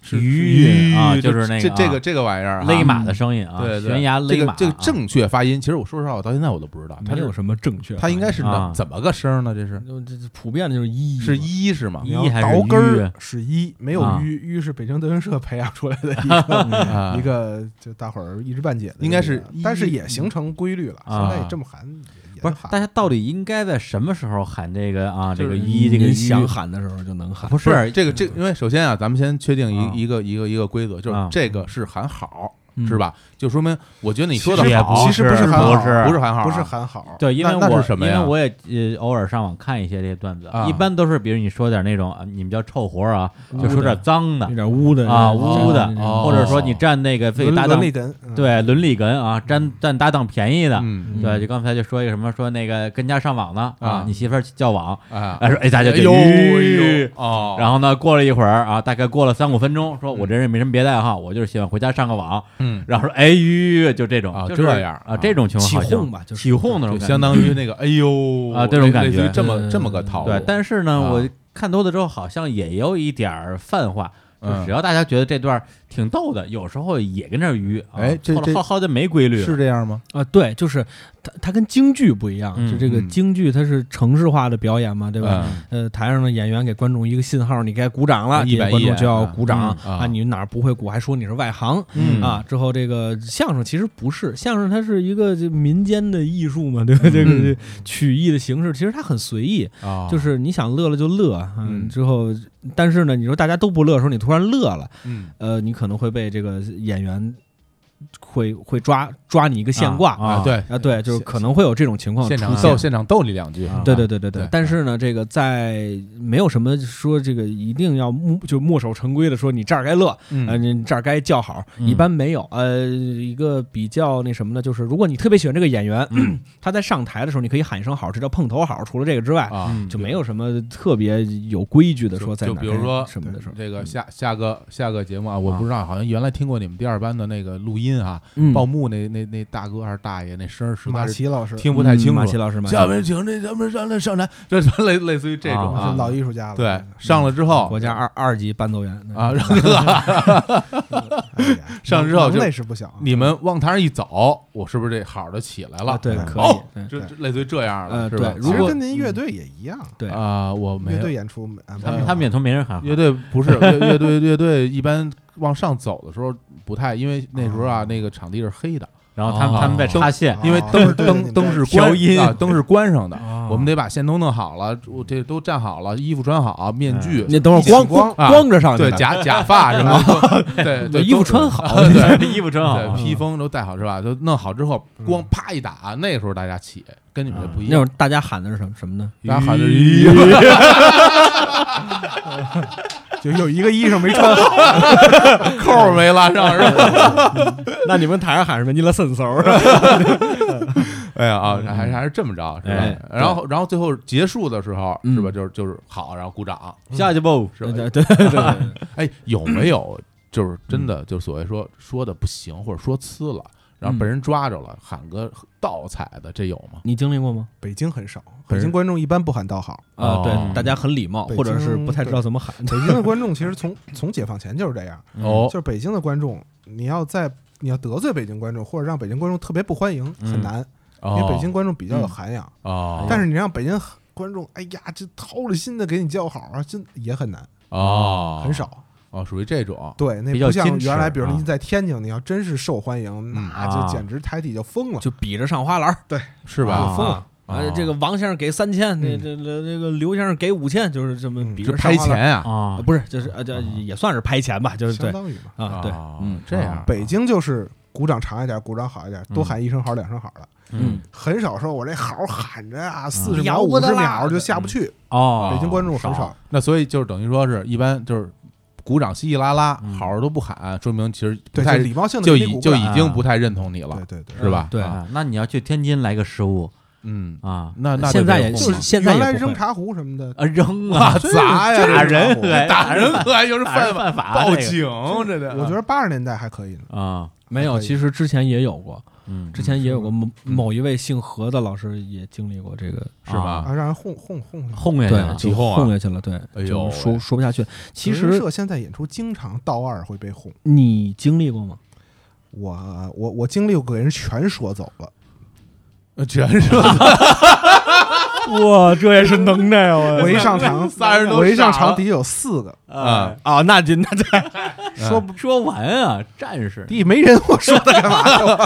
B: 是
A: 鱼
B: 鱼
A: 啊
B: 这
A: 就是那个
B: 这这
A: 啊
B: 个这个玩意儿啊，
A: 勒马的声音啊，
B: 对对，
A: 悬崖勒马，啊
B: 这个这个正确发音，其实我说实话，我到现在我都不知道，它
D: 没有
B: 是
D: 什么正确，啊
B: 它应该是
A: 啊
B: 怎么个声儿呢？这是
D: 就这这普遍的就是一
B: 是一是吗？
A: 嗯啊一
C: 你要
A: 还是
C: 倒根
A: 迂
C: 儿是一，没有
A: 啊
C: 迂，迂是北京德云社培养出来的一个
B: 啊
C: 一个，就大伙儿一知半解的这个。
B: 应该是
C: 但是
B: 一
C: 也形成规律了。
A: 啊
C: 现在这么喊也也
A: 不是
C: 能，喊
A: 大家到底应该在什么时候喊这个啊？这
B: 就
A: 个
B: 是
A: 一，这个
D: 您
A: 一
D: 想喊的时候就能喊，
A: 不
B: 不
A: 是嗯
B: 这个这个，因为首先啊，咱们先确定
A: 啊
B: 一一个一个一个规则，就是
A: 啊
B: 这个是喊好
D: 嗯
B: 是？吧？就说明我觉得你说的
A: 其实也
B: 好，
A: 不
C: 其实
A: 是
C: 不是喊好
A: 不是
B: 不是喊好啊，
C: 不是喊好，
A: 对，因为
B: 那那
A: 我
B: 是什么
A: 因
B: 呀
A: 为我也呃偶尔上网看一些这些段子，
B: 啊
A: 一般都是比如你说点那种啊，你们叫臭活儿啊，就说点脏的
D: 有点污的
A: 啊，
D: 污
A: 污的，
B: 哦
A: 或者说你占那个自己
C: 伦
A: 搭档
C: 伦理根，嗯，
A: 对伦理哏啊，占占搭档便宜的，
B: 嗯
A: 对，就刚才就说一个什么说那个跟家上网呢
B: 啊
A: 你媳妇儿叫网，
B: 啊
A: 哎说哎大家
B: 哎
A: 就
B: 呦
A: 吁
B: 哎呦哦，
A: 然后呢，过了一会儿啊，大概过了三五分钟，说我这人也没什么别的爱好，我就是喜欢回家上个网，
B: 嗯，
A: 然后说哎吁，就这种
B: 啊
A: 就是
B: 这样啊
A: 啊，这种情况好像
D: 起哄吧就是
A: 起哄那种感
B: 就
A: 觉
B: 相当于那个哎呦
A: 啊这种感觉
B: 类似于这么
D: 嗯
B: 这么个套路，
A: 对，但是呢，
B: 啊
A: 我看多了之后，好像也有一点儿泛化，就
B: 嗯
A: 只要大家觉得这段儿挺逗的，有时候也跟这儿鱼，啊
B: 哎这
A: 后来
B: 这
A: 浩浩的没规律了
B: 是这样吗？
D: 啊，对，就是它它跟京剧不一样，
A: 嗯
D: 就这个
B: 嗯
D: 京剧它是城市化的表演嘛，对吧？
B: 嗯？
D: 呃，台上的演员给观众一个信号，你该鼓掌了，
B: 一
D: 底下
B: 板一
D: 观众
B: 眼
D: 就要
B: 啊
D: 鼓掌
B: 嗯啊
D: 啊！你哪儿不会鼓，还说你是外行
A: 嗯
D: 啊！之后这个相声其实不是相声，它是一个这民间的艺术嘛，对吧？这个曲艺的形式其实它很随意，
B: 嗯啊，
D: 就是你想乐了就乐，
B: 嗯
D: 嗯，之后但是呢，你说大家都不乐的时候，你突然乐了，
B: 嗯
D: 呃，你可能会被这个演员会会抓抓你一个现挂
A: 啊
B: 啊，对，
D: 啊，对，就是可能会有这种情况
B: 现场
D: 出
B: 逗
D: 现。
B: 现场逗你两句
A: 啊，
D: 对对对对
B: 对
D: 对，但是呢，这个在没有什么说这个一定要墨就墨守成规的说你这儿该乐，呃，
B: 嗯
D: 你这儿该叫好，
A: 嗯
D: 一般没有。呃，一个比较那什么呢，就是如果你特别喜欢这个演员，
B: 嗯
D: *clears throat* 他在上台的时候，你可以喊一声好，这叫碰头好。除了这个之外，
B: 啊，
A: 嗯
D: 就没有什么特别有规矩的说在
B: 就
D: 哪
B: 比如说呃
D: 什么的时候，
B: 这个下下个下个节目啊，我
A: 啊
B: 不知道，好像原来听过你们第二班的那个录音音啊，
D: 嗯
B: 报幕那那那大哥还是大爷那声儿实
C: 嗯马
B: 在是
C: 奇老师
B: 听不太清
D: 嗯马
B: 楚
D: 奇。老师，马奇
B: 下面请这咱们上来上台，这这类类似于这种
C: 是
B: 啊，
C: 老艺术家了，
B: 对，上了之后
D: 嗯国家二二级伴奏员
B: 啊，
D: 嗯
B: 然后
C: 哎呀
B: 上之后就
C: 能耐是不小啊，
B: 你们往台上一走，我是不是这好的起来了？
D: 啊对，可以
B: 哦，
D: 嗯
B: 这这类似于这样了，
D: 呃
B: 是吧？
D: 对
C: 其
B: 如
C: 实
B: 果
C: 跟您乐队也一样，
D: 对
B: 啊，我没
C: 乐
B: 有
C: 队演出啊
A: 他
C: 没有
A: 们他们也都没人喊好，
B: 乐队不是乐乐队，乐队一般往上走的时候不太，因为那时候啊，那个场地是黑的，
A: 然后他
B: 哦
A: 们他们在插线
C: 哦，
A: *laughs*
B: 因为
C: 对
B: 灯
D: *laughs*
C: 对
B: 灯
C: 对
B: 灯是
D: 调
B: 关
D: 音
B: 啊，灯是关上的，
D: 哦
B: 我们得把线都弄好了，我这都站好了，衣服穿好，面具。
D: 你嗯等会儿光光
B: 啊
D: 光着上去 *laughs*
B: 对
D: 的，
B: 假假发什么的，都对对，
D: 衣服
B: 都是
D: 穿好
B: *laughs*
D: *laughs* 啊
B: 对
A: 衣服真好
B: 对，，嗯披风都戴好是吧？都弄好之后，光啪一打，那时候大家起，跟你们这不一
D: 那
B: 样
D: 会儿。大家喊的是什么什么呢？
B: 大家喊着咦，
C: 就有一个衣裳没穿好，
B: 扣儿没拉上是吧？
E: 那你们台上喊什么？你
B: *laughs*
E: 了伸手是吧？
B: 哎呀啊，还是还是这么着是
A: 哎
B: 吧？然后然后最后结束的时候是吧？
D: 嗯
B: 就是就是好，然后鼓掌
A: 下去不？
B: 是吧？
D: 对呃对对对，
B: 哎，有没有就是真的就所谓说说的不行或者说呲了，然后被人抓着了，喊个倒彩的，这有吗？
D: 你经历过吗？
C: 北京很少，
B: 北
C: 北
B: 京
C: 京观众一般不喊倒好，
D: 啊，
B: 哦
D: 对，大家很礼貌，
C: 北
D: 或者是
C: 京
D: 不太知道怎么
A: *laughs*
D: 喊。
C: 北京的观众其实从从解放前就是这样，
B: 哦
C: 就，是北京的观众，你要在你要得罪北京观众，或者让北京观众特别不欢迎，
A: 嗯
C: 很难，
A: 哦
C: 因为北京观众比较有涵养，
B: 哦，
C: 但是你让北京观众，哎呀，这掏了心的给你叫好啊，真也很难，
B: 哦
C: 很少。
B: 哦，属于这种
C: 对，那
A: 比较
C: 不像
A: 矜持
C: 原来，比如
A: 啊
C: 您在天津，你要真是受欢迎，那
A: 啊
C: 就简直台底就疯了，
D: 就比着上花篮儿，
B: 是
C: 就
B: 吧？
C: 疯
D: 啊
C: 了。
B: 哦
D: 啊，这个王先生给三千，那这这这个刘先生给五千，就是这么
C: 嗯
D: 比
B: 就
D: 着上
B: 拍
D: 花篮儿，
B: 钱啊
A: 啊
D: 啊，不是，就是呃，这也算是拍钱吧，就是对
C: 相当于嘛。
D: 啊，对，
B: 哦
D: 嗯
B: 这
A: 啊
B: 样
C: 北京就是鼓掌长一点，鼓掌好一点，多喊一声好，两声好了。
A: 嗯
C: 很少说我这好喊着啊，四十秒、
D: 摇不
C: 五
D: 得
C: 十
D: 啦
C: 秒就下不去。
A: 哦，
D: 啊
C: 北京观众很
A: 少
C: 少，
B: 那所以就是等于说是一般就是鼓掌稀稀拉拉，
A: 嗯
B: 好好都不喊，说明其实不
C: 对，
B: 太
C: 就礼貌性的
B: 就
C: 给你
B: 已
C: 鼓
B: 就
C: 掌
B: 已经不太认同你了
C: 对，对对。
B: 是吧？
D: 对
B: 啊
A: 啊。那你要去天津来个失误
B: 嗯，
A: 啊，
B: 那那
D: 现在也
B: 就是
D: 现现在
C: 原来
D: 也不
C: 扔
D: 会
C: 茶壶什么的，
A: 啊扔
B: 啊
A: *laughs* 啊，
B: 砸呀，
A: 打
B: 这是
A: 人哎
B: *laughs* 打人可还就是
A: 打人
B: 犯
A: 犯法
B: 报
A: 这个
B: 警，这得
C: 我觉得八十年代还可以呢。
A: 啊，
D: 没有，
C: 可以
D: 其实之前也有过，
A: 嗯，
D: 之前也有过某某一位姓何的老师也经历过这个，
B: 是吧？
C: 啊，让人哄哄哄
A: 轰下去
C: 下去。
D: 对，
A: 了，
D: 就
B: 起哄啊
D: 混下去了，对，
B: 哎呦
D: 就说
B: 喂
D: 说不下去。其
C: 德云
D: 实
C: 社现在演出经常到二会被哄，
D: 你经历过吗？
C: 我我我经历过给人全说走了，
B: 呃全是
E: 哇，这也是能耐啊！我
C: 我一上场
B: 仨人都
C: 我一上
B: 傻了
C: 场底下有四个，
B: 啊，嗯
E: 啊，那就那就
A: 哎说不说完啊，战士
C: 底下没人，我说他干嘛？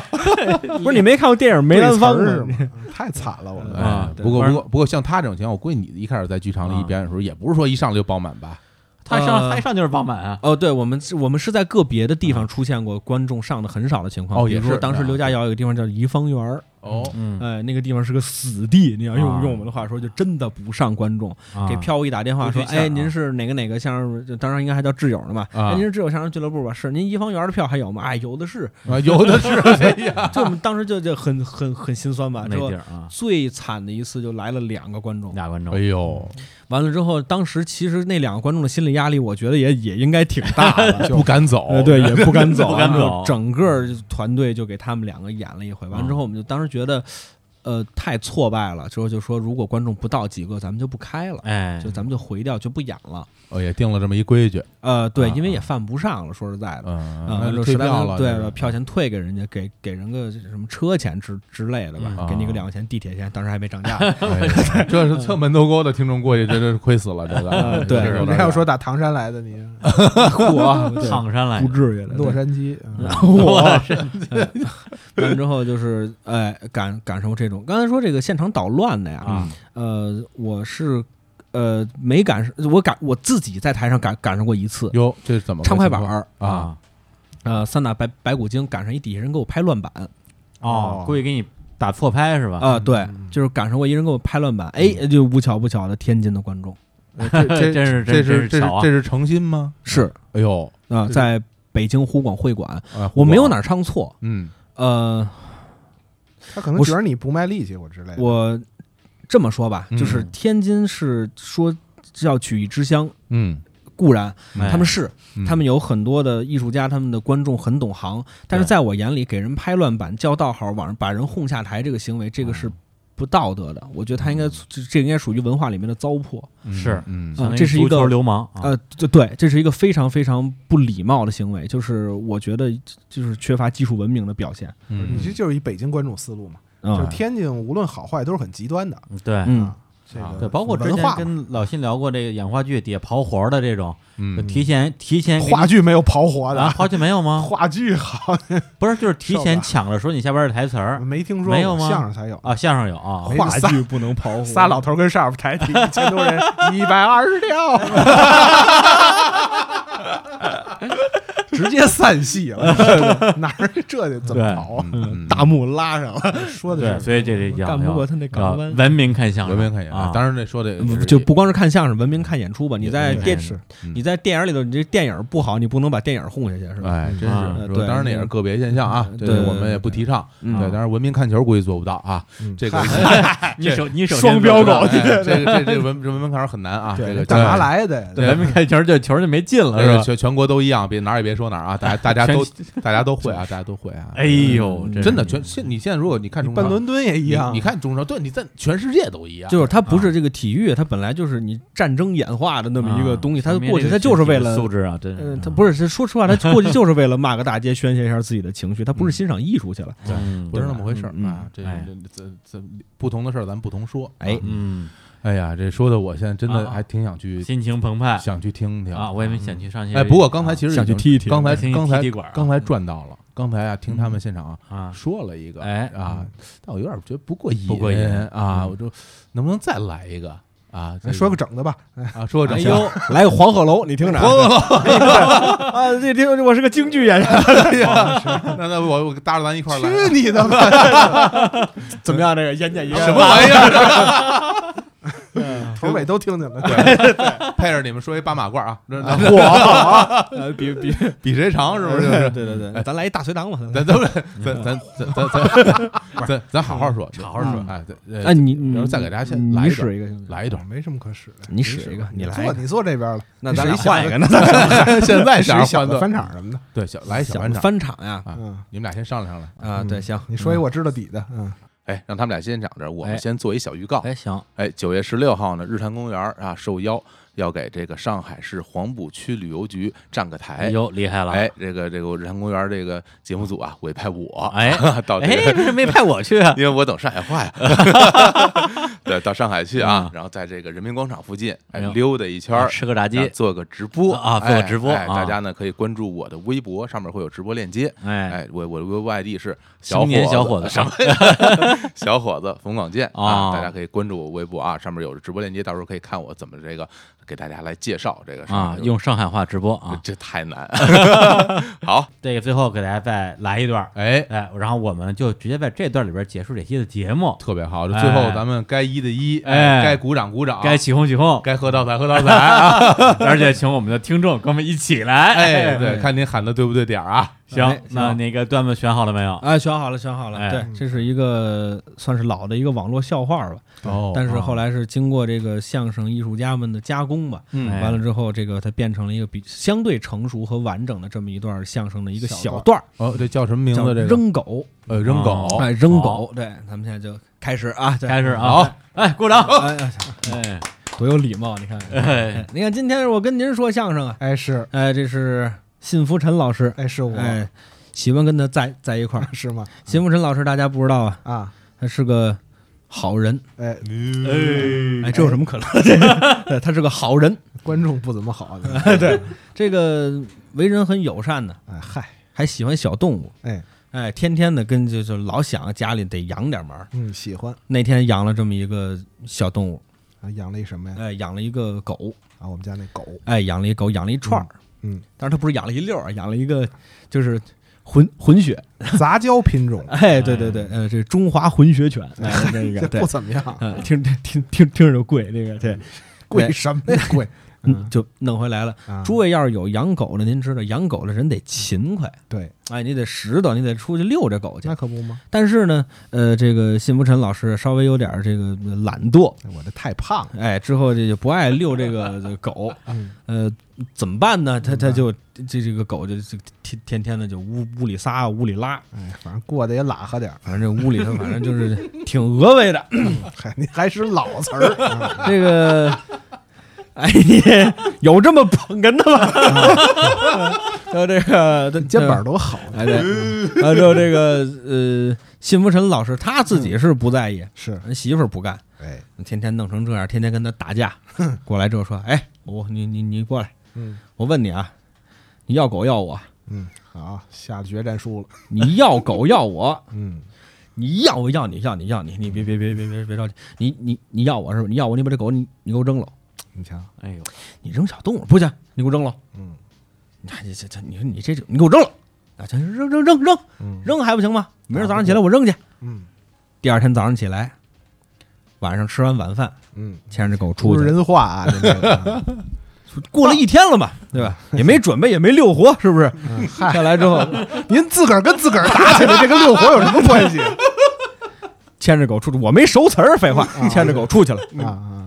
E: 不是你没看过电影《梅兰芳》
C: 对词儿
E: 吗？
C: 嘛嗯太惨了，我
B: *laughs*
C: 们
B: 哎
A: 啊
B: 不过
E: 对
B: 不过不过，像他这种情况，我估计你一开始在剧场里
A: 啊
B: 表演的时候，也不是说一上来就爆满吧？
A: 他上
D: 呃
A: 他一上就是爆满啊，
D: 哦，对，我们是我们是在个别的地
A: 嗯
D: 方出现过观众上的很少的情况，
B: 哦
D: 比如
B: 也
D: 说
B: 是
D: 当时
B: 啊
D: 刘家窑有个地方叫怡芳园儿，
B: 哦
A: 嗯，
D: 哎，那个地方是个死地，你要用
A: 啊
D: 用我们的话说，就真的不上观众。给
A: 啊
D: 票务一打电话
A: 不
D: 说，
A: 去线
D: 哎，
A: 啊
D: 您是哪个哪个相声，就当然应该还叫挚友呢嘛？
B: 啊
D: 哎，您是挚友相声俱乐部吧？是，您怡芳园的票还有吗？哎，有
A: *laughs*
D: 的是。
B: 啊，有的是，哎呀，
D: 就我们当时就就很很很心酸吧。
A: 没
D: 之后
A: 地儿啊，
D: 最惨的一次就来了两个观众，
A: 俩观众
B: 哎，呦，
D: 完了之后，当时其实那两个观众的心理压力，我觉得也也应该挺大的。
B: 不敢走，
E: 呃，对，也不敢走，
A: 不敢走
D: 然后整个团队就给他们两个演了一回，完了之后我们就当时觉得，呃，太挫败了。之后就说，如果观众不到几个，咱们就不开了，
A: 哎
D: 就，咱们就回掉，就不演了。
B: 哦，也定了这么一规矩，
D: 呃，对
B: 啊，
D: 因为也犯不上了，说实在的。
B: 嗯，
D: 啊，
B: 那
D: 完
B: 就
D: 了
B: 退
D: 实在
B: 票
D: 不
B: 了，
D: 行对
B: 这
D: 了，
B: 是
D: 票钱退给人家，给给人个什么车钱之之类的吧，
B: 嗯
D: 给你个
B: 啊
D: 两块钱地铁钱，当时还没涨价。
B: 哎这是侧门都沟的听众过去，这这是亏死了，这个
D: 对
B: 这个有
C: 没
B: 点
C: 有说打唐山来的你，
D: 嚯，对
A: 躺上来啊
E: 不至于
C: 洛杉矶，嗯
D: 我完之后就是哎，感感受这种。刚才说这个现场捣乱的呀，
B: 嗯
A: 啊，
D: 呃，我是呃没赶上，我赶我自己在台上赶赶上过一次
B: 哟，这是怎么个
D: 唱快
B: 情
D: 板
B: 况
D: 儿，
B: 啊？
D: 呃，三打白白骨精赶上一底下人给我拍乱板啊、
A: 哦，故意给你打错拍是吧？
B: 嗯
D: 对，就是赶上过一人给我拍乱板，哎，就不巧不巧的天津的观
B: 嗯
D: 众
B: 这
A: 真是
B: 这
A: 真
B: 是
A: 是
B: 这是
A: 巧啊
B: 这是诚心吗？
D: 是
B: 哎呦，
D: 啊、
B: 是
D: 在北京湖广会馆，
B: 哎
D: 我没有，
B: 胡
D: 哪
B: 广
D: 儿唱错，
B: 嗯，
D: 呃，
C: 他可能
D: 我是
C: 觉得你不卖力气或之类的。
D: 我这么说吧，就是
B: 哎嗯
D: 天津是说叫曲艺之乡。
B: 嗯，
D: 固然
A: 哎
D: 他们是，
B: 嗯
D: 他们有很多的艺术家，他们的观众很懂行，但是
A: 对
D: 在我眼里，给人拍乱板、叫道号、往把人轰下台这个行为，这个是不道德的。我觉得他应该这这应该属于文化里面的糟粕。
A: 是
B: 嗯
D: 嗯这是一
A: 相当于足
D: 个
A: 球流氓啊，
D: 呃，这对，这是一个非常非常不礼貌的行为，就是我觉得就是缺乏技术文明的表现。
B: 嗯
C: 你这就是一北京观众思路嘛，就
D: 嗯
C: 是，天津无论好坏都是很极端的，
A: 对
D: 嗯，
C: 这
B: 啊
C: 个
A: 对，包括之
C: 文
A: 前
C: 化嘛
A: 跟老辛聊过这个演话剧底下刨活的这种，就
B: 嗯
A: 提前提前给你
C: *laughs* 话剧没有刨活
A: 啊，
C: 的，
A: 刨去没有吗？
C: *laughs* 话剧好
A: 不是，就是提前
C: 吧
A: 抢着说你下边的台词 *laughs* 儿
C: 没听说
A: 没有
C: 过
A: 吗
C: 相声才有，
A: 啊，相声有啊，
C: 没仨
D: 不能刨
C: 仨老头跟上边台底一千多人，一百二十条，直接散戏了， *laughs* 哪儿这得怎么跑啊？
B: 嗯
E: 大幕拉上了，
C: 说
A: 对，
C: 的是
A: 所以这这
E: 干
A: 讲
E: 不
A: 究
E: 过他那港湾。
A: 文明看相声，
B: 文明看演
A: 啊
B: 员，，当然这说的
D: 就不光是看相声，文明看演出吧。你在
A: 对
D: 电
A: 是
B: 嗯
D: 你在电影里头，你这电影不好，你不能把电影轰下去，是吧？
B: 哎，真
A: 啊
B: 是，说
D: 对
B: 当然那也是个别现象啊，这
D: 对
B: 个我们也不提倡。
D: 嗯
A: 啊
B: 对，当然文明看球估计做不到啊，这个
A: 哎你首你首先
E: 双标狗
B: 哎 *laughs* 这个这这文这文明看球很难啊，这
C: 对，
B: 个
C: 干嘛
B: 对
C: 来的？
A: 对文明看球就球就没劲了
B: 那个
A: 是吧？
B: 全全国都一样，别哪儿也别说哪儿啊，大家大家都大家都会啊，大家都会啊。
A: 哎呦，
B: 真的全现你现在如果你看中
C: 奔
B: 超
C: 伦敦也一
B: 你
C: 样，
B: 你看中超，对你在全世界都一样，
D: 就是它不是这个体育，它本来就是你战争演化的那么一
A: 啊
D: 个东西，它过去它就是为了
A: 素质啊，真是
D: 嗯，他不是，是说实话，他过去就是为了骂个大街，宣泄一下自己的情绪，他不是欣赏艺术去了。
B: 对
A: 嗯
B: 不是那么回事儿
D: 嗯
B: 啊。这
A: 哎
B: 这这这不同的事儿咱不同说。啊
D: 哎，
A: 嗯，
B: 哎呀，这说的我现在真的
A: 啊
B: 还挺想去
A: 心情澎湃
B: 想去听听
A: 啊，我也没想去上学。
B: 哎，不过刚才其实
D: 想
B: 已
D: 去
B: 经
D: 踢一踢
B: 刚才
A: 听一
B: 刚
A: 啊踢
B: 才
A: 踢馆儿啊
B: 刚才赚到了，刚才啊听他们现场啊
A: 啊，
B: 说了一个，
A: 哎
B: 啊，但我有点觉得不过瘾，
A: 不过瘾
B: 啊，
A: 嗯
B: 我就能不能再来一个啊？这
C: 哎说个整的吧，
B: 啊，说个
D: 哎
B: 整
D: 呦，
B: *laughs*
D: 来个黄鹤楼，你听着啊，
E: 啊，这听我是个京剧演员，
B: 哎那那我我搭着咱一块儿来，
C: 去你的吧！
E: 怎么样？这个演讲一
B: 什么玩意儿？
D: *laughs*
C: 头尾都听见了，
B: 对，配着你们说一八马褂啊，那那
E: 儿？比比
B: 比谁长是不是？
D: 对对对，
B: 哎
D: 咱来一大隋唐吧。咱
B: 咱咱咱咱咱咱咱咱咱好好说，好好说，哎，对，
D: 哎，你
B: 然
D: 你
B: 后再给大家先来
D: 你
B: 一段
D: 使一个行不行，
B: 来一段，
C: *laughs* 没什么可使的，
D: 你使一个，你来一
C: 坐
D: 个，
C: 你坐这边了，
D: 那
C: 你
D: 咱
C: 使
D: 俩
C: 一小
D: 换一
C: 的
D: 个，那咱
B: *laughs*
D: 俩
B: 现在
C: 使一
B: 想
C: 小
B: 换
C: 的
B: 段
C: 翻场什么的。
B: 对，小来一小
D: 想
B: 翻
D: 着
B: 场
D: 翻场呀
B: 啊
C: 嗯，
B: 你们俩先商量商量。
D: 啊，对，行，
C: 你说一我知道底的，嗯，
B: 哎，让他们俩先讲着，我
A: 哎
B: 们先做一小预告。
A: 哎行，
B: 哎，九月十六号呢，日坛公园啊受邀要给这个上海市黄浦区旅游局站个
A: 哎
B: 台。
A: 呦厉害了，
B: 哎，这个这个日坛公园这个节目组啊委派我，
A: 哎
B: *laughs* 到这
A: 哎，
B: 个
A: 为什么没派我去啊？
B: *laughs* 因为我等上海话
A: *laughs*
B: 呀，对，到上海去啊，然后在这个人民广场附近哎
A: 嗯哎呦
B: 溜达一圈儿，
A: 吃个炸
B: 啊
A: 鸡，
B: 做个直播
A: 啊做个直播
B: 哎哎
A: 啊
B: 大家呢可以关注我的微博，上面会有直播链接。
A: 哎，
B: 哎，我我的微博 ID 是小
A: 青年小伙
B: 子
A: 子
B: 什么 *laughs*
A: *laughs*
B: 小伙子冯广建啊，
A: 哦
B: 大家可以关注我微博啊，上面有直播链接，到时候可以看我怎么这个给大家来介绍这个上海
A: 啊，
B: 的
A: 用上海话直播啊，
B: 这
A: *laughs*
B: 太难。好，
A: 这个最后给大家再来一段儿，
B: 哎，
A: 哎，然后我们就直接在这段里边结束这期的节目，
B: 特别好，这
A: 哎
B: 最后咱们该一的一，
A: 哎
B: 该鼓掌鼓掌，
A: 该起哄起哄，
B: 该喝倒彩喝倒彩 *laughs* 啊！
A: 而且请我们的听众跟我们一起来，
B: 哎，对，看您喊的对不对点儿啊？
A: 行，那那个段子选好了没有？
D: 哎，选好了，选好
A: 哎
D: 了，对，这是一个算是老的一个网络笑话吧，
B: 哦
D: 但是后来是经过这个相声艺术家们的加工吧，
B: 嗯
A: 哎
D: 完了之后，这个它变成了一个比相对成熟和完整的这么一段相声的一个小
C: 小
D: 段儿，
B: 哦，这叫什么名
D: 叫
B: 字？这个
D: 扔狗，
B: 呃，扔狗
A: 哦
D: 哎，扔
A: 好
D: 狗，对，咱们现在就开始啊，对
A: 开始啊，
B: 好，哦
A: 哎，鼓掌，
D: 哎呀，
A: 哎
D: 多有礼貌，
A: *laughs*
D: 你看，
A: 哎
D: 哎，
B: *laughs*
D: 你看今天我跟您说相声啊，
C: 哎是，
D: 哎，这是信福臣老师，
C: 哎是我，
D: 哎，喜欢跟他在在一块儿。
C: 是吗？
D: 信福臣老师大家不知道啊，
C: 啊，
D: 他是个好人，
C: 哎，
A: 嗯
D: 哎，这有什么可乐的？ *laughs* 对他是个好人，
C: *laughs* 观众不怎么好，啊
D: *laughs* 对，这个为人很友善的，
C: 哎嗨，
D: 还喜欢小动物，
C: 哎，
D: 哎，天天的跟就就老想家里得养点门儿。
C: 嗯，喜欢
D: 那天养了这么一个小动物，
C: 啊，养了一什么呀？
D: 哎，养了一个狗，
C: 啊，我们家那狗，
D: 哎，养了一狗，养了一串儿，
C: 嗯，
D: 但是他不是养了一溜儿啊，养了一个就是混混血，，
C: 杂交品种
D: 哎，对对对，呃，这中华混血犬，哎，那个
C: 这
D: *laughs* *laughs* 对
C: 不，怎么样，
D: *laughs* 嗯，听听听听着就贵，那个对，
C: 贵什么呀？贵，
D: 嗯就弄回来了。
C: 啊
D: 诸位要是有养狗的，您知道养狗的人得勤快，
C: 对，
D: 哎，你得拾掇，你得出去遛着狗去
C: 那。可不吗？
D: 但是呢，呃，这个信福臣老师稍微有点这个懒惰，
C: 哎我这太胖了，
D: 哎，之后这就不爱遛这个这个狗，呃，怎么办呢？他他就这这个狗就就天天天的就屋屋里撒屋里拉，
C: 哎，反正过得也懒和点儿，
D: 反正这屋里头反正就是 *laughs* 挺额外的。
C: 嗨， *laughs* 你还是老词 *laughs* 儿，啊
D: 这个，哎，你有这么捧哏的吗？ *laughs* 还有这 *laughs* 个这
C: 肩膀多好，
D: 哎对， *laughs* 还有这个呃，信福臣老师他自己是不在意，
C: *laughs* 是，
D: 人媳妇儿不干，
C: 哎，
D: 天天弄成这样，天天跟他打架。过来之后说：“哎，我你你你过来，
C: 嗯
D: 我问你啊，你要狗要我，
C: 嗯，好，下决战书了，
D: 你要狗要我，
C: 嗯，
D: 你要我要你要你要你，你别别别别别别着急，你你你要我是吧？你要我，你把这狗你你给我扔了，
C: 你瞧，
A: 哎呦，
D: 你扔小动物不行，你给我扔了。
C: 嗯，
D: 你看这这这，你说你这就你给我扔了，啊，这扔扔扔扔
C: 嗯
D: 扔还不行吗？明儿早上起来我扔去。
C: 嗯
D: 第二天早上起来，晚上吃完晚饭，
C: 嗯，
D: 牵着这狗出
C: 不
D: 去
C: 是
D: 了，
C: 人啊话啊，这个
D: 过了一天了嘛，对吧？也没准备，也没遛活，是不是？
C: 嗯
D: 下来之
C: *laughs*
D: 后，
C: *laughs* 您自个儿跟自个儿打起来，这跟六活有什么关 *laughs* 系啊
D: 牵着狗出去，我没熟词儿，废话，牵着狗出去了。
C: 啊？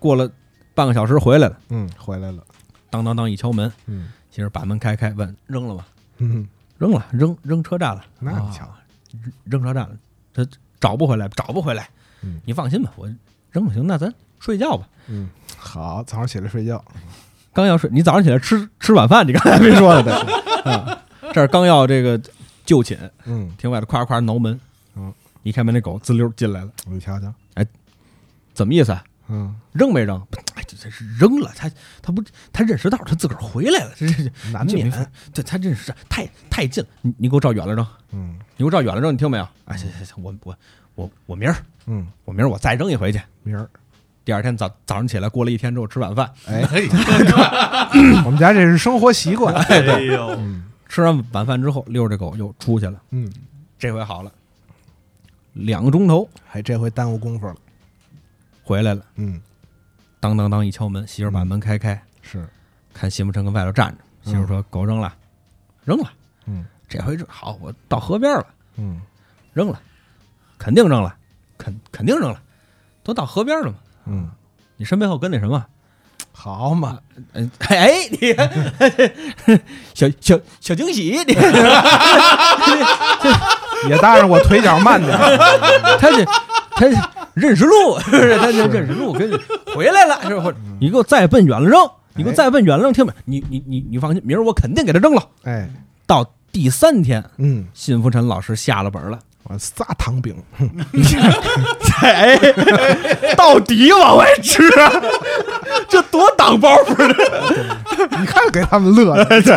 D: 过了半个小时回来了，
C: 嗯，回来了，
D: 当当当一敲门，
C: 嗯
D: 媳妇儿把门开开，问扔了吗？
C: 嗯，啊
D: 扔了，扔扔车站了，啊
C: 那你瞧，
D: 扔车站了，他找不回来，找不回来
C: 嗯。
D: 你放心吧，我扔了行，那咱睡觉吧。
C: 嗯，好，早上起来睡觉，
D: 刚要睡，你早上起来吃吃晚饭，你刚才没说呢，对啊，这儿刚要这个就寝，
C: *laughs* 嗯，
D: 听外头夸夸挠门，
C: 嗯，
D: 一开门那狗滋溜进来了，
C: 你瞧瞧，
D: 怎么意思？啊？
C: 嗯，
D: 扔没扔？哎，这这是扔了，他他不他认识道，他自个儿回来了，这这这
C: 难
D: 这没
C: 免
D: 法，对他认识道太太近了，你你给我照远了扔，
C: 嗯
D: 你给我照远了扔，你听没有？哎，行行行，我我我我明儿
C: 嗯，
D: 我明儿我再扔一回去。
C: 明儿，
D: 第二天早早上起来，过了一天之后吃晚饭，
C: *laughs* 哎，我们家这是生活习 *laughs* 惯，
E: 哎呦，
D: 吃完晚饭之后遛着狗又出去了，
C: 嗯，
D: 这回好了，两个钟头
C: 还这回耽误功夫了，
D: 回来了，
C: 嗯，
D: 当当当一敲门，媳妇儿把门开开，
C: 是，
D: 看西木城跟外头站着，媳妇儿说狗扔了，扔了，
C: 嗯
D: 这回这好，我到河边了。
C: 嗯
D: 扔了，肯定扔了，肯肯定扔了，都到河边了嘛。
C: 嗯，
D: 你身背后跟那什么？
C: 好嘛，
D: 嗯，哎，你小小小惊喜，你
C: 也搭上我腿脚慢点儿，
D: 他这他认识路，是不是？他这认识路，跟回来了，是不哎是？你给我再奔远了扔，你给我再奔远了扔，听没？你你你你放心，明儿我肯定给他扔了。
C: *laughs* 哎，
D: 到第三天，
C: 嗯，
D: 信福臣老师下了本了，
C: 我仨糖 *laughs* 饼，
E: 哎，到底往外吃，这多挡包袱的。
C: 你看给他们乐 *laughs* 的，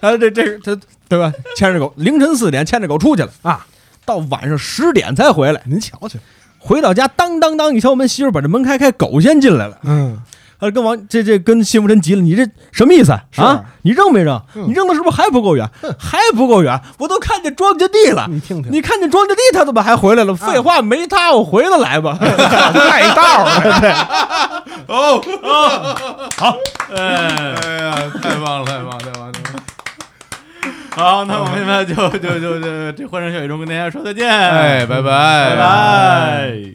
D: 啊，这这他对吧？牵着狗，凌晨四点牵着狗出去了
C: 啊，
D: 到晚上十点才回来。
C: 您瞧瞧，
D: 回到家，当当当一敲门，媳妇儿把这门开开，狗先进来了。
C: 嗯，
D: 啊，跟王这这跟辛福臣急了，你这什么意思啊
C: 是
D: 啊？你扔没扔？
C: 嗯
D: 你扔的是不是还不够远？还不够远，我都看见庄稼地了。
C: 你听听，
D: 你看见庄稼地，他怎么还回来
C: 啊
D: 了？废话，没他我回得来吗？
C: 带道儿，
B: 哦哎呀，太棒了，太棒了，太棒了！
E: 好，那我们现在就就就就这欢声笑语中跟大家说再见，
B: 哎，拜拜，
E: 拜。拜。